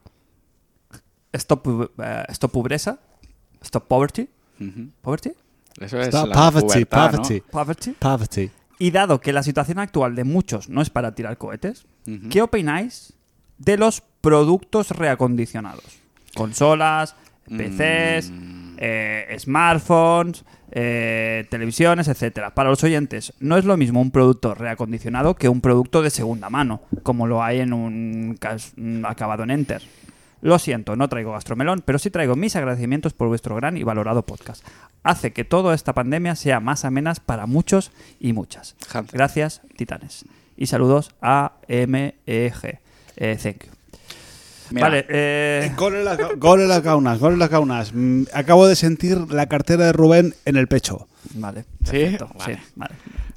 Stop, eh, stop Pobreza, Stop Poverty,
Ujú.
Poverty,
Eso es
Está
la
poverty,
pubertad, ¿no?
poverty,
Poverty,
poverty.
y dado que la situación actual de muchos no es para tirar cohetes,
Ujú.
¿qué opináis de los productos reacondicionados? Consolas, PCs, eh, smartphones, eh, televisiones, etcétera. Para los oyentes, no es lo mismo un producto reacondicionado que un producto de segunda mano, como lo hay en un cas- un acabado en Enter. Lo siento, no traigo gastromelón, pero sí traigo mis agradecimientos por vuestro gran y valorado podcast. Hace que toda esta pandemia sea más amenas para muchos y muchas.
Hansen.
Gracias, titanes. Y saludos a MEG. Eh, thank you.
Mira,
Vale, eh,
Gol en, las, ga- gol en las gaunas, gol en las gaunas. Mm, Acabo de sentir la cartera de Rubén en el pecho.
vale.
¿Sí?
perfecto,
Vale.
sí, vale.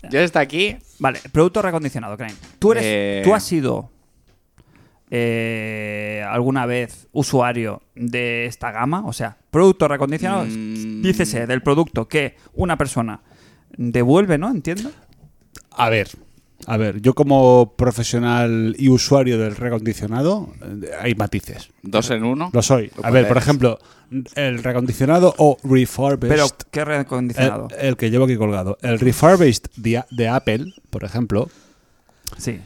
Yo desde aquí
Vale, producto reacondicionado, Crane. ¿Tú, eres,
Eh.
¿Tú has sido eh, alguna vez usuario de esta gama? O sea, producto reacondicionado,
Mm.
dícese del producto que una persona devuelve, ¿no? Entiendo.
A ver, a ver, yo como profesional y usuario del recondicionado, eh, hay matices.
dos en uno.
Lo soy.
Lo
A ver,
cual
por
es-
ejemplo, el recondicionado o refurbished.
Pero, ¿qué
el,
reacondicionado?
el que llevo aquí colgado. El refurbished de, de Apple, por ejemplo,
sí,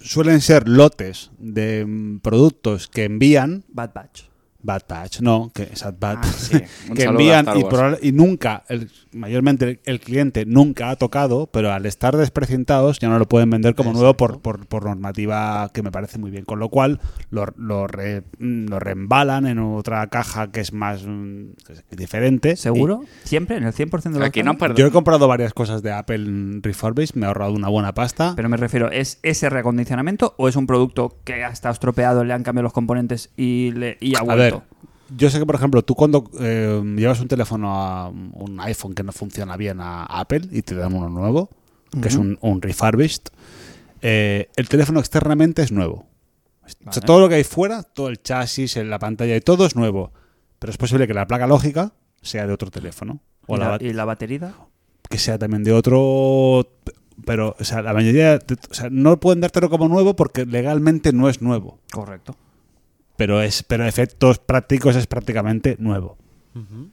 suelen ser lotes de mm, productos que envían
Bad Batch.
Bad Patch, no, que es Bad,
Ah, sí. Un
que
saludo
envían
a Star
y,
Wars.
proba- y nunca, el- mayormente el, el cliente nunca ha tocado, pero al estar desprecintados ya no lo pueden vender como nuevo por, por, por normativa que me parece muy bien, con lo cual lo, lo, re- mm, lo reembalan en otra caja que es más mm, diferente.
¿Seguro? ¿Siempre? ¿En el 100% de los
Aquí no
casos?
Y
perdemos.
Yo he comprado varias cosas de Apple Refurbished, me he ahorrado una buena pasta.
Pero me refiero, ¿es ese reacondicionamiento o es un producto que ha estado estropeado, le han cambiado los componentes y, le, y ha
A
vuelto?
ver, yo sé que, por ejemplo, tú cuando eh, llevas un teléfono a un iPhone que no funciona bien a Apple y te dan uno nuevo, que es un, un refurbished, eh, el teléfono externamente es nuevo. O sea, todo lo que hay fuera, todo el chasis, el- la pantalla y todo es nuevo. Pero es posible que la placa lógica sea de otro teléfono. O
¿Y, la,
la,
¿Y la batería?
que sea también de otro. Pero, o sea, la mayoría. de- o sea, no pueden dártelo como nuevo porque legalmente no es nuevo.
Correcto.
Pero es, pero a efectos prácticos es prácticamente nuevo.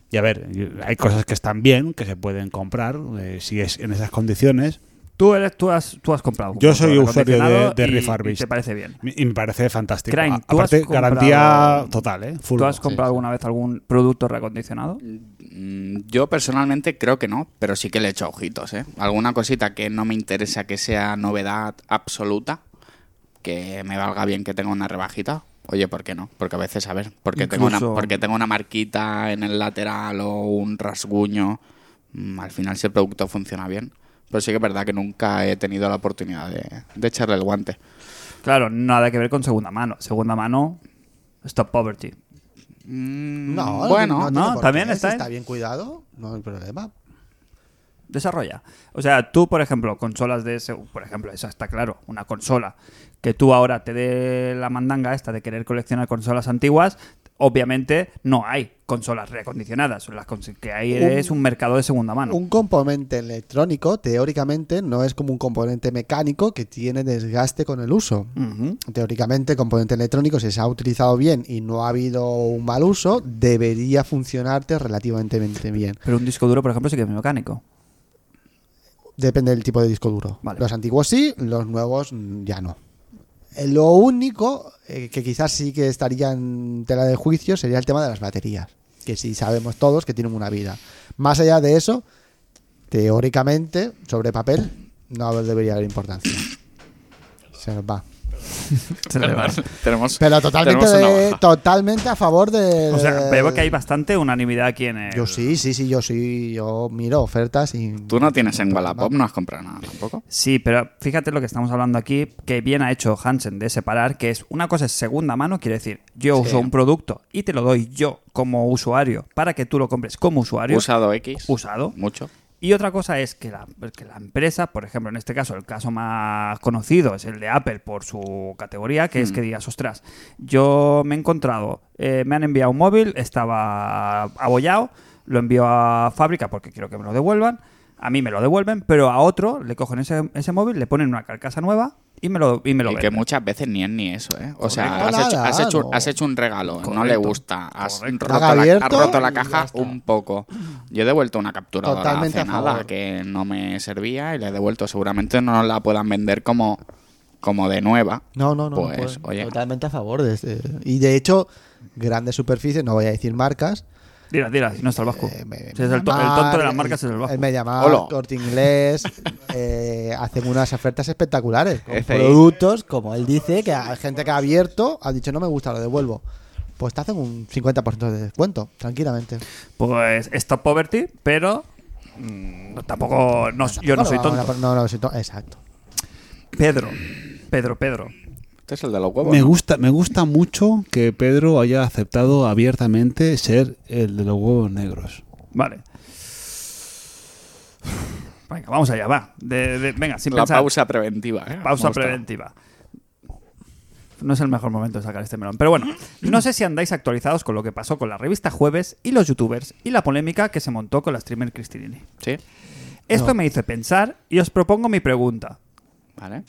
Y a ver, y- hay cosas que están bien, que se pueden comprar, eh, si es en esas condiciones.
Tú, eres, tú, has, tú has comprado.
Yo soy
producto
usuario de-
reacondicionado
de
y-
refurbished.
y te parece bien.
Me- Y me parece fantástico.
Crane,
A-
¿tú has
Aparte, garantía
comprado-
total, ¿eh? Full.
¿Tú has
Sí.
comprado alguna vez algún producto reacondicionado?
Mm, Yo personalmente creo que no, pero sí que le echo ojitos, ¿eh? Alguna cosita que no me interesa que sea novedad absoluta, que me valga bien que tenga una rebajita. Oye, ¿por qué no? Porque a veces, a ver, porque, tengo una,
Incluso-
porque tengo una marquita en el lateral o un rasguño, mm, al final si el producto funciona bien. Pero sí que es verdad que nunca he tenido la oportunidad de, de echarle el guante.
Claro, nada que ver con segunda mano. Segunda mano, Stop Poverty.
Mm,
No,
bueno,
no, tiene
no,
por
también
qué.
está
Si
en-
está bien cuidado, no hay problema.
Desarrolla. O sea, tú, por ejemplo, consolas de ese, por ejemplo, esa está claro, una consola que tú ahora te dé la mandanga esta de querer coleccionar consolas antiguas, obviamente no hay consolas reacondicionadas, las cons- que hay
Un-
es un mercado de segunda mano.
Un componente electrónico, teóricamente, no es como un componente mecánico que tiene desgaste con el uso.
Ujú.
Teóricamente, el componente electrónico, si se ha utilizado bien y no ha habido un mal uso, debería funcionarte relativamente bien.
Pero un disco duro, por ejemplo, sí que es mecánico.
Depende del tipo de disco duro.
Vale.
Los antiguos sí, los nuevos mm, ya no. Eh, Lo único eh, que quizás sí que estaría en tela de juicio sería el tema de las baterías, que sí sabemos todos que tienen una vida. Más allá de eso, teóricamente, sobre papel, no debería haber importancia. Se nos va.
Se le va.
tenemos,
Pero totalmente,
tenemos una
de-
baja.
totalmente a favor de...
O sea, veo que hay bastante unanimidad aquí en el...
Eh, Yo sí, sí, sí, yo sí, yo miro ofertas y...
Tú no tienes en Wallapop, no has comprado nada tampoco.
Sí, pero fíjate lo que estamos hablando aquí, que bien ha hecho Hansen de separar, que es una cosa es segunda mano, quiere decir, yo uso un producto y te lo doy yo como usuario para que tú lo compres como usuario
Usado X.
usado.
Mucho.
Y otra cosa es que la, que la empresa, por ejemplo, en este caso, el caso más conocido es el de Apple por su categoría, que es que digas, ostras, yo me he encontrado, eh, me han enviado un móvil, estaba abollado, lo envío a fábrica porque quiero que me lo devuelvan, a mí me lo devuelven, pero a otro le cogen ese, ese móvil, le ponen una carcasa nueva y me lo, y me lo
Y que
venden.
muchas veces ni es ni eso, ¿eh? O sea,
Correcto.
has hecho,
Nada,
has, hecho,
no.
has hecho un regalo, no
Correcto.
le gusta, has
Correcto.
roto,
Haga
la,
abierto
has roto la
y
caja
ya está.
un poco. Yo he devuelto una capturadora
Totalmente
hace
a
nada
favor.
que no me servía y la he devuelto. Seguramente no nos la puedan vender como, como de nueva.
No, no, no. no
Pues,
puede.
oye.
Totalmente a favor. de este- Y de hecho, grandes superficies, no voy a decir marcas.
Dila, dila, no es el vasco.
eh,
Si es el, to- el tonto de las marcas es el
El,
vasco.
el Mediamar,
Olo.
eh, Corte Inglés, eh, hacen unas ofertas espectaculares. Con
FI.
productos, como él dice, que hay gente que ha abierto, ha dicho no me gusta, lo devuelvo. pues te hacen un 50% de descuento, tranquilamente.
Pues Stop Poverty, pero mm, tampoco no- yo no soy
Bueno,
tonto.
No, no soy tonto. Exacto.
Pedro, Pedro, Pedro.
Este es el de los huevos.
Me
¿no?
gusta, me gusta mucho que Pedro haya aceptado abiertamente ser el de los huevos negros.
Vale. Venga, vamos allá, va. De- de- venga, sin
la
pensar.
pausa preventiva. ¿eh?
Pausa
Me gusta.
preventiva. No es el mejor momento de sacar este melón. Pero bueno, no sé si andáis actualizados con lo que pasó con la revista Jueves y los youtubers y la polémica que se montó con la streamer Cristinini.
Sí,
Esto
No.
me hizo pensar y os propongo mi pregunta.
vale.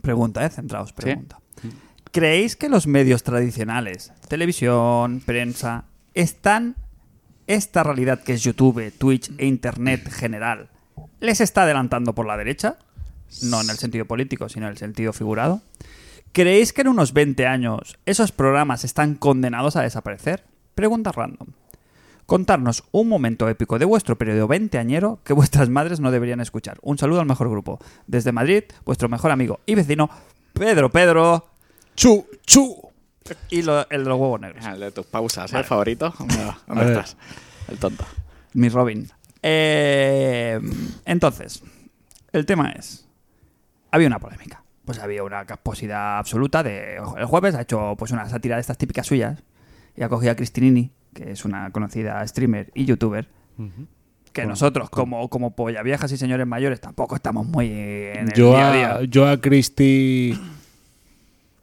Pregunta, ¿eh? Centraos, pregunta. ¿Creéis que los medios tradicionales, televisión, prensa, están esta realidad que es YouTube, Twitch e Internet general, les está adelantando por la derecha? No en el sentido político, sino en el sentido figurado. ¿Creéis que en unos 20 años esos programas están condenados a desaparecer? Pregunta random. Contarnos un momento épico de vuestro periodo veinteañero que vuestras madres no deberían escuchar. Un saludo al mejor grupo. Desde Madrid, vuestro mejor amigo y vecino, Pedro Pedro
¡Chu! ¡Chu!
y lo- el de los huevos negros.
El de tus pausas, ¿eh? Favorito. ¿Dónde,
A ver.
estás? El tonto.
Mi Robin. Eh, entonces, el tema es, había una polémica. Pues había una casposidad absoluta de... El jueves ha hecho pues una sátira de estas típicas suyas y ha cogido a Cristinini, que es una conocida streamer y youtuber, que nosotros como, como polla viejas y señores mayores tampoco estamos muy en el
Yo
día
a,
a día.
yo a Christy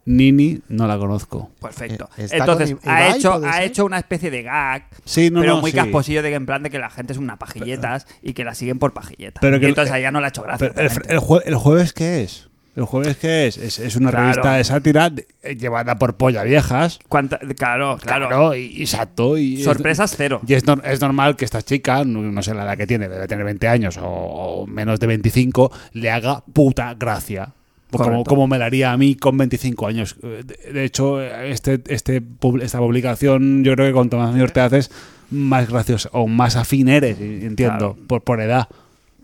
Nini no la conozco.
Perfecto.
Eh, está
Entonces,
con I-
ha,
Ibai,
hecho,
¿puede
ha
ser?
hecho una especie de gag,
Sí, no,
pero
no,
muy
sí.
casposillo de que en plan de que la gente es una pajilletas y que la siguen por pajilletas.
Pero
Y
que el-
entonces a ella no le ha hecho gracia.
Pero eh, el,
obviamente.
el jue- el jueves qué es? ¿El jueves qué es? Es, es una
Claro.
revista de sátira de- eh, llevada por polla viejas.
Cuánta- Claro, claro.
Claro, y, y exacto. Y es-
Sorpresas cero.
Y es, nor- es normal que esta chica, no, no sé la edad que tiene, debe tener 20 años o, o menos de 25, le haga puta gracia. Pues Como,
Correcto.
como me la haría a mí con 25 años. Eh, De, de hecho, eh, este, este, pub- esta publicación, yo creo que cuanto más mayor te haces, más gracioso o más afín eres, y- entiendo,
Claro.
por, por edad.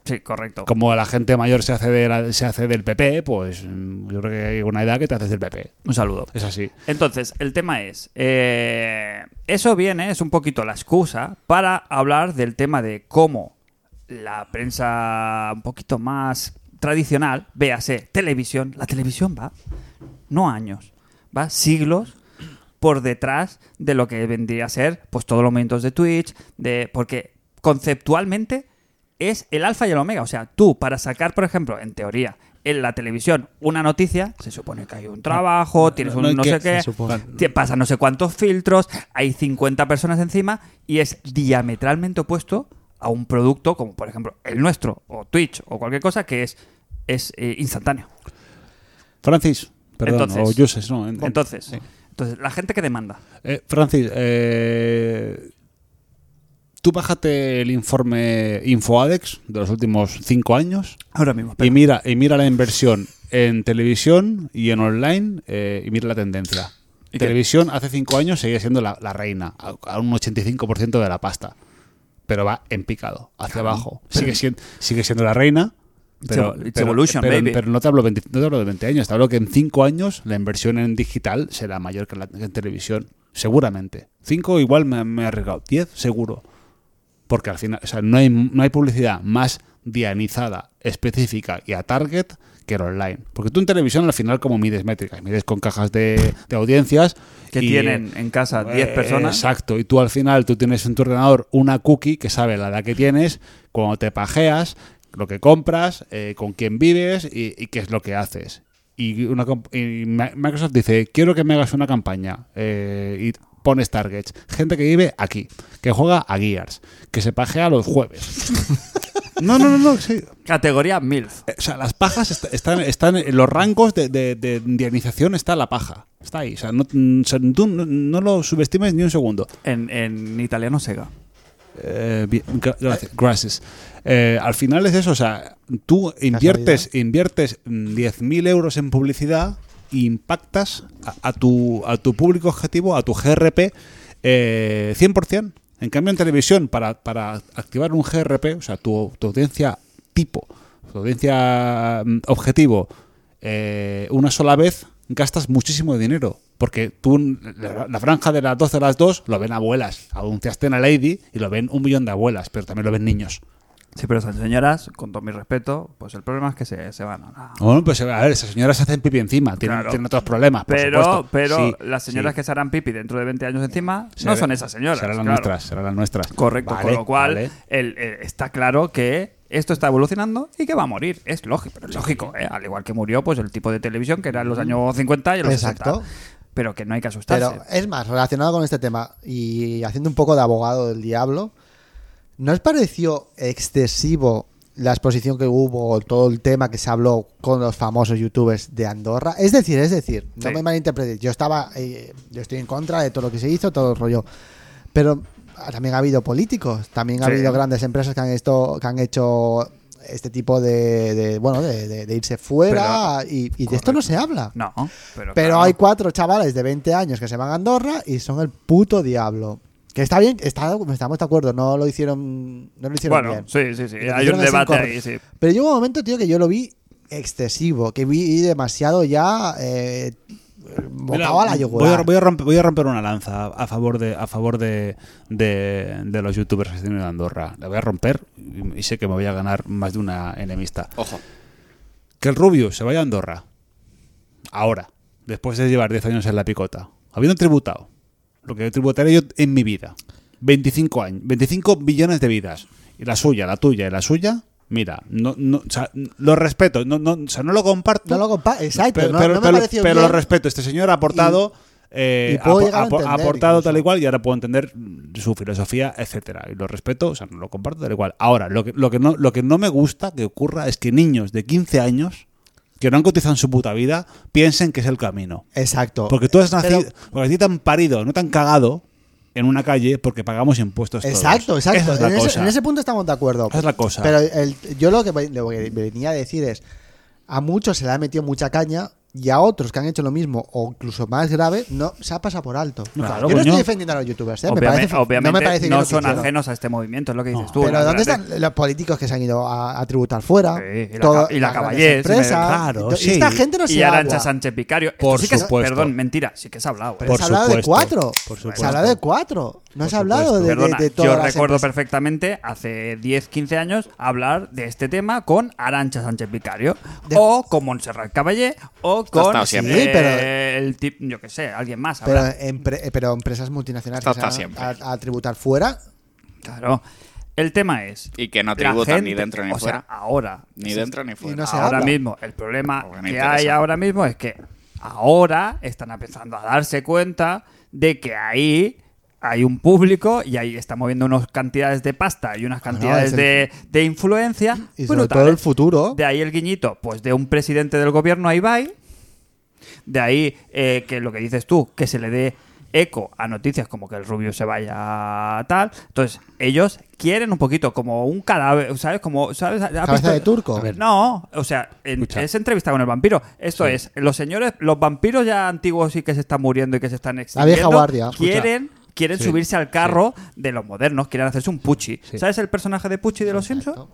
Sí, correcto.
Como la gente mayor se hace, de la- se hace del PP, pues mm, yo creo que hay una edad que te haces del PP.
Un saludo.
Es así.
Entonces, el tema es, eh, eso viene, es un poquito la excusa para hablar del tema de cómo la prensa un poquito más tradicional, véase, televisión, la televisión va, no años, va siglos por detrás de lo que vendría a ser pues todos los momentos de Twitch, de porque conceptualmente es el alfa y el omega, o sea, tú para sacar, por ejemplo, en teoría, en la televisión una noticia, se supone que hay un trabajo, tienes
no,
un
no hay
no
que-
sé
se
qué,
supone.
te pasa no sé cuántos filtros, hay 50 personas encima y es diametralmente opuesto a un producto como por ejemplo el nuestro o Twitch o cualquier cosa que es es eh, instantáneo.
Francis, perdón,
Entonces-
o Yuses, no. en-
Entonces, entonces la gente que demanda.
Eh, Francis, eh, tú bájate el informe InfoAdex de los últimos cinco años
Ahora mismo.
y mira, y mira la inversión en televisión y en online eh, y mira la tendencia.
¿Y qué?
Televisión hace cinco años seguía siendo la, la reina, a, a un 85% de la pasta, pero va en picado, hacia abajo. Sigue siendo, sigue siendo la reina. Pero,
It's evo- it's
pero-
evolution,
pero-
baby.
pero no te, hablo 20 no te hablo de 20 años, te hablo que en 5 años la inversión en digital será mayor que la que en televisión, seguramente. 5 igual me, me he arriesgado, 10 seguro. Porque al final, o sea, no hay, no hay publicidad más dianizada, específica y a target que el online. Porque tú en televisión al final como mides métricas, mides con cajas de, de audiencias.
que
y-
tienen en casa 10
eh,
personas.
Exacto, y tú al final tú tienes en tu ordenador una cookie que sabe la edad que tienes, cuando te pajeas, lo que compras, eh, con quién vives y, y qué es lo que haces. Y, una, comp- y Ma- Microsoft dice, quiero que me hagas una campaña eh, y pones targets. Gente que vive aquí, que juega a Gears, que se pajea los jueves. No, no, no, no, sí.
Categoría MILF.
Eh, O sea, las pajas est- están, están en los rangos de, de, de dianización está la paja. Está ahí. O sea, no, mm, o sea, tú no, no lo subestimes ni un segundo.
En, en italiano Sega.
Eh, bien, gra- gracias. gracias. Eh, al final es eso. O sea, tú inviertes, pues inviertes mm, 10.000 euros en publicidad y impactas a, a tu, a tu público objetivo, a tu GRP, eh, 100%. En cambio, en televisión, para, para activar un GRP, o sea, tu, tu audiencia tipo, tu audiencia mm, objetivo, eh, una sola vez, gastas muchísimo dinero. Porque tú, mm, la, la franja de las 12 a las 2, lo ven abuelas. Anunciaste en la Lady y lo ven un millón de abuelas, pero también lo ven niños.
Sí, pero esas señoras, con todo mi respeto, pues el problema es que se, se van a la-
Bueno, pues a ver, esas señoras hacen pipi encima, tienen,
Claro.
tienen otros problemas. por
Pero,
supuesto.
pero
Sí,
las señoras
sí.
que se harán pipi dentro de 20 años encima no
Será-
son esas señoras.
Serán las
claro.
nuestras, serán las nuestras.
Correcto,
Vale,
con lo cual
vale.
el- el- está claro que esto está evolucionando y que va a morir. Es lógico, pero es lógico, ¿eh? al igual que murió pues el tipo de televisión que era en los años 50 y en los
Exacto.
60. Pero que no hay que asustarse.
Pero eh, es más, relacionado con este tema y haciendo un poco de abogado del diablo, ¿no os pareció excesivo la exposición que hubo, todo el tema que se habló con los famosos youtubers de Andorra? Es decir, es decir, no
Sí.
me malinterpretéis, yo estaba, eh, yo estoy en contra de todo lo que se hizo, todo el rollo, pero ah, también ha habido políticos, también ha
Sí.
habido grandes empresas que han, esto, que han hecho este tipo de, de, bueno, de, de- de irse fuera y, y de esto no se habla.
No, pero,
Pero
claro,
hay cuatro chavales de 20 años que se van a Andorra y son el puto diablo. Que está bien, está, estamos de acuerdo, no lo hicieron, no lo hicieron
Bueno,
bien.
sí, sí, sí.
Y lo
Hay
hicieron
un
así
debate
cor-
ahí, sí.
Pero llegó un momento, tío, que yo lo vi excesivo, que vi demasiado ya eh,
Mira,
botado a la
voy a,
yogur.
voy a romper, voy a romper una lanza a favor de a favor de, de- de los youtubers que tienen en Andorra. La voy a romper y, y sé que me voy a ganar más de una enemista.
Ojo.
Que el Rubio se vaya a Andorra. Ahora, después de llevar 10 años en la picota, habiendo tributado lo que tributaré yo en mi vida, 25 años, 25 billones de vidas, y la suya, la tuya y la suya, mira, no, no, o sea, lo respeto, no, no, o sea, no lo comparto.
No lo compa- exacto,
pero,
no-
pero-
no me
pero-
pareció
pero lo
bien.
respeto, este señor ha aportado. eh,
y puedo
ha-
llegar a
ha- ha
entender
aportado
incluso.
tal y cual y ahora puedo entender su filosofía, etcétera. Y lo respeto, o sea, no lo comparto tal y cual. Ahora, lo que, lo que, no, lo que no me gusta que ocurra es que niños de 15 años que no han cotizado en su puta vida piensen que es el camino.
Exacto.
Porque tú has
Pero-
nacido, porque a ti te han parido, no te han cagado en una calle porque pagamos impuestos. todos.
Exacto, exacto.
Esa es la
en, ese,
cosa.
en ese punto estamos de acuerdo.
Esa es la cosa.
Pero el- yo lo que ve- lo que venía a decir es, a muchos se le ha metido mucha caña y a otros que han hecho lo mismo o incluso más grave, no se ha pasado por alto.
Claro,
yo no
coño.
estoy defendiendo a los youtubers, ¿eh? Me
Obviamente,
parece-
obviamente
no, me parece
no
bien lo que
son
hicieron.
ajenos a este movimiento, es lo que dices tú.
Pero
las
¿dónde
grandes-
están los políticos que se han ido a, a tributar fuera?
Sí, y la ca-
Todo-
y la
las grandes
Caballés,
empresas,
me-
claro,
y to- y
sí.
Esta gente no se
Y Arancha
habla.
Sánchez Picario. Esto
Por
sí que se-
supuesto.
Perdón, mentira, sí que se ha hablado. ¿eh?
Por
se ha hablado de
supuesto,
cuatro.
por
se ha
supuesto.
hablado de cuatro. No
Por
se ha hablado de,
Perdona,
de, de todas
yo
las
recuerdo
empresas.
perfectamente hace 10, 15 años hablar de este tema con Arancha Sánchez Vicario
De-
o con Montserrat Caballé o
ha
con
estado siempre.
eh,
Sí, pero-
el tip, yo que sé, alguien más.
Pero,
habrá.
empre- eh, pero empresas multinacionales
Esto
que
está
se van
siempre.
a, a tributar fuera.
Claro. El tema es
Y que no
la
tributan ni
gente-
dentro ni
o sea,
fuera.
ahora
Ni dentro ni fuera.
no se
ahora
habla.
mismo, el problema
Porque
que
no interesa.
hay ahora mismo es que ahora están empezando a darse cuenta de que ahí hay un público y ahí está moviendo unas cantidades de pasta y unas cantidades
Ah, es el-
de, de influencia.
Y sobre
brutales.
todo el futuro.
De ahí el guiñito, pues de un presidente del gobierno a Ibai. De ahí eh, que lo que dices tú, que se le dé eco a noticias como que el Rubio se vaya a tal. Entonces, ellos quieren un poquito como un cadáver, ¿sabes? Como, ¿sabes? ¿Has
Cabeza de turco.
A ver.
No, o sea, en-
Escucha.
es entrevista con el vampiro. Eso es, los señores, los vampiros ya antiguos y que se están muriendo y que se están extinguiendo.
guardia. Escucha.
Quieren... Quieren
Sí,
subirse al carro de los modernos, quieren hacerse un Pucci.
Sí.
¿Sabes el personaje de Pucci de los Simpsons?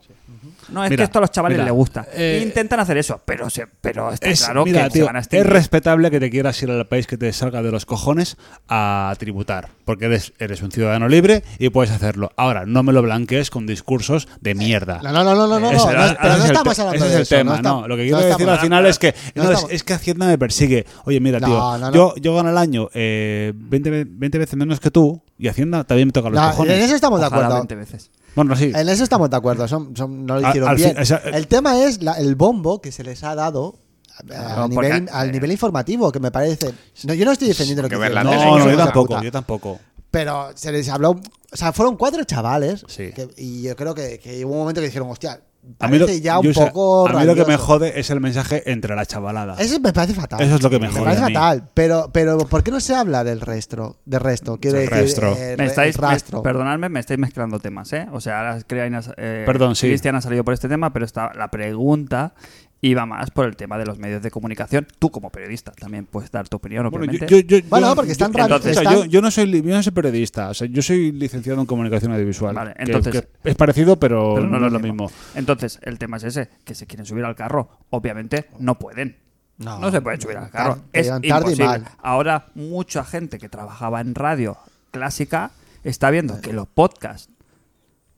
No, es
Mira,
que esto a los chavales
mira,
les gusta.
eh,
Intentan hacer eso, pero se, pero está
Es,
claro
mira,
que
tío,
se van a
es
extinguir.
respetable que te quieras ir al país que te salga de los cojones a tributar, porque eres, eres un ciudadano libre y puedes hacerlo. Ahora, no me lo blanquees con discursos de mierda.
No, no, no, no, Eh, no, no,
Ese-
no,
ese
pero
es
no
el
estamos
te-
hablando
ese
de
es
eso,
el tema,
no está-
no. Lo que
no
quiero decir
estamos-
al final es que
no
no, es,
estamos-
es que Hacienda me persigue. Oye, mira,
No,
tío,
no, no.
Yo, yo gano el año eh, 20, ve- 20 veces menos que tú y Hacienda también me toca los
No, en
cojones.
eso estamos
Ojalá
de acuerdo.
20 veces.
Bueno, sí.
En eso estamos de acuerdo. Son, son- no lo
Al-
hicieron
al
bien.
fin- o sea,
el tema es la- el bombo que se les ha dado. a- A,
Claro, porque-
nivel,
eh,
al nivel informativo, que me parece. No, yo no estoy defendiendo lo que
Porque ver la
hicieron,
tele
No,
yo
no,
soy
yo
una
tampoco,
puta.
yo tampoco.
Pero se les habló. O sea, fueron cuatro chavales.
Sí.
que- y yo creo que, que hubo un momento que dijeron, hostia,
A mí, lo,
parece ya
yo,
un
o sea,
poco.
a mí lo que me
rabioso".
jode es el mensaje entre la chavalada.
Eso me parece fatal.
Eso es lo que me jode
parece
a mí.
fatal. Pero, pero, ¿por qué no se habla del resto? Del resto, quiero
Del
decir.
resto.
eh,
Me estáis,
el rastro.
me- perdonadme, me estáis mezclando temas, ¿eh? O sea, ahora Cristian eh,
Perdón, sí.
Cristian ha salido por este tema, pero está, la pregunta iba más por el tema de los medios de comunicación. Tú como periodista también puedes dar tu opinión,
Bueno,
obviamente.
yo- yo- yo-
Bueno,
yo-
porque están
yo-
raro-
entonces,
están-
yo, yo no soy, li- yo no soy periodista, o sea, yo soy licenciado en comunicación audiovisual.
Vale,
que-
entonces-
que es parecido, pero,
pero
no, es lo mismo.
Entonces, el tema es ese, que se quieren subir al carro. Obviamente no pueden. No, se puede subir al carro.
Tar- te
Es
llevan tarde y
imposible.
mal.
Ahora, mucha gente que trabajaba en radio clásica está viendo que los podcasts,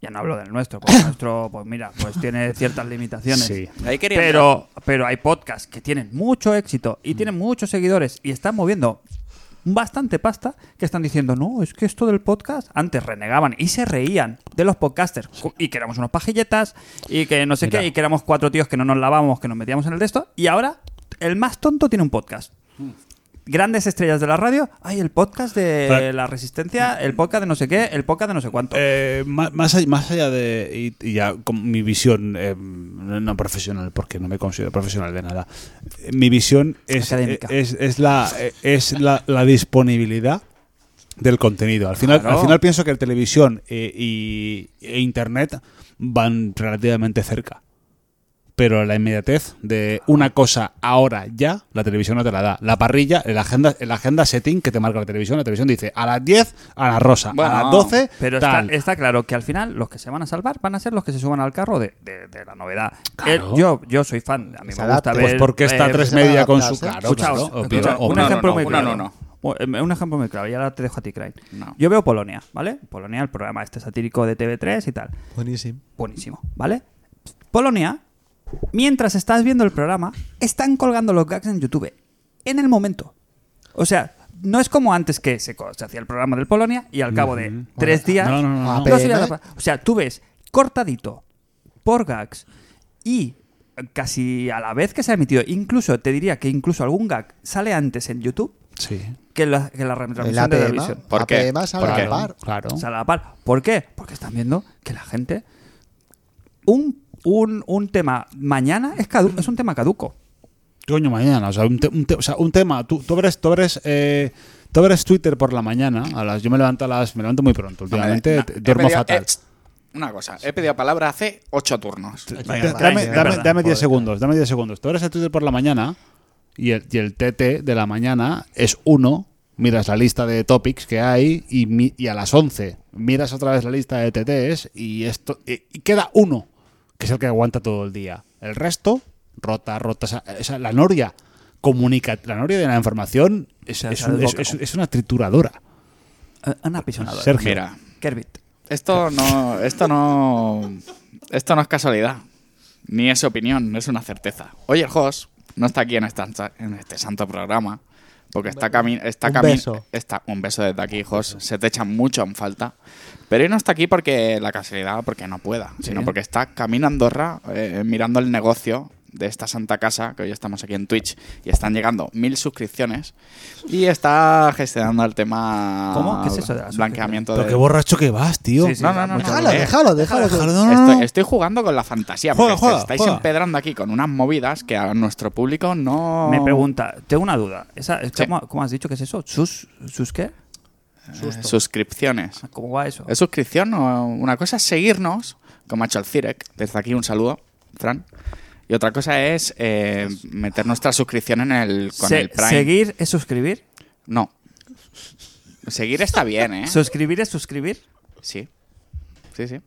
ya no hablo del nuestro, porque el nuestro, pues mira, pues tiene ciertas limitaciones.
Sí.
Ahí quería
Pero, pero hay podcasts que tienen mucho éxito y tienen muchos seguidores y están moviendo bastante pasta que están diciendo, no, es que esto del podcast antes renegaban y se reían de los podcasters y que éramos unos pajilletas y que no sé
Mira.
qué y que éramos cuatro tíos que no nos lavábamos, que nos metíamos en el texto y ahora el más tonto tiene un podcast.
Mm.
Grandes estrellas de la radio, hay el podcast de
Pero-
la resistencia, el podcast de no sé qué, el podcast de no sé cuánto.
Eh, ma- más, all- más allá de y, y ya con mi visión eh, no profesional porque no me considero profesional de nada eh, mi visión es
Académica.
es, es la eh, es la, la disponibilidad del contenido al final
Claro.
al final pienso que televisión eh, y, e internet van relativamente cerca pero la inmediatez de una cosa ahora ya, la televisión no te la da. La parrilla, el agenda, el agenda setting que te marca la televisión, la televisión dice a las 10 a la rosa,
Bueno,
a las 12
Pero está,
tal.
está claro que al final los que se van a salvar van a ser los que se suban al carro de, de- de la novedad.
Claro.
Eh, yo, yo soy fan, a mí
Se
me gusta
adapten.
ver.
Pues porque está
eh,
a tres
se van a
media con su
adaptarse.
claro.
escuchaos,
claro,
escuchaos,
obvio,
un
obvio.
no,
ejemplo
no,
muy
uno
claro.
no, no.
Un- eh, un ejemplo muy claro, y ahora te dejo a ti, Craig.
No.
Yo veo Polonia, ¿vale? Polonia, el programa este satírico de TV3 y tal.
Buenísimo.
Buenísimo, ¿vale? Polonia, mientras estás viendo el programa, están colgando los gags en YouTube. En el momento. O sea, no es como antes que se, co- se hacía el programa del Polonia y al cabo de tres días.
No, no, no, no.
Ah,
no.
pero-
No, sí,
Pena.
la tapa. o sea, tú ves cortadito por gags y casi a la vez que se ha emitido, incluso te diría que incluso algún gag sale antes en YouTube
Sí.
que la, que la
El E,
retransmisión de
APM,
televisión.
¿Por qué?
APM sale
¿Por
a
qué?
la par.
Claro.
Sale a la par. ¿Por qué? Porque están viendo que la gente. Un, un, un tema mañana es, cadu- es un tema caduco.
Coño, mañana. O sea, un, te- un te- o sea, un tema. Tú, tú abres, tú abres, eh, tú abres Twitter por la mañana. A las, yo me levanto a las. Me levanto muy pronto.
No, me-
Últimamente
no,
te-
he
duermo
pedido-
fatal.
eh, tss, una cosa, he pedido palabra hace ocho turnos.
Dame-
Craig,
dame,
es
dame,
verdad.
dame 10
Joder,
segundos, dame 10 segundos. Tú abres el Twitter por la mañana y el, y el TT de la mañana es uno. Miras la lista de topics que hay y, mi- y a las 11 miras otra vez la lista de TTs y, esto, y, y queda uno, que es el que aguanta todo el día. El resto, rota, rota. o sea, o sea, la noria comunica, la noria de la información es,
Se
es
hace
un-
el
es-
boca.
es- es una trituradora.
Eh, Han apisonado.
Sergio.
Mira,
Kerbit.
esto no, esto no, esto no es casualidad, ni es opinión, es una certeza. Hoy el host no está aquí en, esta- en este santo programa, porque está camino, está
Un
cami-
beso.
está un beso desde aquí, host. Se te echa mucho en falta, pero hoy no está aquí porque la casualidad, porque no pueda, sino porque está camino a Andorra eh, mirando el negocio de esta santa casa que hoy estamos aquí en Twitch y están llegando mil suscripciones y está gestionando el tema
¿Cómo? ¿Qué es eso de las
blanqueamiento
Pero
de
qué borracho que vas, tío.
Sí, sí,
no, no, no,
mucho
no.
Déjalo,
Eh,
déjalo, déjalo.
Déjalo,
que-
no, no, no.
Estoy, estoy jugando con la fantasía, porque
Juega, juega,
os estáis
juega.
empedrando aquí con unas movidas que a nuestro público no...
Me pregunta, tengo una duda. Esa,
Sí.
¿cómo, cómo has dicho que es eso? ¿Sus, sus qué?
Eh, suscripciones.
¿Cómo va eso?
¿Es suscripción o una cosa es seguirnos, como ha hecho el Cirec? Desde aquí un saludo, Fran. Y otra cosa es eh, meter nuestra suscripción en el, con
Se-
el Prime.
¿Seguir es suscribir?
No. Seguir está bien, ¿eh?
¿Suscribir es suscribir?
Sí. Sí, sí.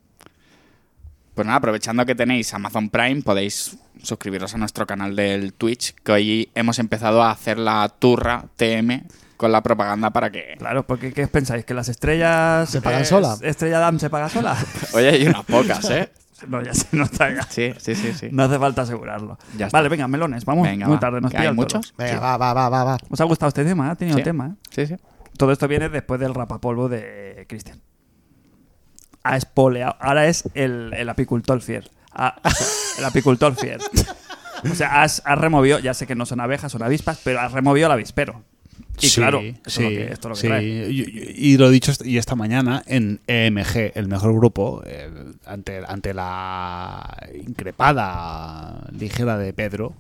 Pues nada, aprovechando que tenéis Amazon Prime, podéis suscribiros a nuestro canal del Twitch, que hoy hemos empezado a hacer la turra TM con la propaganda para que...
Claro, porque ¿qué pensáis? ¿Que las estrellas.
¿Se pagan
eh,
sola?
¿Estrella Damm se paga sola?
Oye, hay unas pocas, ¿eh?
no, ya se nota. ya.
Sí, sí, sí, sí.
No hace falta asegurarlo.
Ya está.
vale, venga, melones, vamos.
Venga,
Muy
va,
tarde, nos
que hay
pilla el toro.
muchos.
Venga, va, va, va, va, va.
¿Os ha gustado este tema? Ha tenido
Sí.
tema. ¿eh?
Sí, sí.
Todo esto viene después del rapapolvo de Cristian. Ha espoleado. Ahora es el, el apicultor fier. Ha- o sea, el apicultor fier. O sea, has, has removido, ya sé que no son abejas, son avispas, pero has removido el avispero. Y
Sí,
claro, esto es lo que, esto es lo que
sí.
trae.
Y, y- y lo dicho, est- y esta mañana en EMG, el mejor grupo, eh, ante, ante la increpada ligera de Pedro,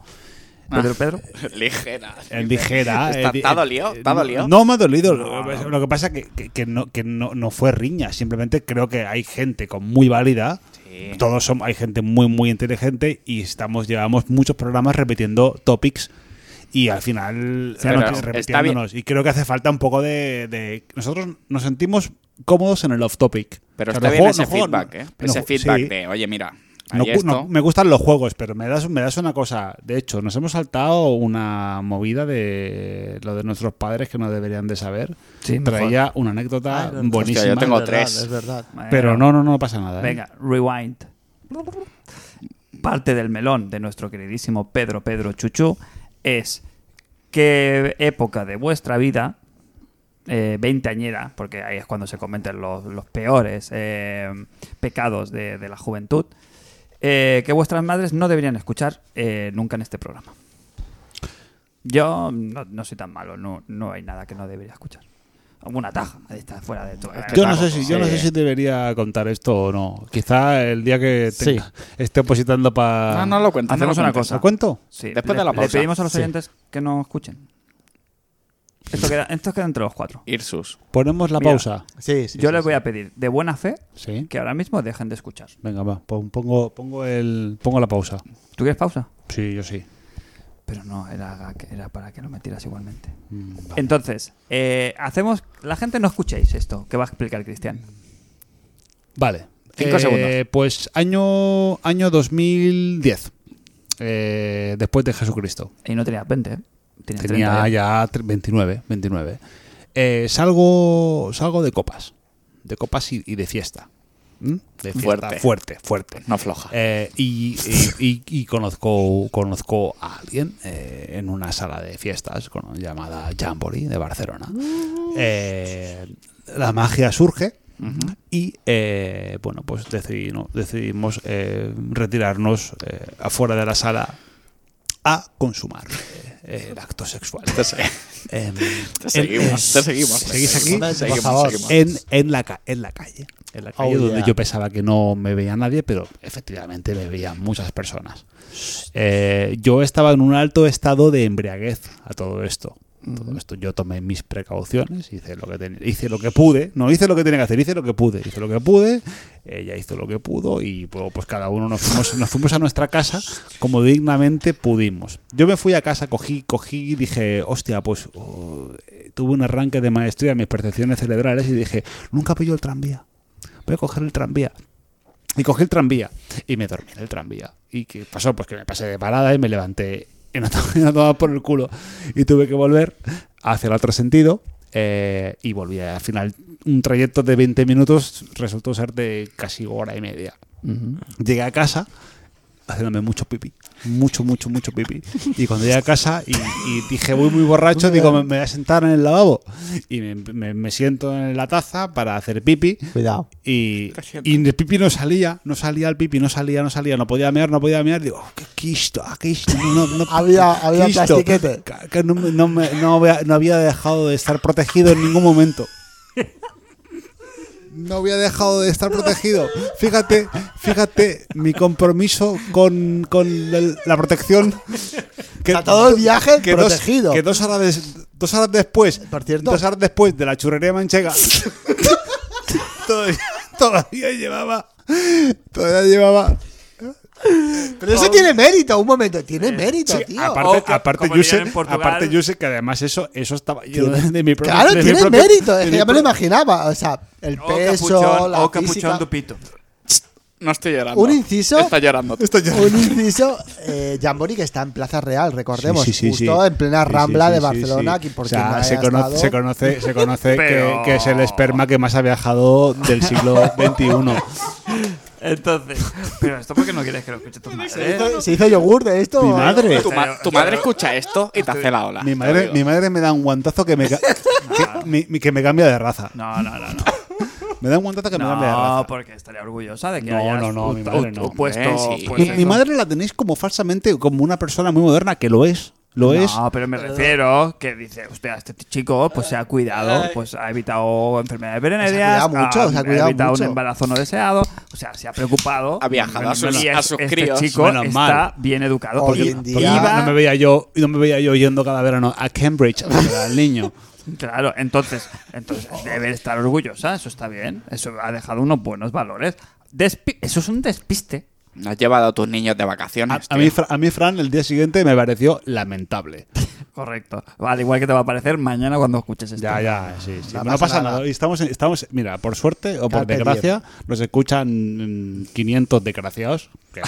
Ah,
Pedro, Pedro.
Ligera.
el ligera...
Está-
eh, di-
¿Está
eh,
dolido? ¿Está
eh,
dolido?
No me ha dolido.
No,
lo,
no.
lo que pasa que, que, que no, que no, no fue riña, simplemente creo que hay gente con muy válida.
Sí.
Todos somos, hay gente muy, muy inteligente y estamos, llevamos muchos programas repitiendo topics y al final
Se ha
repet-
notado.
Está
repitiéndonos. Y creo que hace falta un poco de, de- Nosotros nos sentimos cómodos en el off topic.
Pero
O sea,
está
no
bien
juego-
ese
no juego-
feedback, ¿eh?
no
Ese
juego-
feedback
sí.
de, oye, mira, Ahí
No-
esto.
no- me gustan los juegos, pero me das, me das una cosa. De hecho, nos hemos saltado una movida de lo de nuestros padres que no deberían de saber.
Sí, mejor.
Traía una anécdota
Ay, no, no.
buenísima.
Hostia, yo tengo
Es verdad,
tres.
Es verdad.
Pero no, no, no pasa nada. ¿eh?
Venga, rewind. Parte del melón de nuestro queridísimo Pedro Pedro Chuchu es qué época de vuestra vida, eh, veinteañera, porque ahí es cuando se cometen los, los peores eh, pecados de, de la juventud, eh, que vuestras madres no deberían escuchar eh, nunca en este programa. Yo no, no soy tan malo, no, no hay nada que no debería escuchar. Alguna taja, ahí está, fuera de todo.
Yo no, sé si, yo no sé si debería contar esto o no. Quizá el día que tenga- esté opositando para.
No, no lo cuento.
Hacemos una cosa.
¿Lo cuento?
Sí,
Después
le-
de la pausa.
Le pedimos a los
Sí.
oyentes que no escuchen. Esto queda, esto queda entre los cuatro.
Irsus.
Ponemos la
Mira.
pausa.
Sí, sí.
Yo
sí,
les
sí.
voy a pedir, de buena fe,
Sí.
que ahora mismo dejen de escuchar.
Venga, va. pon- Pongo, pongo, el, pongo la pausa.
¿Tú quieres pausa?
Sí, yo sí.
Pero no, era, era para que lo metieras igualmente.
Mm, va.
Entonces, eh, hacemos. La gente no escuchéis esto que va a explicar Cristian.
Vale.
Cinco
Eh,
segundos.
Pues año, año 2010. eh, después de Jesucristo.
Y no tenías 20, ¿eh? Tenías
Tenía
30
ya tre- 29, 29. Eh, salgo, salgo de copas. De copas y, y de fiesta. ¿Mm? De fiesta
Fuerte.
fuerte, fuerte.
No floja.
Eh, y, y- y- y conozco, conozco a alguien eh, en una sala de fiestas con- llamada Jamboree de Barcelona. Eh, la magia surge y eh, bueno, pues decidimos, decidimos eh, retirarnos eh, afuera de la sala a consumar eh, el acto sexual.
Te, se-
Em,
te seguimos, te
en-
seguimos. te
¿Seguís aquí?
seguimos,
Por
Seguimos,
favor.
seguimos.
en, en, la, ca- en la calle. En la calle
Oh,
donde
yeah.
yo pensaba que no me veía nadie, pero efectivamente me veían muchas personas. Eh, yo estaba en un alto estado de embriaguez a todo esto. Todo esto yo tomé mis precauciones, hice lo que ten- hice lo que pude, no hice lo que tenía que hacer, hice lo que pude, hice lo que pude, ella hizo lo que pudo y bueno, pues cada uno nos fuimos, nos fuimos a nuestra casa como dignamente pudimos. Yo me fui a casa, cogí, cogí y dije, hostia, pues oh, eh, tuve un arranque de maestría en mis percepciones cerebrales y dije, nunca pillo el tranvía, voy a coger el tranvía. Y cogí el tranvía y me dormí en el tranvía. ¿Y qué pasó? Pues que me pasé de parada y me levanté en una to- en una tomada por el culo. Y tuve que volver hacia el otro sentido. eh, y volví al final. Un trayecto de 20 minutos resultó ser de casi hora y media. Llegué a casa haciéndome mucho pipí. Mucho, mucho, mucho pipí. Y cuando llegué a casa y, y dije, voy muy borracho, digo, me, me voy a sentar en el lavabo. Y me- me- me siento en la taza para hacer pipí.
Cuidado.
Y, y el pipi no salía, no salía el pipi, no salía, no salía, no podía mear, no podía mear. Digo, "Oh, ¿qué quisto? ah, qué isto, No, no, no,
Había-
qué
había
isto".
plastiquete.
Ca- Que no, me- no me- no había, no había dejado de estar protegido en ningún momento. No había dejado de estar protegido. Fíjate, fíjate mi compromiso con, con el- la protección. Que,
Está todo el viaje
que dos-
protegido.
que dos horas, des- dos horas después,
Por cierto.
dos horas después de la churrería manchega, todavía, todavía llevaba, todavía llevaba.
Pero eso tiene mérito, un momento. Tiene mérito,
Sí,
tío.
aparte,
O que-
aparte,
como
yo
dirían
sé,
en Portugal-
aparte yo sé que además eso, eso estaba lleno de, de mi propio.
claro,
de mi
tiene
propio- Oh,
mérito. Es
de
que
mi
ya me lo
pro-
imaginaba. O sea, el
O
peso,
Oh, capuchón,
la
o capuchón
física.
dupito.
No estoy llorando.
Un inciso.
Está llorando.
Esto ya-
Un inciso, eh, Jamboree que está en Plaza Real, recordemos,
Sí, sí, sí,
justo
sí.
en plena
Sí, sí,
rambla
sí,
de
sí,
Barcelona,
sí.
aquí por
O sea,
quien no
se,
haya
conoce-
estado.
se conoce, se conoce que,
Pero-
que es el esperma que más ha viajado del siglo XXI.
Entonces, pero esto porque no quieres que lo escuche tu madre.
¿Se hizo- ¿Se hizo yogur de esto?
Mi madre.
Pues
Tu, ma- tu madre escucha esto y te hace la ola.
Mi
te
madre,
lo digo.
mi madre me da un guantazo que me, ca- que, mi- mi- que me cambia de raza.
No, no, no, no.
Me da un guantazo que me cambia de raza.
No, porque estaría orgullosa de que
No,
hayas
no, no, mi
ut-
madre
ut-
no.
puesto,
Hombre, sí.
pues,
Mi, mi
eso.
madre la tenéis como falsamente, como una persona muy moderna, que lo es. Lo es.
No, pero me refiero que dice, usted, este chico pues se ha cuidado, pues ha evitado enfermedades venéreas,
cuidado mucho, se ha cuidado
evitado
mucho.
un embarazo no deseado, o sea, se ha preocupado.
Ha viajado a sus-
Y es-
a sus
este
críos.
chico
Menos
está
mal.
bien educado.
Hoy
porque
en
iba-
día-
Porque no, no me veía yo, no me veía yo yendo cada verano a Cambridge a ver al niño.
Claro, entonces, entonces debe estar orgullosa, eso está bien, eso ha dejado unos buenos valores. Despi- eso es un despiste.
Has llevado a tus niños de
A,
vacaciones.
a
tío.
mí, Fra- a mí Fran el día siguiente me pareció lamentable.
Correcto. Al igual que te va a aparecer mañana cuando escuches esto.
Ya, ya, sí, sí.
No
No
pasa
pasa
nada.
nada. Y Estamos, en- estamos, mira, por suerte o por
Carpe
desgracia, nos escuchan mm, 500 desgraciados. que-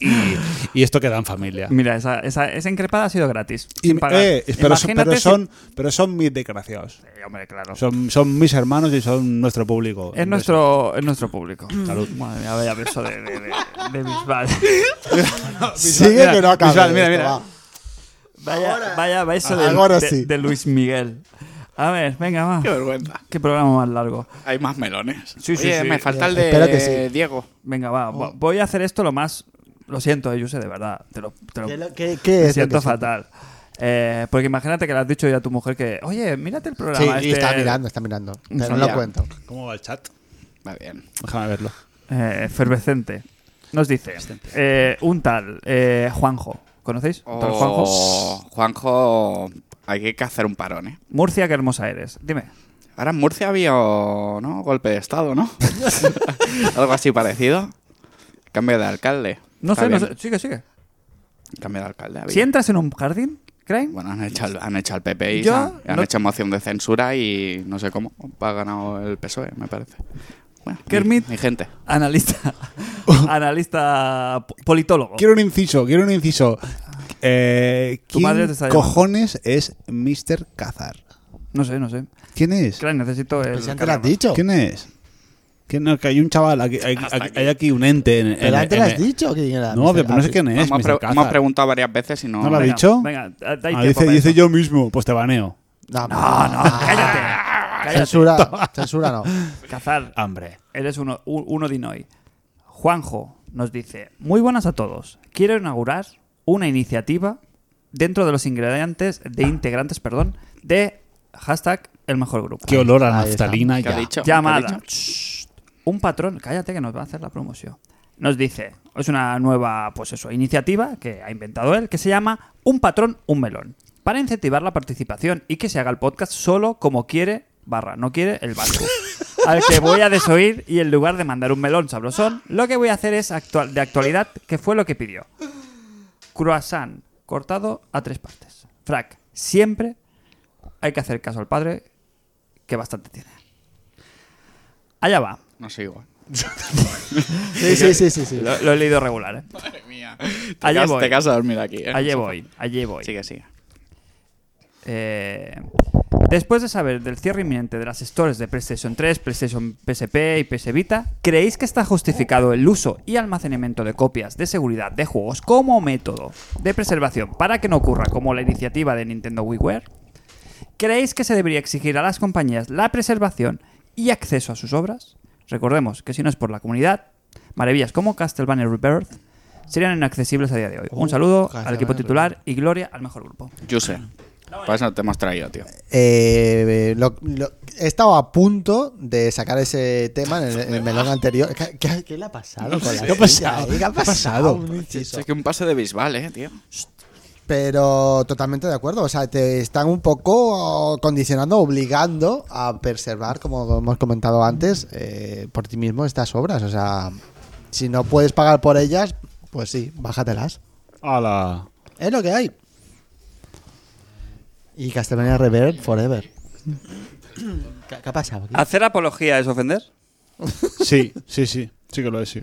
y, y esto queda en familia.
Mira, esa, esa, esa encrepada ha sido gratis.
Y-
sin pagar.
eh, pero, son-
Imagínate
pero
si-
son, pero son mis desgraciados.
Sí, hombre, claro.
Son, son mis hermanos y son nuestro público.
Es nuestro, es nuestro público.
Salud.
Madre mía, vaya beso de, de, de, de Bisbal.
Sigue
mira,
que no acabe.
visual, mira,
esto,
mira.
va.
Vaya, vaya beso de,
Ahora
de-
sí.
de Luis Miguel. A ver, venga, va.
Qué vergüenza.
Qué programa más largo.
Hay más melones.
Sí, sí,
Oye,
sí.
me falta
Eh,
el
Espero que
de
sí.
Diego.
Venga, va. vo- Voy a hacer esto lo más. Lo siento, Yuse, de verdad. Te lo, te lo-
¿Qué, lo- qué- qué
me
es? lo
siento
que siente?
fatal. Eh, porque imagínate que le has dicho ya a tu mujer que, oye, mírate el programa.
Sí,
este".
y está mirando, está mirando. Pero no lo
familiar.
cuento.
¿Cómo va el chat?
Va bien.
Déjame verlo.
Eh, efervescente. Nos dice eh, un tal eh, Juanjo. ¿Conocéis? Un tal Juanjo.
Oh, Juanjo, hay que hacer un parón, ¿eh?
Murcia, qué hermosa eres. Dime.
Ahora en Murcia había ¿no? golpe de Estado, ¿no? Algo así parecido. Cambio de alcalde.
No
Está
sé, no
bien.
sé. Sigue, sigue.
Cambio de alcalde. había.
Si entras en un jardín, Crane,
Bueno, han hecho, al- han hecho al PP y
Yo
han- han
no-
hecho moción de censura y no sé cómo. Ha ganado el PSOE, E, me parece. Bueno, mi,
Kermit.
mi gente.
analista, analista po- politólogo.
Quiero un inciso, quiero un inciso. Eh,
Tu
¿Quién
madre te está llamando.
cojones es Mr. Cazar?
No sé, no sé.
¿Quién es?
Crane, necesito el
Pues ya te lo has
cargador.
dicho.
¿Quién es? ¿Quién- no, que hay un chaval, aquí, hay,
Hasta
aquí-
aquí.
hay aquí un ente. En, en-
Pero antes
en-
lo has dicho. ¿Quién era?
No, pero no sé
Ah,
quién es.
hemos,
Mr.
pre-
Cazar.
hemos preguntado varias veces y no.
No lo ha
Venga,
dicho.
Venga, da- da
Ah,
tiempo
dice,
para
dice
eso.
yo mismo, pues te baneo.
No,
No,
no, cállate. cállate.
Censura, censura no.
Cazar,
Hombre.
eres uno, u- uno de noi. Juanjo nos dice, muy buenas a todos. Quiero inaugurar una iniciativa dentro de los ingredientes, de integrantes, perdón, de hashtag el mejor grupo.
Qué olor a
Ahí está.
naftalina
¿Qué ha
ya.
dicho? ¿Qué ha
Llamada.
dicho?
Shh. Un patrón, cállate que nos va a hacer la promoción. Nos dice, es una nueva, pues eso, iniciativa que ha inventado él, que se llama Un patrón, un melón. Para incentivar la participación y que se haga el podcast solo como quiere, barra, no quiere, el vasco. Al que voy a desoír y en lugar de mandar un melón sabrosón, lo que voy a hacer es actual, de actualidad, que fue lo que pidió. Croissant cortado a tres partes. Frac, siempre hay que hacer caso al padre, que bastante tiene. Allá va.
No sé igual.
Sí, sí, sí, sí. sí.
Lo, lo he leído regular, ¿eh?
Madre mía. Te
Allá
quedas-
voy.
te quedas a dormir aquí. ¿eh?
Allí voy, allí voy.
Sigue, sigue.
Eh, después de saber del cierre inminente de las stores de PlayStation 3, PlayStation PSP y PS Vita, ¿creéis que está justificado el uso y almacenamiento de copias de seguridad de juegos como método de preservación para que no ocurra como la iniciativa de Nintendo WiiWare? ¿Creéis que se debería exigir a las compañías la preservación y acceso a sus obras? Recordemos que si no es por la comunidad, maravillas como Castlevania Rebirth serían inaccesibles a día de hoy. Un
Uh,
saludo al equipo
Castlevania
titular y gloria al mejor grupo.
Yo sé. Por eso Pues te hemos traído, tío.
Eh, lo- lo- he estado a punto de sacar ese tema en el, en el melón anterior. ¿Qué, qué- qué le ha pasado con la
¿Qué ha
silla,
pasado?
eh? ¿Qué ha
¿Qué ha
pasado? Pues
pasado?
Un inciso.
Es que un pase de bisbal, eh, tío.
Pero totalmente de acuerdo. O sea, te están un poco condicionando, obligando a preservar, como hemos comentado antes, eh, por ti mismo estas obras. O sea, si no puedes pagar por ellas, pues sí, bájatelas.
Ala.
Es lo que hay. Y Castlevania Reverb Forever. ¿Qué, qué ha pasado aquí?
¿Hacer apología es ofender?
Sí, sí, sí. Sí que lo es, sí.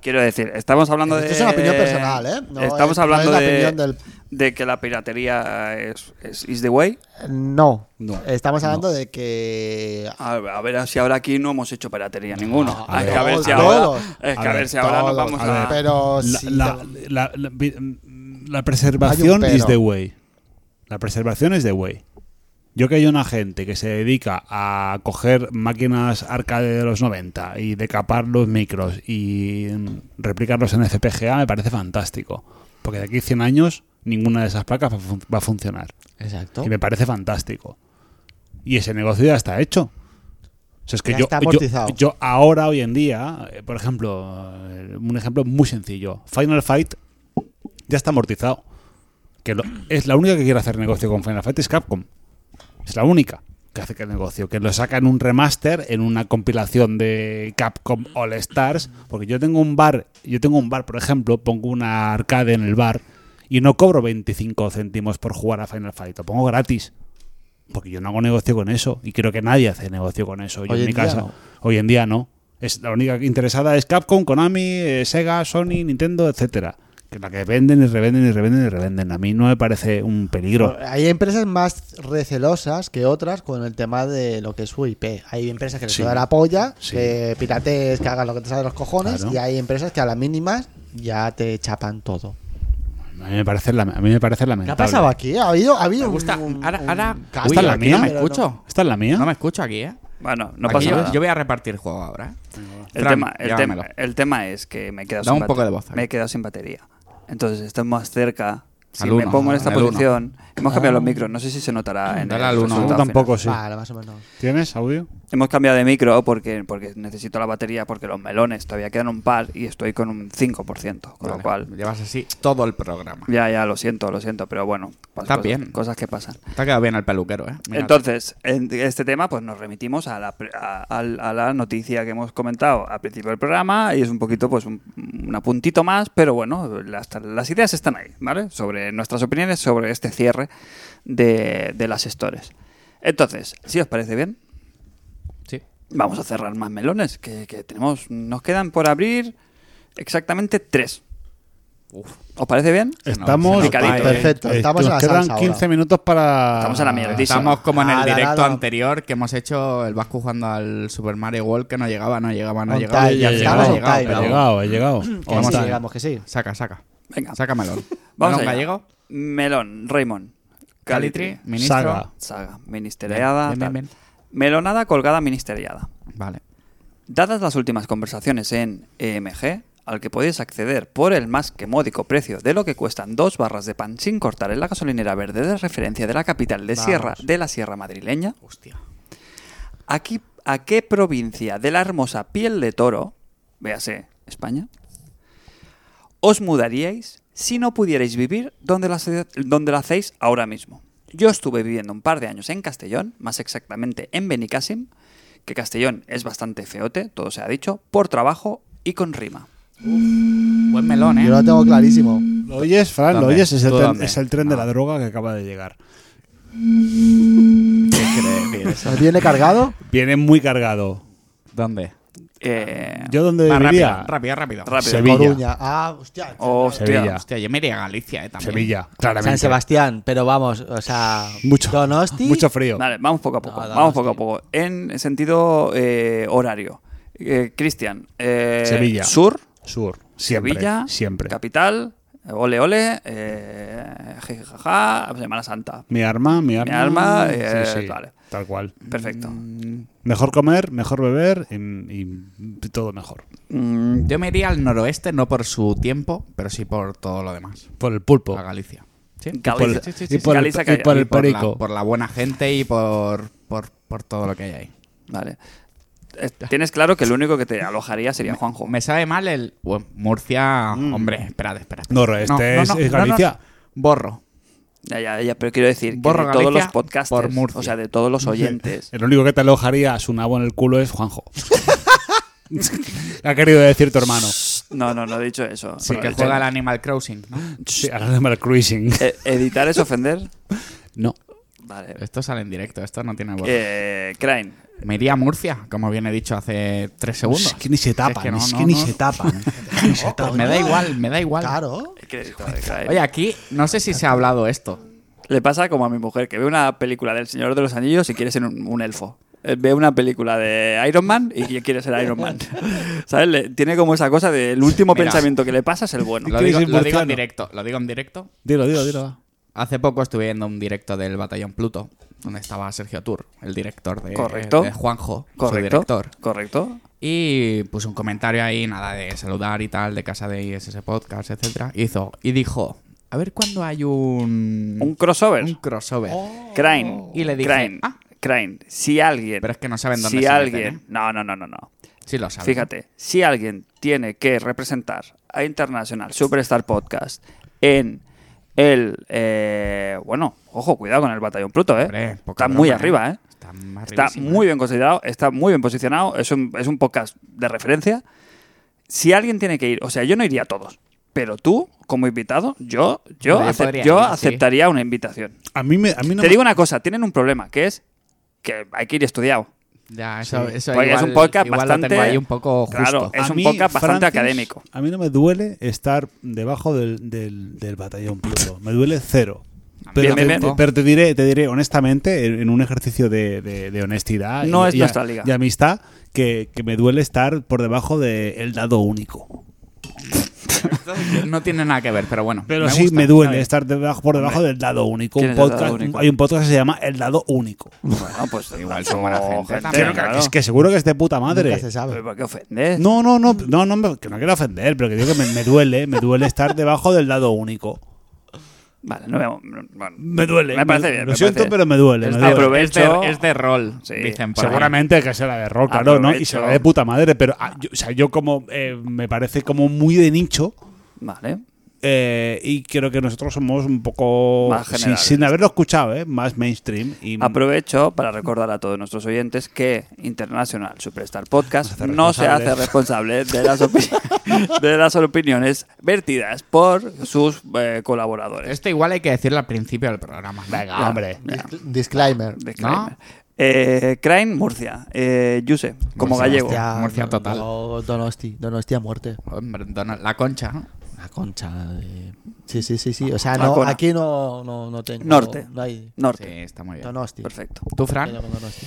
Quiero decir, estamos hablando
Esto
de.
es una opinión personal, ¿eh? No
estamos
es- no
hablando
es la
de,
opinión del-
de que la piratería es, es is the way.
No.
No.
Estamos hablando de que.
A, a ver si ahora aquí no hemos hecho piratería ninguno.
No,
es
a
que a ver si
todos,
ahora.
todos.
Es que a
A
ver
ver,
si ahora nos
todos,
vamos
a
a.
ver. Pero
la,
si
la- la- la- vi- mm, la preservación
pero.
es the way. La preservación es the way. Yo que hay una gente que se dedica a coger máquinas arcade de los 90 y decapar los micros y mm, replicarlos en FPGA me parece fantástico. Porque de aquí a 100 años ninguna de esas placas va, a fun- va a funcionar.
Exacto.
Y me parece fantástico. Y ese negocio ya está hecho. O sea, es que
Ya
yo,
está
yo-
amortizado.
Yo, ahora, hoy en día, eh, por ejemplo, eh, un ejemplo muy sencillo. Final Fight ya está amortizado. Que lo- es la única que quiere hacer negocio con Final Fight es Capcom. Es la única que hace que el negocio. Que lo saca en un remaster, en una compilación de Capcom All Stars. Porque yo tengo un bar, yo tengo un bar, por ejemplo, pongo una arcade en el bar y no cobro 25 céntimos por jugar a Final Fight, lo pongo gratis. Porque yo no hago negocio con eso y creo que nadie hace negocio con eso. Yo
Hoy
en
en
mi
día
casa,
no.
hoy en día no. Es, la única interesada es Capcom, Konami, eh, Sega, Sony, Nintendo, etcétera. Que es la que venden y revenden y revenden y revenden. A mí no me parece un peligro.
Hay empresas más recelosas que otras con el tema de lo que es su IP. Hay empresas que les
Sí.
da la polla,
Sí.
que pirates que hagan lo que te sale de los cojones,
Claro.
y hay empresas que a las mínimas ya te chapan todo.
A mí me parece, la- a mí me parece
¿Qué
lamentable.
ha pasado aquí? ¿Ha habido, ha habido
Me gusta.
un- un-
Ahora,
un
ahora.
cambio,
Uy,
Esta es la
aquí
mía.
No me
pero
escucho.
¿Esta es la mía?
No me escucho aquí, ¿eh?
Bueno, no
Aquí
pasa
yo,
nada.
yo voy a repartir el juego ahora. ¿eh?
El,
Fran,
tema, el, tema, eh,
llévamelo.
el tema es que me he quedado
Da
sin
un poco
bate-
de voz ahí.
Me he quedado sin batería. Entonces estamos más cerca. Si
Al
me
uno,
pongo en esta
al uno.
posición. Hemos cambiado los micros. No sé si se notará en
Dale
el
al uno.
No,
resultado
tampoco,
final.
sí.
Vale, más o menos.
¿Tienes audio?
Hemos cambiado de micro porque, porque necesito la batería porque los melones todavía quedan un par y estoy con un 5%. Con
Vale,
lo cual,
Llevas así todo el programa.
ya, ya, lo siento, lo siento. Pero bueno, pas-
Está
cosas-
bien.
cosas que pasan.
Te ha quedado bien el peluquero, ¿eh? Mira,
Entonces, en este tema, pues nos remitimos a la, pre- a, al- a la noticia que hemos comentado al principio del programa y es un poquito, pues, un, un apuntito más, pero bueno, las, las ideas están ahí, ¿vale? Sobre nuestras opiniones sobre este cierre de, de las stores. Entonces, si os parece bien,
Sí.
vamos a cerrar más melones que, que tenemos. Nos quedan por abrir exactamente tres.
Uf.
¿Os parece bien?
Estamos.
se nos va, eh.
Perfecto,
eh,
estamos
nos
en la
quedan
salsa
15
ahora.
minutos para.
Estamos en la mierda.
Estamos como en el
Ah, la, la,
directo
la.
anterior que hemos hecho el Vasco jugando al Super Mario World que no llegaba, no llegaba, no
On
llegaba.
time,
y al
ya
final ha
llegamos,
llegado,
on time,
He
pero-
llegado, he llegado.
Que
Vamos
sí,
a-
digamos que sí.
Saca, saca.
Venga,
Saca melón.
vamos
melón
allá.
gallego,
Melón, Raymond.
Calitri, ministro.
Saga.
Saga, ministeriada.
Bien, bien,
tal.
bien.
Melonada colgada ministeriada.
Vale.
Dadas las últimas conversaciones en EMG, al que podéis acceder por el más que módico precio de lo que cuestan dos barras de pan sin cortar en la gasolinera verde de referencia de la capital de, Sierra, de la Sierra Madrileña,
Hostia.
aquí, ¿a qué provincia de la hermosa piel de toro, véase España, os mudaríais si no pudierais vivir donde la, hace- donde la hacéis ahora mismo? Yo estuve viviendo un par de años en Castellón, más exactamente en Benicassim, que Castellón es bastante feote, todo se ha dicho, por trabajo y con rima.
Buen melón, ¿eh?
Yo lo tengo clarísimo.
¿Lo oyes, Fran? ¿Lo
¿Dónde?
oyes? Es el,
¿Tú
tren,
dónde?
es el tren de
No.
la droga que acaba de llegar.
¿Qué crees, tío? Eso-
¿Viene cargado?
Viene muy cargado.
¿Dónde?
Eh,
¿Yo dónde
Va,
viviría?
rápido, rápido, rápido.
Rápido.
Sevilla.
Coruña. Ah, hostia.
oh, Hostia.
Sevilla.
Hostia, yo me iría a Galicia, ¿eh? También.
Sevilla,
San
claramente.
Sebastián, pero vamos, o sea,
Mucho,
Donosti.
mucho frío.
Vale, vamos poco a poco.
No, no,
vamos
no,
poco a poco. En sentido eh, horario. Eh, Cristian, eh,
Sevilla.
Sur.
Sur. Siempre.
Sevilla,
siempre.
Capital, eh, ole ole, eh, jijijaja, Semana Santa.
Mi arma, mi arma.
arma, eh, vale.
Tal cual.
Perfecto.
Mejor comer, mejor beber y, y todo mejor.
Mm, yo me iría al noroeste, no por su tiempo, pero sí por todo lo demás.
Por el pulpo.
A Galicia. ¿Sí?
Galicia.
Y por el-
Sí, sí,
y
sí,
por el-
Galicia
y
Calla.
por el-
Y por la-
perico.
por la buena gente y por, por, por todo lo que hay ahí.
Vale. Eh, Tienes claro que el único que te alojaría sería Juanjo.
Me sabe mal el. Bueno, Murcia. Hombre, espérate, espérate.
Noroeste este es- es Galicia.
Borro.
Ya, ya, ya, pero quiero decir que
Borro
de todos
Galicia
los podcasts,
por Murcia.
o sea, de todos los oyentes.
El único que te alojaría a su nabo en el culo es Juanjo. ha querido decir tu hermano.
No, no, no he dicho eso.
Sí,
No,
que
he
este-
dicho-
juega al Animal Crossing. ¿no?
Sí, ahora llama el cruising.
Eh, ¿Editar es ofender?
No.
Vale.
Esto sale en directo, esto no tiene borro.
Eh, Crane,
Me iría a Murcia, como bien he dicho hace tres segundos.
Es que ni se tapan,
Es que no,
es
no,
que ni
no.
se tapan.
Me da igual, me da igual.
Claro.
el crédito de Crane.
Oye, aquí no sé si se ha hablado esto.
Le pasa como a mi mujer, que ve una película del Señor de los Anillos y quiere ser un, un elfo. Eh, Ve una película de Iron Man y quiere ser Iron Man. ¿Sabes? Le- tiene como esa cosa del último
Mira.
pensamiento que le pasa es el bueno.
Lo
¿Qué
digo,
dices,
lo digo
murciano?
en directo, lo digo en directo.
Dilo, dilo, dilo. va.
Hace poco estuve viendo un directo del Batallón Pluto, donde estaba Sergio Tur, el director de,
Correcto.
de Juanjo, su
Correcto.
director.
Correcto.
Y puso un comentario ahí, nada de saludar y tal, de casa de ISS Podcast, etcétera. Hizo, y dijo, a ver cuándo hay un...
Un crossover.
un crossover.
Oh.
Crane.
Mm. Y le dije,
Crane.
ah.
Crane. Si alguien.
Pero es que no saben dónde
Si
se meten,
alguien.
¿eh?
No, no, no, no, no.
Sí lo saben.
Fíjate, si alguien tiene que representar a International Superstar Podcast en el. eh, bueno, ojo, cuidado con el Batallón Pluto, ¿eh?
Hombre, poca
Está
broma,
muy
¿eh?
arriba, ¿eh?
Está,
Está
arribísimo,
muy
¿eh?
bien considerado, está muy bien posicionado, es un, es un podcast de referencia. Si alguien tiene que ir, o sea, yo no iría a todos. Pero tú, como invitado, yo, yo,
Yo
acep-
podría
yo
ir, sí.
aceptaría una invitación.
A mí, me, a mí no
Te
me-
digo una cosa, tienen un problema, que es que hay que ir estudiado.
Ya, eso, eso
Porque Pues es
igual-
un podcast
igual lo
bastante...
tengo ahí un poco justo.
Claro, es
a
un podcast bastante
Francis,
académico.
A mí no me duele estar debajo del, del- del batallón Pluto. Me duele cero. Pero,
Bien, bien,
te,
bien.
pero te diré, te diré honestamente, en, en un ejercicio de, de- de honestidad
No es
a-
nuestra liga.
y amistad, que, que me duele estar por debajo del dado único.
No tiene nada que ver, pero bueno.
Pero sí
gusta.
me duele
Está
estar debajo, por debajo del dado único.
¿quién
Un
es el dado
podcast,
único?
Hay un podcast que se llama El Dado Único.
Bueno, pues
Igual son buena gente también,
Pero
Es que seguro que es de puta madre.
Nunca se sabe.
¿Por qué ofendes?
No, no, no, no, no, me- que no quiero ofender, pero que digo que me, me duele, me duele estar debajo del dado único.
Vale, no veo. bueno,
Me duele.
Me parece bien.
Lo
me
siento,
parece
pero me duele.
Es
me
de
duele.
aprovechar.
Es de, es de rol,
Sí.
dicen por ahí.
Seguramente que será de error, claro, ¿no? Y será
Aprovecho.
de puta madre, pero ah, yo, o sea, yo como eh, me parece como muy de nicho.
bien. Vale.
eh, y creo que nosotros somos un poco
Más
sin- sin,
generales. Ah,
haberlo escuchado, ¿eh? más mainstream. Y
Aprovecho para recordar a todos nuestros oyentes que International Superstar Podcast
hace
no se
responsables.
hace responsable de las, opi- de las opiniones vertidas por sus eh, colaboradores.
Esto igual hay que decirlo al principio del programa. Venga,
hombre.
Discl- Disclaimer.
Disclaimer. Eh, Crane, Murcia. Eh, Yuse, como
Murcia,
gallego.
hostia. Murcia total.
no, Donosti, Donosti a muerte.
Hombre, dona- la concha, ¿no?
La concha. eh, Sí, sí, sí, sí. O sea,
La
no,
cona.
aquí no, no, no tengo.
Norte.
No hay.
Sí,
Norte.
está muy bien.
Donosti.
Perfecto.
¿Tú,
Yo
Fran?
llamo Donosti.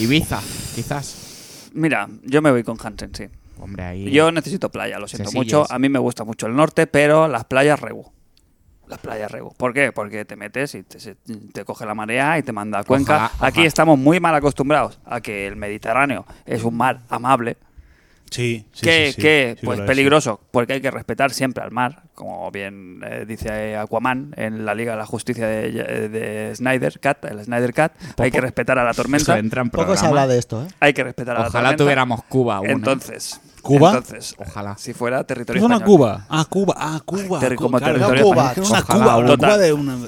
Ibiza, quizás.
Mira, yo me voy con Hansen, sí.
Hombre, ahí.
Yo necesito playa, lo siento
Sencillas.
mucho. A mí me gusta mucho el norte, pero las playas rebu. Las playas rebu. ¿Por qué? Porque te metes y te, se- te coge la marea y te manda a Cuenca.
Ojalá, ojalá.
Aquí estamos muy mal acostumbrados a que el Mediterráneo es un mar amable,
Sí, sí,
que,
sí, sí,
que,
sí,
pues
lo es, sí.
peligroso, porque hay que respetar siempre al mar, como bien eh, dice Aquaman en la Liga de la Justicia de, de Snyder Cat, el Snyder Cat, hay que respetar a la
Eso
tormenta.
entra en
Poco se
programa.
habla de esto, ¿eh?
Hay que respetar a la
Ojalá
tormenta.
tuviéramos Cuba aún, ¿eh?
Entonces,
¿Cuba?
entonces,
Ojalá.
Si fuera territorio
¿Tú son a
español.
Cuba? Ah, Cuba, ah, Cuba.
Ter- como
claro.
territorio
Cuba,
español.
que Una
Ojalá,
Cuba, una
total.
Cuba de una...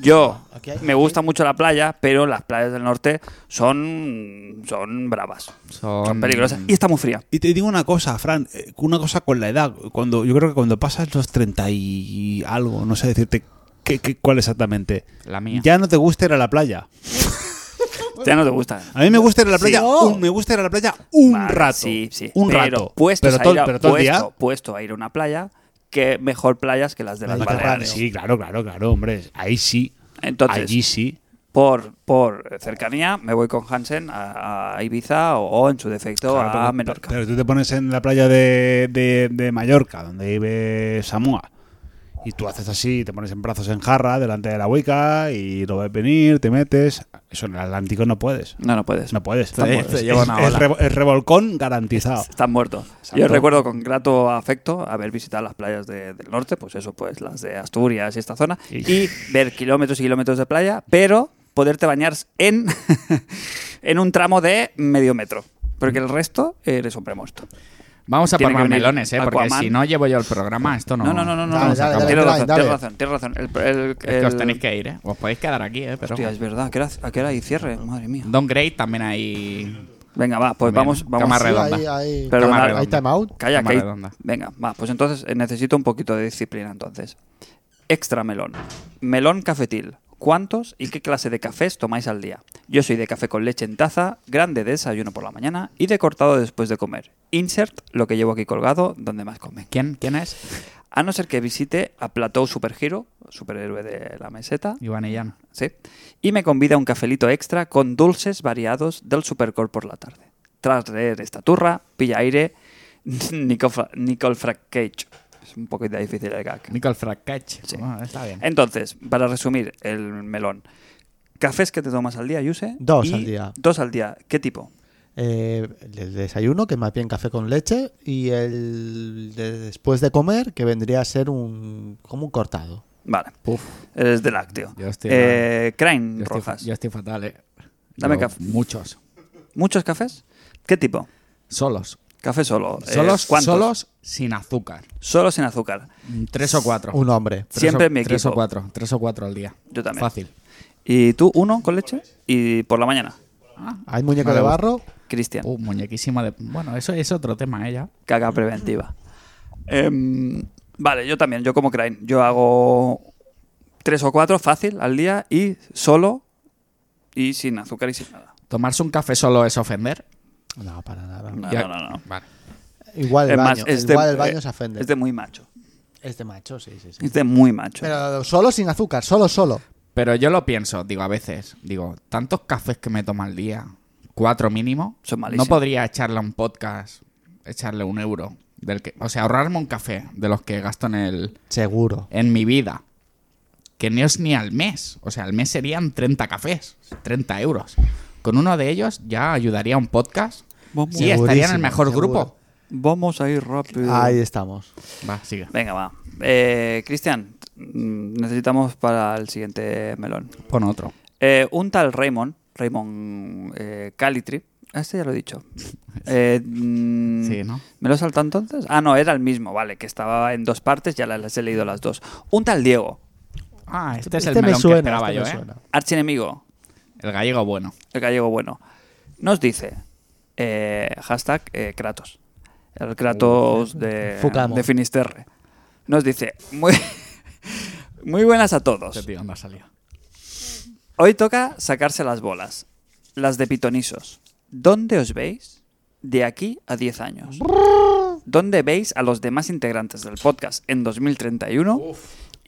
Yo
Aquí hay-
me gusta mucho la playa, pero las playas del norte son son bravas,
¿eh? Son,
son peligrosas y está muy fría.
Y te digo una cosa, Fran, eh, una cosa con la edad. Cuando, yo creo que cuando pasas los 30 y algo, no sé decirte qué, qué- cuál exactamente,
La mía.
ya no te gusta ir a la playa.
Ya no te gusta.
A mí me gusta ir a la playa,
No.
un, me gusta ir a la playa un
oh. Vale,
rato.
sí, sí.
Un
pero
rato.
Puestos
Pero
a
todo-
ir a-
pero todo el
puesto-
día.
puesto a ir a una playa, que mejor playas que las de las
Mediterráneo.
Baleares.
Sí, claro, claro, claro, hombre. Ahí sí.
Entonces,
Allí sí.
por, por cercanía, me voy con Hansen a, a Ibiza o, o, en su defecto
Claro,
a
pero-
Menorca.
Pero tú te pones en la playa de, de- de Mallorca, donde vive Samoa, y tú haces así, te pones en brazos en jarra delante de la Wicca y lo ves venir, te metes. Eso en el Atlántico no puedes.
no, no puedes.
No puedes.
Te-
Es-
te
es-
lleva una
es
ola.
revo- es revolcón garantizado.
Ah.
Están muertos. Yo recuerdo con grato afecto haber visitado las playas de- del norte, pues eso, pues las de Asturias y esta zona,
Y-
y ver kilómetros y kilómetros de playa, pero poderte bañar en, en un tramo de medio metro. Porque el resto eres hombre muerto.
Vamos a
Tiene que
palmar
venir
melones, ¿eh? Porque
Aquaman.
si no llevo yo el programa, esto no.
No, no, no, no. no,
Dale,
no,
dale, dale,
tienes
dale,
razón,
dale.
tienes razón, tienes razón. El, el-
Es que os
el-
tenéis que ir, ¿eh? Os podéis quedar aquí, ¿eh? Pero...
Hostia, es verdad. ¿qué hora- ¿A qué hora hay cierre? Madre mía.
Don Grey también hay.
Venga, va, pues
Bien,
vamos. vamos
cama redonda.
Sí, ahí- ahí-
Perdonad.
Cama
Hay
Hay
redonda.
time out.
Calla,
Cama
que hay-
redonda.
Venga, va, pues entonces eh, necesito un poquito de disciplina entonces. Extra melón. Melón cafetil. ¿Cuántos y qué clase de cafés tomáis al día? Yo soy de café con leche en taza, grande de desayuno por la mañana y de cortado después de comer. Insert lo que llevo aquí colgado donde más come.
¿Quién, ¿Quién es?
A no ser que visite a Plateau Supergiro, superhéroe de la meseta,
Iván Illano.
¿sí? y me convida a un cafelito extra con dulces variados del Supercore por la tarde. Tras leer esta turra, pilla aire Nicole, Nicole Cage. Es un poquito difícil el gag.
Nicole Frackatch.
Sí. Eh,
Bueno, Ah, está bien.
Entonces, para resumir el melón, ¿cafés que te tomas al día, Yuse?
Dos
Y
al día.
Dos al día. ¿Qué tipo?
Eh, el desayuno, que es más bien café con leche, y el de después de comer, que vendría a ser un como un cortado.
Vale,
Puf.
eres de lácteo.
Yo estoy-
Eh, Crane
Yo estoy,
Rojas.
yo estoy fatal, ¿eh?
Dame
Yo,
caf-
Muchos.
¿Muchos cafés? ¿Qué tipo?
Solos.
Café solo. Eh,
Solos,
¿Cuántos?
solos sin azúcar.
Solo sin azúcar.
Mm, Tres o cuatro.
Un hombre.
Tres
Siempre
o-
me
Tres o
equivoco.
cuatro. Tres o cuatro al día.
Yo también.
Fácil.
¿Y tú uno con leche? Y por la mañana, Ah,
Hay muñeco
Vale,
de
vos-
barro.
Cristian.
Oh.
Uh, muñequísima de. Bueno, eso es otro tema, ¿eh? Ya.
caca preventiva. Em, Vale, yo también, yo como Crane. Yo hago tres o cuatro fácil al día y solo y sin azúcar y sin nada.
¿Tomarse un café solo es ofender?
No, para nada.
No,
Ya-
no, no, no.
Vale.
Igual el
Es
baño,
más, es de-
igual el baño
eh,
se ofende.
Es de muy macho.
Es de Este macho, sí, sí, sí.
Es de muy macho.
Pero solo sin azúcar, solo, solo.
Pero yo lo pienso, digo, a veces, digo, tantos cafés que me tomo al día, cuatro mínimo,
Son
no
malísimos.
podría echarle a un podcast, echarle un euro. Del que, o sea, ahorrarme un café de los que gasto en, el,
Seguro.
en mi vida. Que no es ni al mes. O sea, al mes serían 30 cafés, 30 euros. Con uno de ellos ya ayudaría a un podcast.
Vamos,
Sí, estaría en el
Segurísimo,
mejor
seguro.
grupo.
vamos a ir rápido.
Ahí estamos.
Va, sigue.
Venga, va. Eh, Cristian, mm, necesitamos para el siguiente melón.
Pon otro.
Eh, un tal Raymond, Raymond eh, Calitri, ah, este ya lo he dicho. Eh, mm,
Sí, ¿no?
¿Me lo saltó entonces? Ah, no, era el mismo, vale, que estaba en dos partes, ya las las he leído las dos. Un tal Diego,
Ah, este, es el melón que esperaba
este
yo,
me
¿eh?
suena.
archienemigo,
El gallego bueno.
el gallego bueno, nos dice, eh, hashtag eh, Kratos, el Kratos de,
Fukamo.
de Finisterre, nos dice, muy, muy buenas a todos.
Este tío no ha salido.
Hoy toca sacarse las bolas, las de pitonisos. ¿Dónde os veis de aquí a 10 años? ¿Dónde veis a los demás integrantes del podcast en 2031?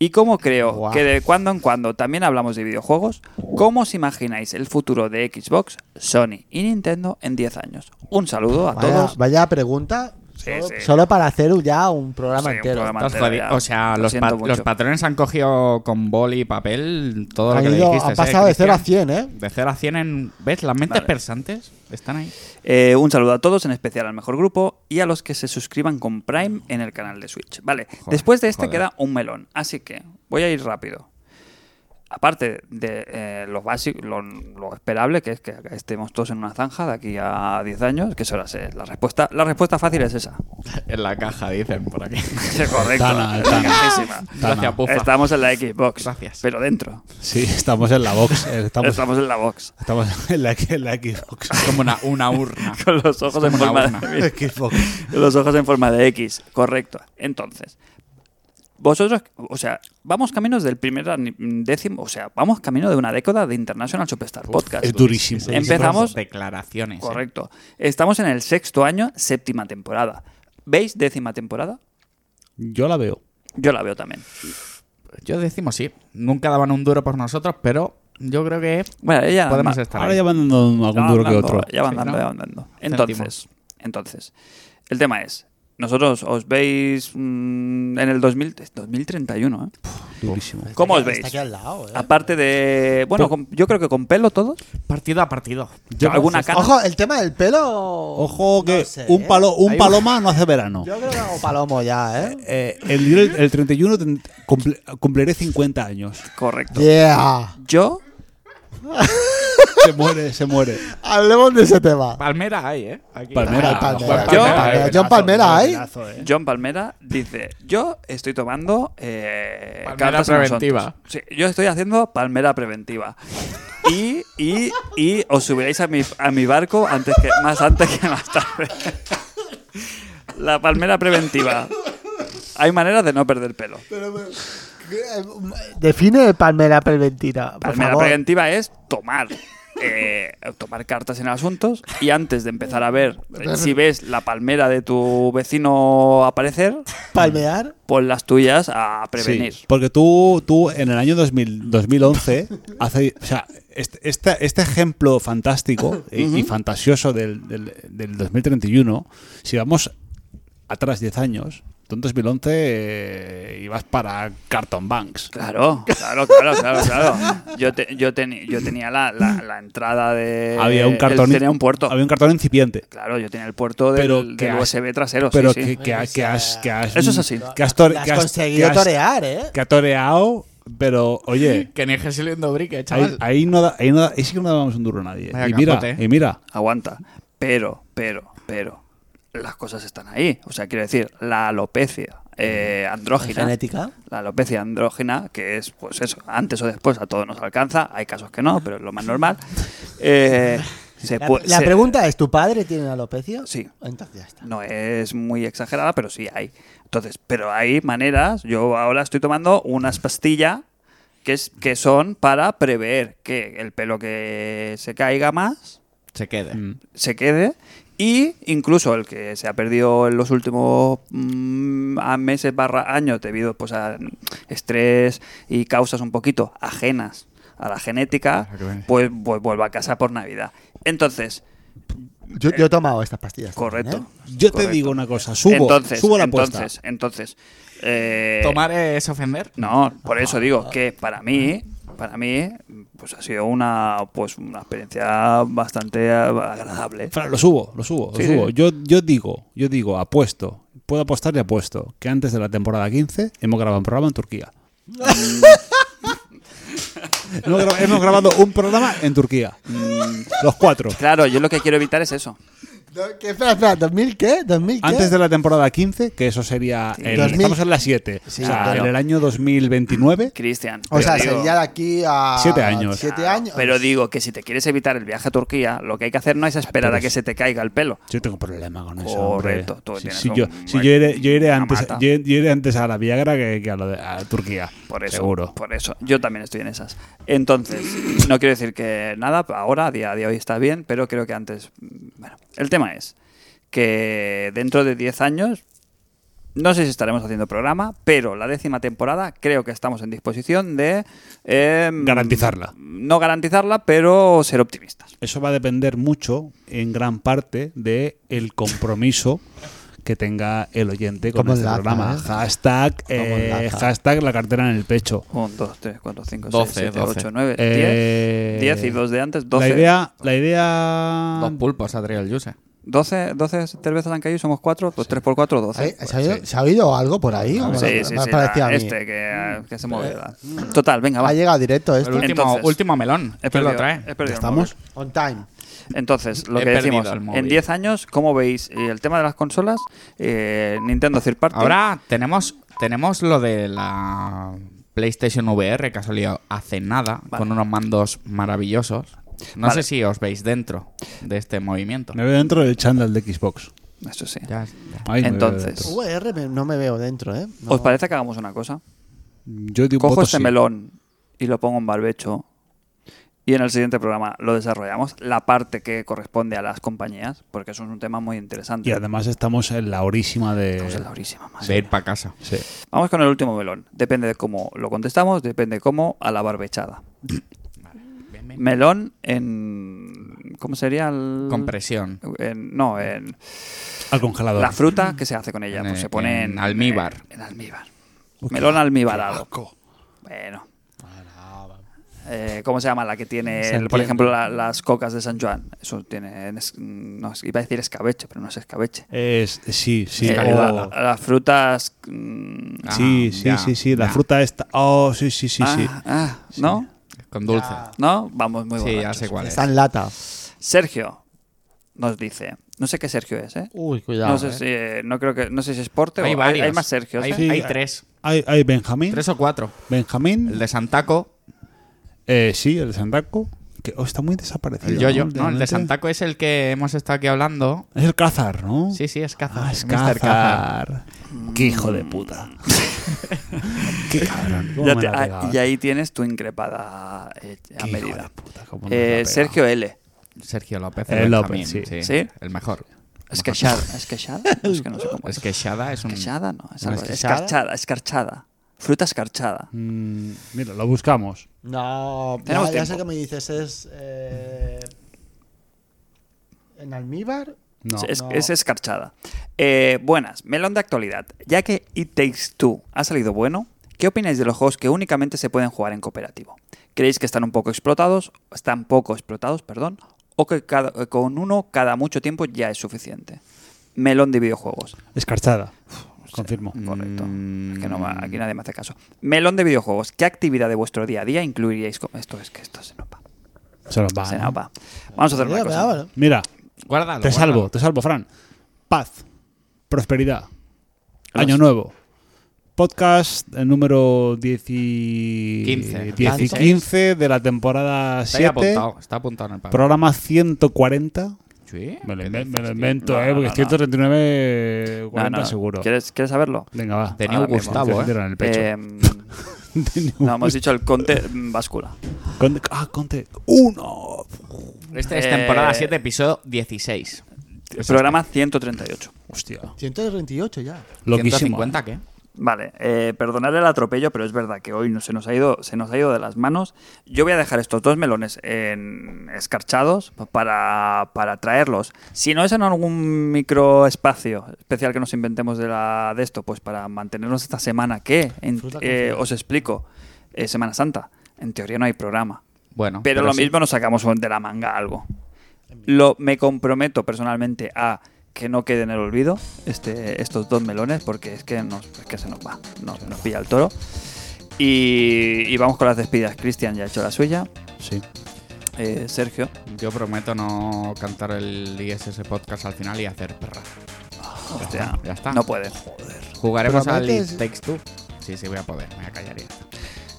Y cómo creo
Guau.
que de cuando en cuando también hablamos de videojuegos, ¿cómo os imagináis el futuro de Xbox, Sony y Nintendo en 10 años? Un saludo a
Vaya,
todos.
vaya pregunta.
Sí,
solo,
sí.
solo para hacer ya un programa
Sí, un
entero.
programa.
Estás
Mantero,
jodi-
ya.
O sea,
Lo
los,
siento
pat-
mucho.
los patrones han cogido con boli y papel todo lo
Han
que le
ido-
dijiste. ¿eh?
han pasado de 0 a 100, ¿eh?
De 0 a 100 en... ¿Ves? Las mentes
Vale.
pensantes están ahí.
Eh, un saludo a todos, en especial al mejor grupo y a los que se suscriban con Prime en el canal de Switch. Vale, después de este
joder.
queda un melón, así que voy a ir rápido. Aparte de eh, lo básico, lo, lo esperable, que es que estemos todos en una zanja de aquí a 10 años, que eso era ser la respuesta. La respuesta fácil es esa.
En la caja, dicen, por aquí.
Sí, correcto.
Tana,
es
tana.
carísima.
Gracias, Pufa.
Estamos en la Xbox,
Gracias.
pero dentro.
Sí, estamos en la box. eh, Estamos,
Estamos en la box,
estamos en, la, en la Xbox.
Es como una, una urna.
con los ojos en
como
forma
una
de...
Xbox.
Los ojos en forma de X, correcto. Entonces, vosotros, o sea, vamos caminos del primer ani- décimo, o sea, vamos camino de una década de International Superstar Podcast.
es durísimo.
Sí, Empezamos-
Declaraciones. ¿eh?
Correcto. Estamos en el sexto año, séptima temporada. ¿Veis décima temporada?
Yo la veo.
Yo la veo también.
Yo decimos sí. Nunca daban un duro por nosotros, pero yo creo que
Bueno, ella
podemos
ma-
estar
Ahora
ahí.
ya van dando algún
Ya
duro que
van dando,
otro.
Ya van
Sí,
dando,
¿no?
ya van dando.
Céntimo.
Entonces, entonces, el tema es, nosotros os veis mm, en el 2000, 2031, ¿eh?
Durísimo.
Está
¿Cómo
aquí-
os veis?
Este Está aquí al lado, ¿eh?
Aparte de, bueno, con- yo creo que con pelo todos.
Partido a partido.
Yo-
alguna cara.
Ojo, el tema del pelo.
Ojo que
no sé,
un,
¿eh?
palo, un
Hay-
paloma no hace verano.
Yo creo que hago palomo ya, ¿eh?
Eh, el, día del- el 31 ten- cumple- cumpliré 50 años.
Correcto.
Yeah.
Yo
Se muere, se muere.
Hablemos de ese tema.
Palmera hay, ¿eh? Aquí.
Palmera.
Ah,
Palmera.
Juan
Yo-
Palmera.
Palmera. John Palmera, ¿eh?
John Palmera dice, yo estoy tomando eh,
Palmera
cartas en el
preventiva.
asunto". Sí, yo estoy haciendo palmera preventiva. Y, y, y os subiréis a mi, a mi barco antes que, más antes que más tarde. La palmera preventiva. Hay maneras de no perder pelo.
Define palmera preventiva. Por
Palmera
favor.
preventiva es tomar. eh, tomar cartas en asuntos y antes de empezar a ver eh, si ves la palmera de tu vecino aparecer,
Palmear.
pon las tuyas a prevenir.
Sí, porque tú, tú en el año 2000, 2011, hace, o sea, este, esta- este ejemplo fantástico y, y fantasioso del, del- del 2031, si vamos atrás 10 años, tú en 2011 eh, ibas para Carton Banks.
Claro, claro, claro, claro, claro. Yo, te- yo, teni- yo tenía la, la- la entrada de...
había un
el-
cartón.
Eh, Tenía un puerto.
Había un cartón incipiente.
Claro, yo tenía el puerto del,
Pero que
del
has-
USB trasero, sí,
pero
sí,
que, que ha- que has, que has-
Eso es así.
Que has, tore-
Las
que has-
conseguido
que has-
torear, ¿eh?
que ha toreado, pero oye,
Que ni Gesiliendo Brique,
ahí,
chaval.
ahí no da, ahí no da- ahí sí que no dábamos un duro a nadie.
Vaya
y mira,
capote, ¿eh?
y mira,
Aguanta. Pero, pero, pero, las cosas están ahí. O sea, quiero decir, la alopecia eh, andrógina...
Genética.
La alopecia andrógina, que es, pues eso, antes o después a todos nos alcanza, hay casos que no, pero es lo más normal. Eh, Se
La,
pu-
la
se-
pregunta es, ¿tu padre tiene alopecia?
Sí.
Entonces ya está.
no es muy exagerada, pero sí hay. Entonces, pero hay maneras. Yo ahora estoy tomando unas pastillas que, es, que son para prever que el pelo que se caiga más
Se quede.
Mm.
se quede y incluso el que se ha perdido en los últimos mm, a meses barra años debido pues a estrés y causas un poquito ajenas a la genética, pues, pues vuelva a casa por Navidad. Entonces,
Yo, yo he tomado estas pastillas. también,
Eh, correcto.
¿eh?
Pues Yo
correcto.
te digo una cosa, subo,
entonces,
subo la apuesta.
entonces, entonces, eh,
¿Tomar es ofender?
no, por eso digo que para mí, para mí, pues ha sido una, pues una experiencia bastante agradable.
Fran, lo subo, lo subo, lo
Sí,
subo.
sí.
Yo, yo digo, yo digo, apuesto, puedo apostar y apuesto que antes de la temporada 15 hemos grabado un programa en Turquía. hemos, gra- hemos grabado un programa en Turquía. Mm, Los cuatro.
Claro, yo lo que quiero evitar es eso.
No, que- espera, espera, ¿2000 qué? ¿2000 qué?
Antes de la temporada 15, que eso sería. el-
2000.
Estamos en la 7.
Sí,
o sea,
claro.
en el año 2029.
Cristian.
O sea,
pero digo-
sería de aquí a.
Siete años.
Siete
Claro,
años.
Pero digo que si te quieres evitar el viaje a Turquía, lo que hay que hacer no es esperar a que se te caiga el pelo.
Yo tengo problema con eso.
Correcto,
hombre.
tú
Sí,
tienes
sí,
un-
yo, sí, yo iré, yo iré
una
antes,
mata.
yo, yo iré antes a la Viagra que, que a, lo de- a Turquía.
Por eso.
Seguro.
Por eso. Yo también estoy en esas. Entonces, no quiero decir que nada, ahora, a día de hoy está bien, pero creo que antes. mm, Bueno, el tema es que dentro de 10 años. No sé si estaremos haciendo programa, pero la décima temporada creo que estamos en disposición de... eh,
Garantizarla.
No garantizarla, pero ser optimistas.
Eso va a depender mucho, en gran parte, de el compromiso que tenga el oyente con
Como
este
enlaza,
programa.
¿eh?
Hashtag, eh,
enlaza.
hashtag la cartera en el pecho.
1, 2, 3, 4, 5, 6,
Doce,
7,
doce.
8, 9, 10.
Eh,
10 y 2 de antes, 12.
La idea, la idea
Dos pulpos ha traído el Yuse.
12, 12 cervezas han caído, somos 4, pues 3 por 4, 12.
¿Hay- ¿Se ha, oído, se ha oído algo por ahí?
Sí,
Bueno,
sí,
me
sí,
ha
la-
parecido a mí. Mm. Eh,
este que, que se mueve. la- Total, venga, va.
Ha llegado directo
El
esto.
último,
Entonces-
último melón.
He
¿Quién
perdido-
lo trae?
he perdido el
¿Estamos?
móvil.
On time.
Entonces, lo
He
que
perdido
decimos,
el móvil.
en 10 años, ¿cómo veis eh, el tema de las consolas? Eh, Nintendo Third Party.
Ahora tenemos, tenemos lo de la PlayStation VR que ha salido hace nada
Vale.
con unos mandos maravillosos. No
Vale.
sé si os veis dentro de este movimiento.
me veo dentro del chándal de Xbox.
Eso sí.
Ya-
Ahí me veo
Entonces,
dentro.
VR me- no me veo dentro, ¿eh? No.
¿Os parece que hagamos una cosa?
yo digo
Cojo
voto
este
sí.
melón y lo pongo en barbecho. Y en el siguiente programa lo desarrollamos, la parte que corresponde a las compañías, porque eso es un tema muy interesante.
Y además eh, estamos en la orísima de.
Estamos en la horísima, madre
de ir para casa.
Sí.
Vamos con el último melón. Depende de cómo lo contestamos, depende cómo a la barbechada. Melón en. ¿Cómo sería el.?
Compresión.
en- no, en.
Al congelador.
La fruta que se hace con ella.
En,
Pues se
eh,
pone en,
en almíbar.
En, almíbar. melón almibarado. Bueno. Eh, ¿Cómo se llama la que tiene,
Se
el- por
entiende.
ejemplo, la- las cocas de San Juan? Eso tiene. es- No, es- iba a decir escabeche, pero no es escabeche.
Es, sí, sí.
Eh, la-
o-
las frutas. mm,
sí,
Ah,
sí,
ya,
sí, sí. La
ya.
fruta esta. Oh, sí, sí, sí,
ah,
sí.
ah, ¿No?
Con dulce.
¿No? Vamos muy
sí, ya
borrachos.
sé cuál es.
Está en lata.
Sergio nos dice. No sé qué Sergio es, ¿eh?
Uy, cuidado.
No sé, si, eh, no creo que, no sé si es Porte
Hay
o hay,
varios.
hay más Sergios.
Hay,
¿eh?
Sí.
hay tres.
Hay, hay Benjamín.
Tres o cuatro.
Benjamín.
El de Santaco,
Eh, sí, el de Santaco. Que oh, está muy desaparecido.
el yo-yo. No, el de
Últimamente.
Santaco es el que hemos estado aquí hablando.
Es el Cázar, ¿no?
Sí, sí, es Cázar.
Ah, es
Mr. Cázar.
Cázar. Qué hijo de puta. Qué cabrón. cómo
Ya
me
te-
la ha
ah,
pegado.
y ahí tienes tu increpada eh, a
Qué hijo de
medida.
puta, cómo nos la ha
Eh,
pegado.
Sergio L.
Sergio López.
Eh, López,
Benjamín,
sí.
Sí.
El mejor.
Escachada. Escachada. No, Es que no sé cómo.
Es que Shada es un.
Escachada, no. Es
¿Una
algo-
escachada?
escarchada. Escarchada. Fruta escarchada.
Mm, mira, lo buscamos.
No, ya,
Tenemos
ya
tiempo.
sé que me dices, es. eh, en almíbar.
No.
es,
no.
es escarchada. Eh, buenas. Melón de actualidad. Ya que It Takes Two ha salido bueno, ¿qué opináis de los juegos que únicamente se pueden jugar en cooperativo? ¿Creéis que están un poco explotados? Están poco explotados, perdón. ¿O que cada- con uno cada mucho tiempo ya es suficiente? Melón de videojuegos.
Escarchada. Confirmo.
Correcto. Es que no va-
Mm.
aquí nadie me hace caso. Melón de videojuegos. ¿Qué actividad de vuestro día a día incluiríais? con- Esto es que esto se nos va.
Se nos va.
se
¿no?
nos va. Vamos a hacer una
Ya,
cosa.
pero bueno.
Mira,
Guárdalo.
te salvo, te salvo, Fran. Paz. Prosperidad. Año nuevo. podcast el número 10 y...
15.
10 y
¿Tanto?
15 de la temporada
Está ahí
7,
apuntado, está apuntado en el papel.
programa 140.
Sí,
Me lo,
¿qué
inven-
dices,
me lo
tío?
invento,
No,
¿eh? Porque
no, no.
139,
No,
40
no.
seguro.
¿Quieres, quieres saberlo?
Venga, va. Ah,
De New
Ahora mismo.
Gustavo, ¿eh?
Tiro en el pecho.
Eh, no, hemos dicho el Conte mm, báscula.
Conte- ah, Conte. ¡Uno!
Este es
Eh,
temporada 7, episodio 16.
Programa 138.
Hostia.
128 ya.
Loquísimo.
150, ¿qué?
Vale, eh, perdonad el atropello, pero es verdad que hoy no, se, nos ha ido, se nos ha ido de las manos. Yo voy a dejar estos dos melones en escarchados para, para traerlos. Si no es en algún microespacio especial que nos inventemos de, la, de esto, pues para mantenernos esta semana que, en-
Fruta con
eh,
fruta.
os explico, eh, Semana Santa, en teoría no hay programa.
Bueno.
Pero, lo
sí.
mismo nos sacamos de la manga algo. Lo, me comprometo personalmente a que no quede en el olvido este, estos dos melones porque es que, nos, es que se nos va, nos, nos pilla el toro. Y, y vamos con las despidas. Cristian ya ha hecho la suya.
Sí.
Eh, Sergio.
Yo prometo no cantar el ISS podcast al final y hacer perra.
Hostia,
ya está.
No puede.
Jugaremos
¿Prometes?
al Takes Two. Sí, sí, voy a poder, me voy a callar ya.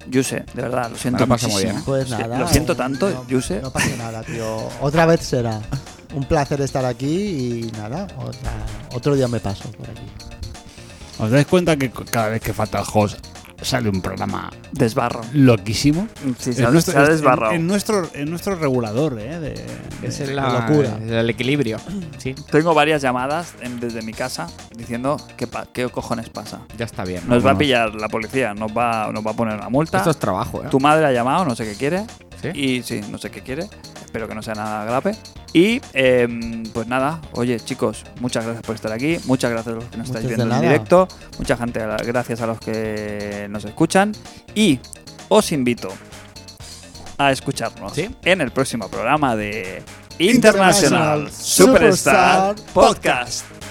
Yuse, de verdad, lo siento
lo paso muy
muchísimo.
bien, ¿eh?
Pues
Sí,
nada.
Lo siento
un-
tanto,
no,
Yuse.
No pasa nada, tío. Otra vez será. Un placer estar aquí y nada. otra- otro día me paso por aquí.
¿Os dais cuenta que c- cada vez que falta el host sale un programa
Desbarro.
loquísimo?
Sí, se,
En
ha-
nuestro-
se ha
en-
desbarrado.
En, nuestro, en nuestro regulador, ¿eh? De,
Es
de-
la
locura.
El equilibrio. Sí,
Tengo varias llamadas en- desde mi casa diciendo qué, pa- qué cojones pasa.
ya está bien.
Nos va a
vámonos.
pillar la policía, nos va, nos va a poner una multa.
Esto es trabajo, ¿eh?
Tu madre ha llamado, no sé qué quiere.
¿Sí?
Y sí, no sé qué quiere. Espero que no sea nada grave. Y em, pues nada, oye chicos, muchas gracias por estar aquí. Muchas gracias a los que nos estáis
Muchas de
viendo en
nada.
directo. Mucha gente, gracias a los que nos escuchan. Y os invito a escucharnos
¿Sí?
en el próximo programa de
International
International Superstar
Superstar
Podcast.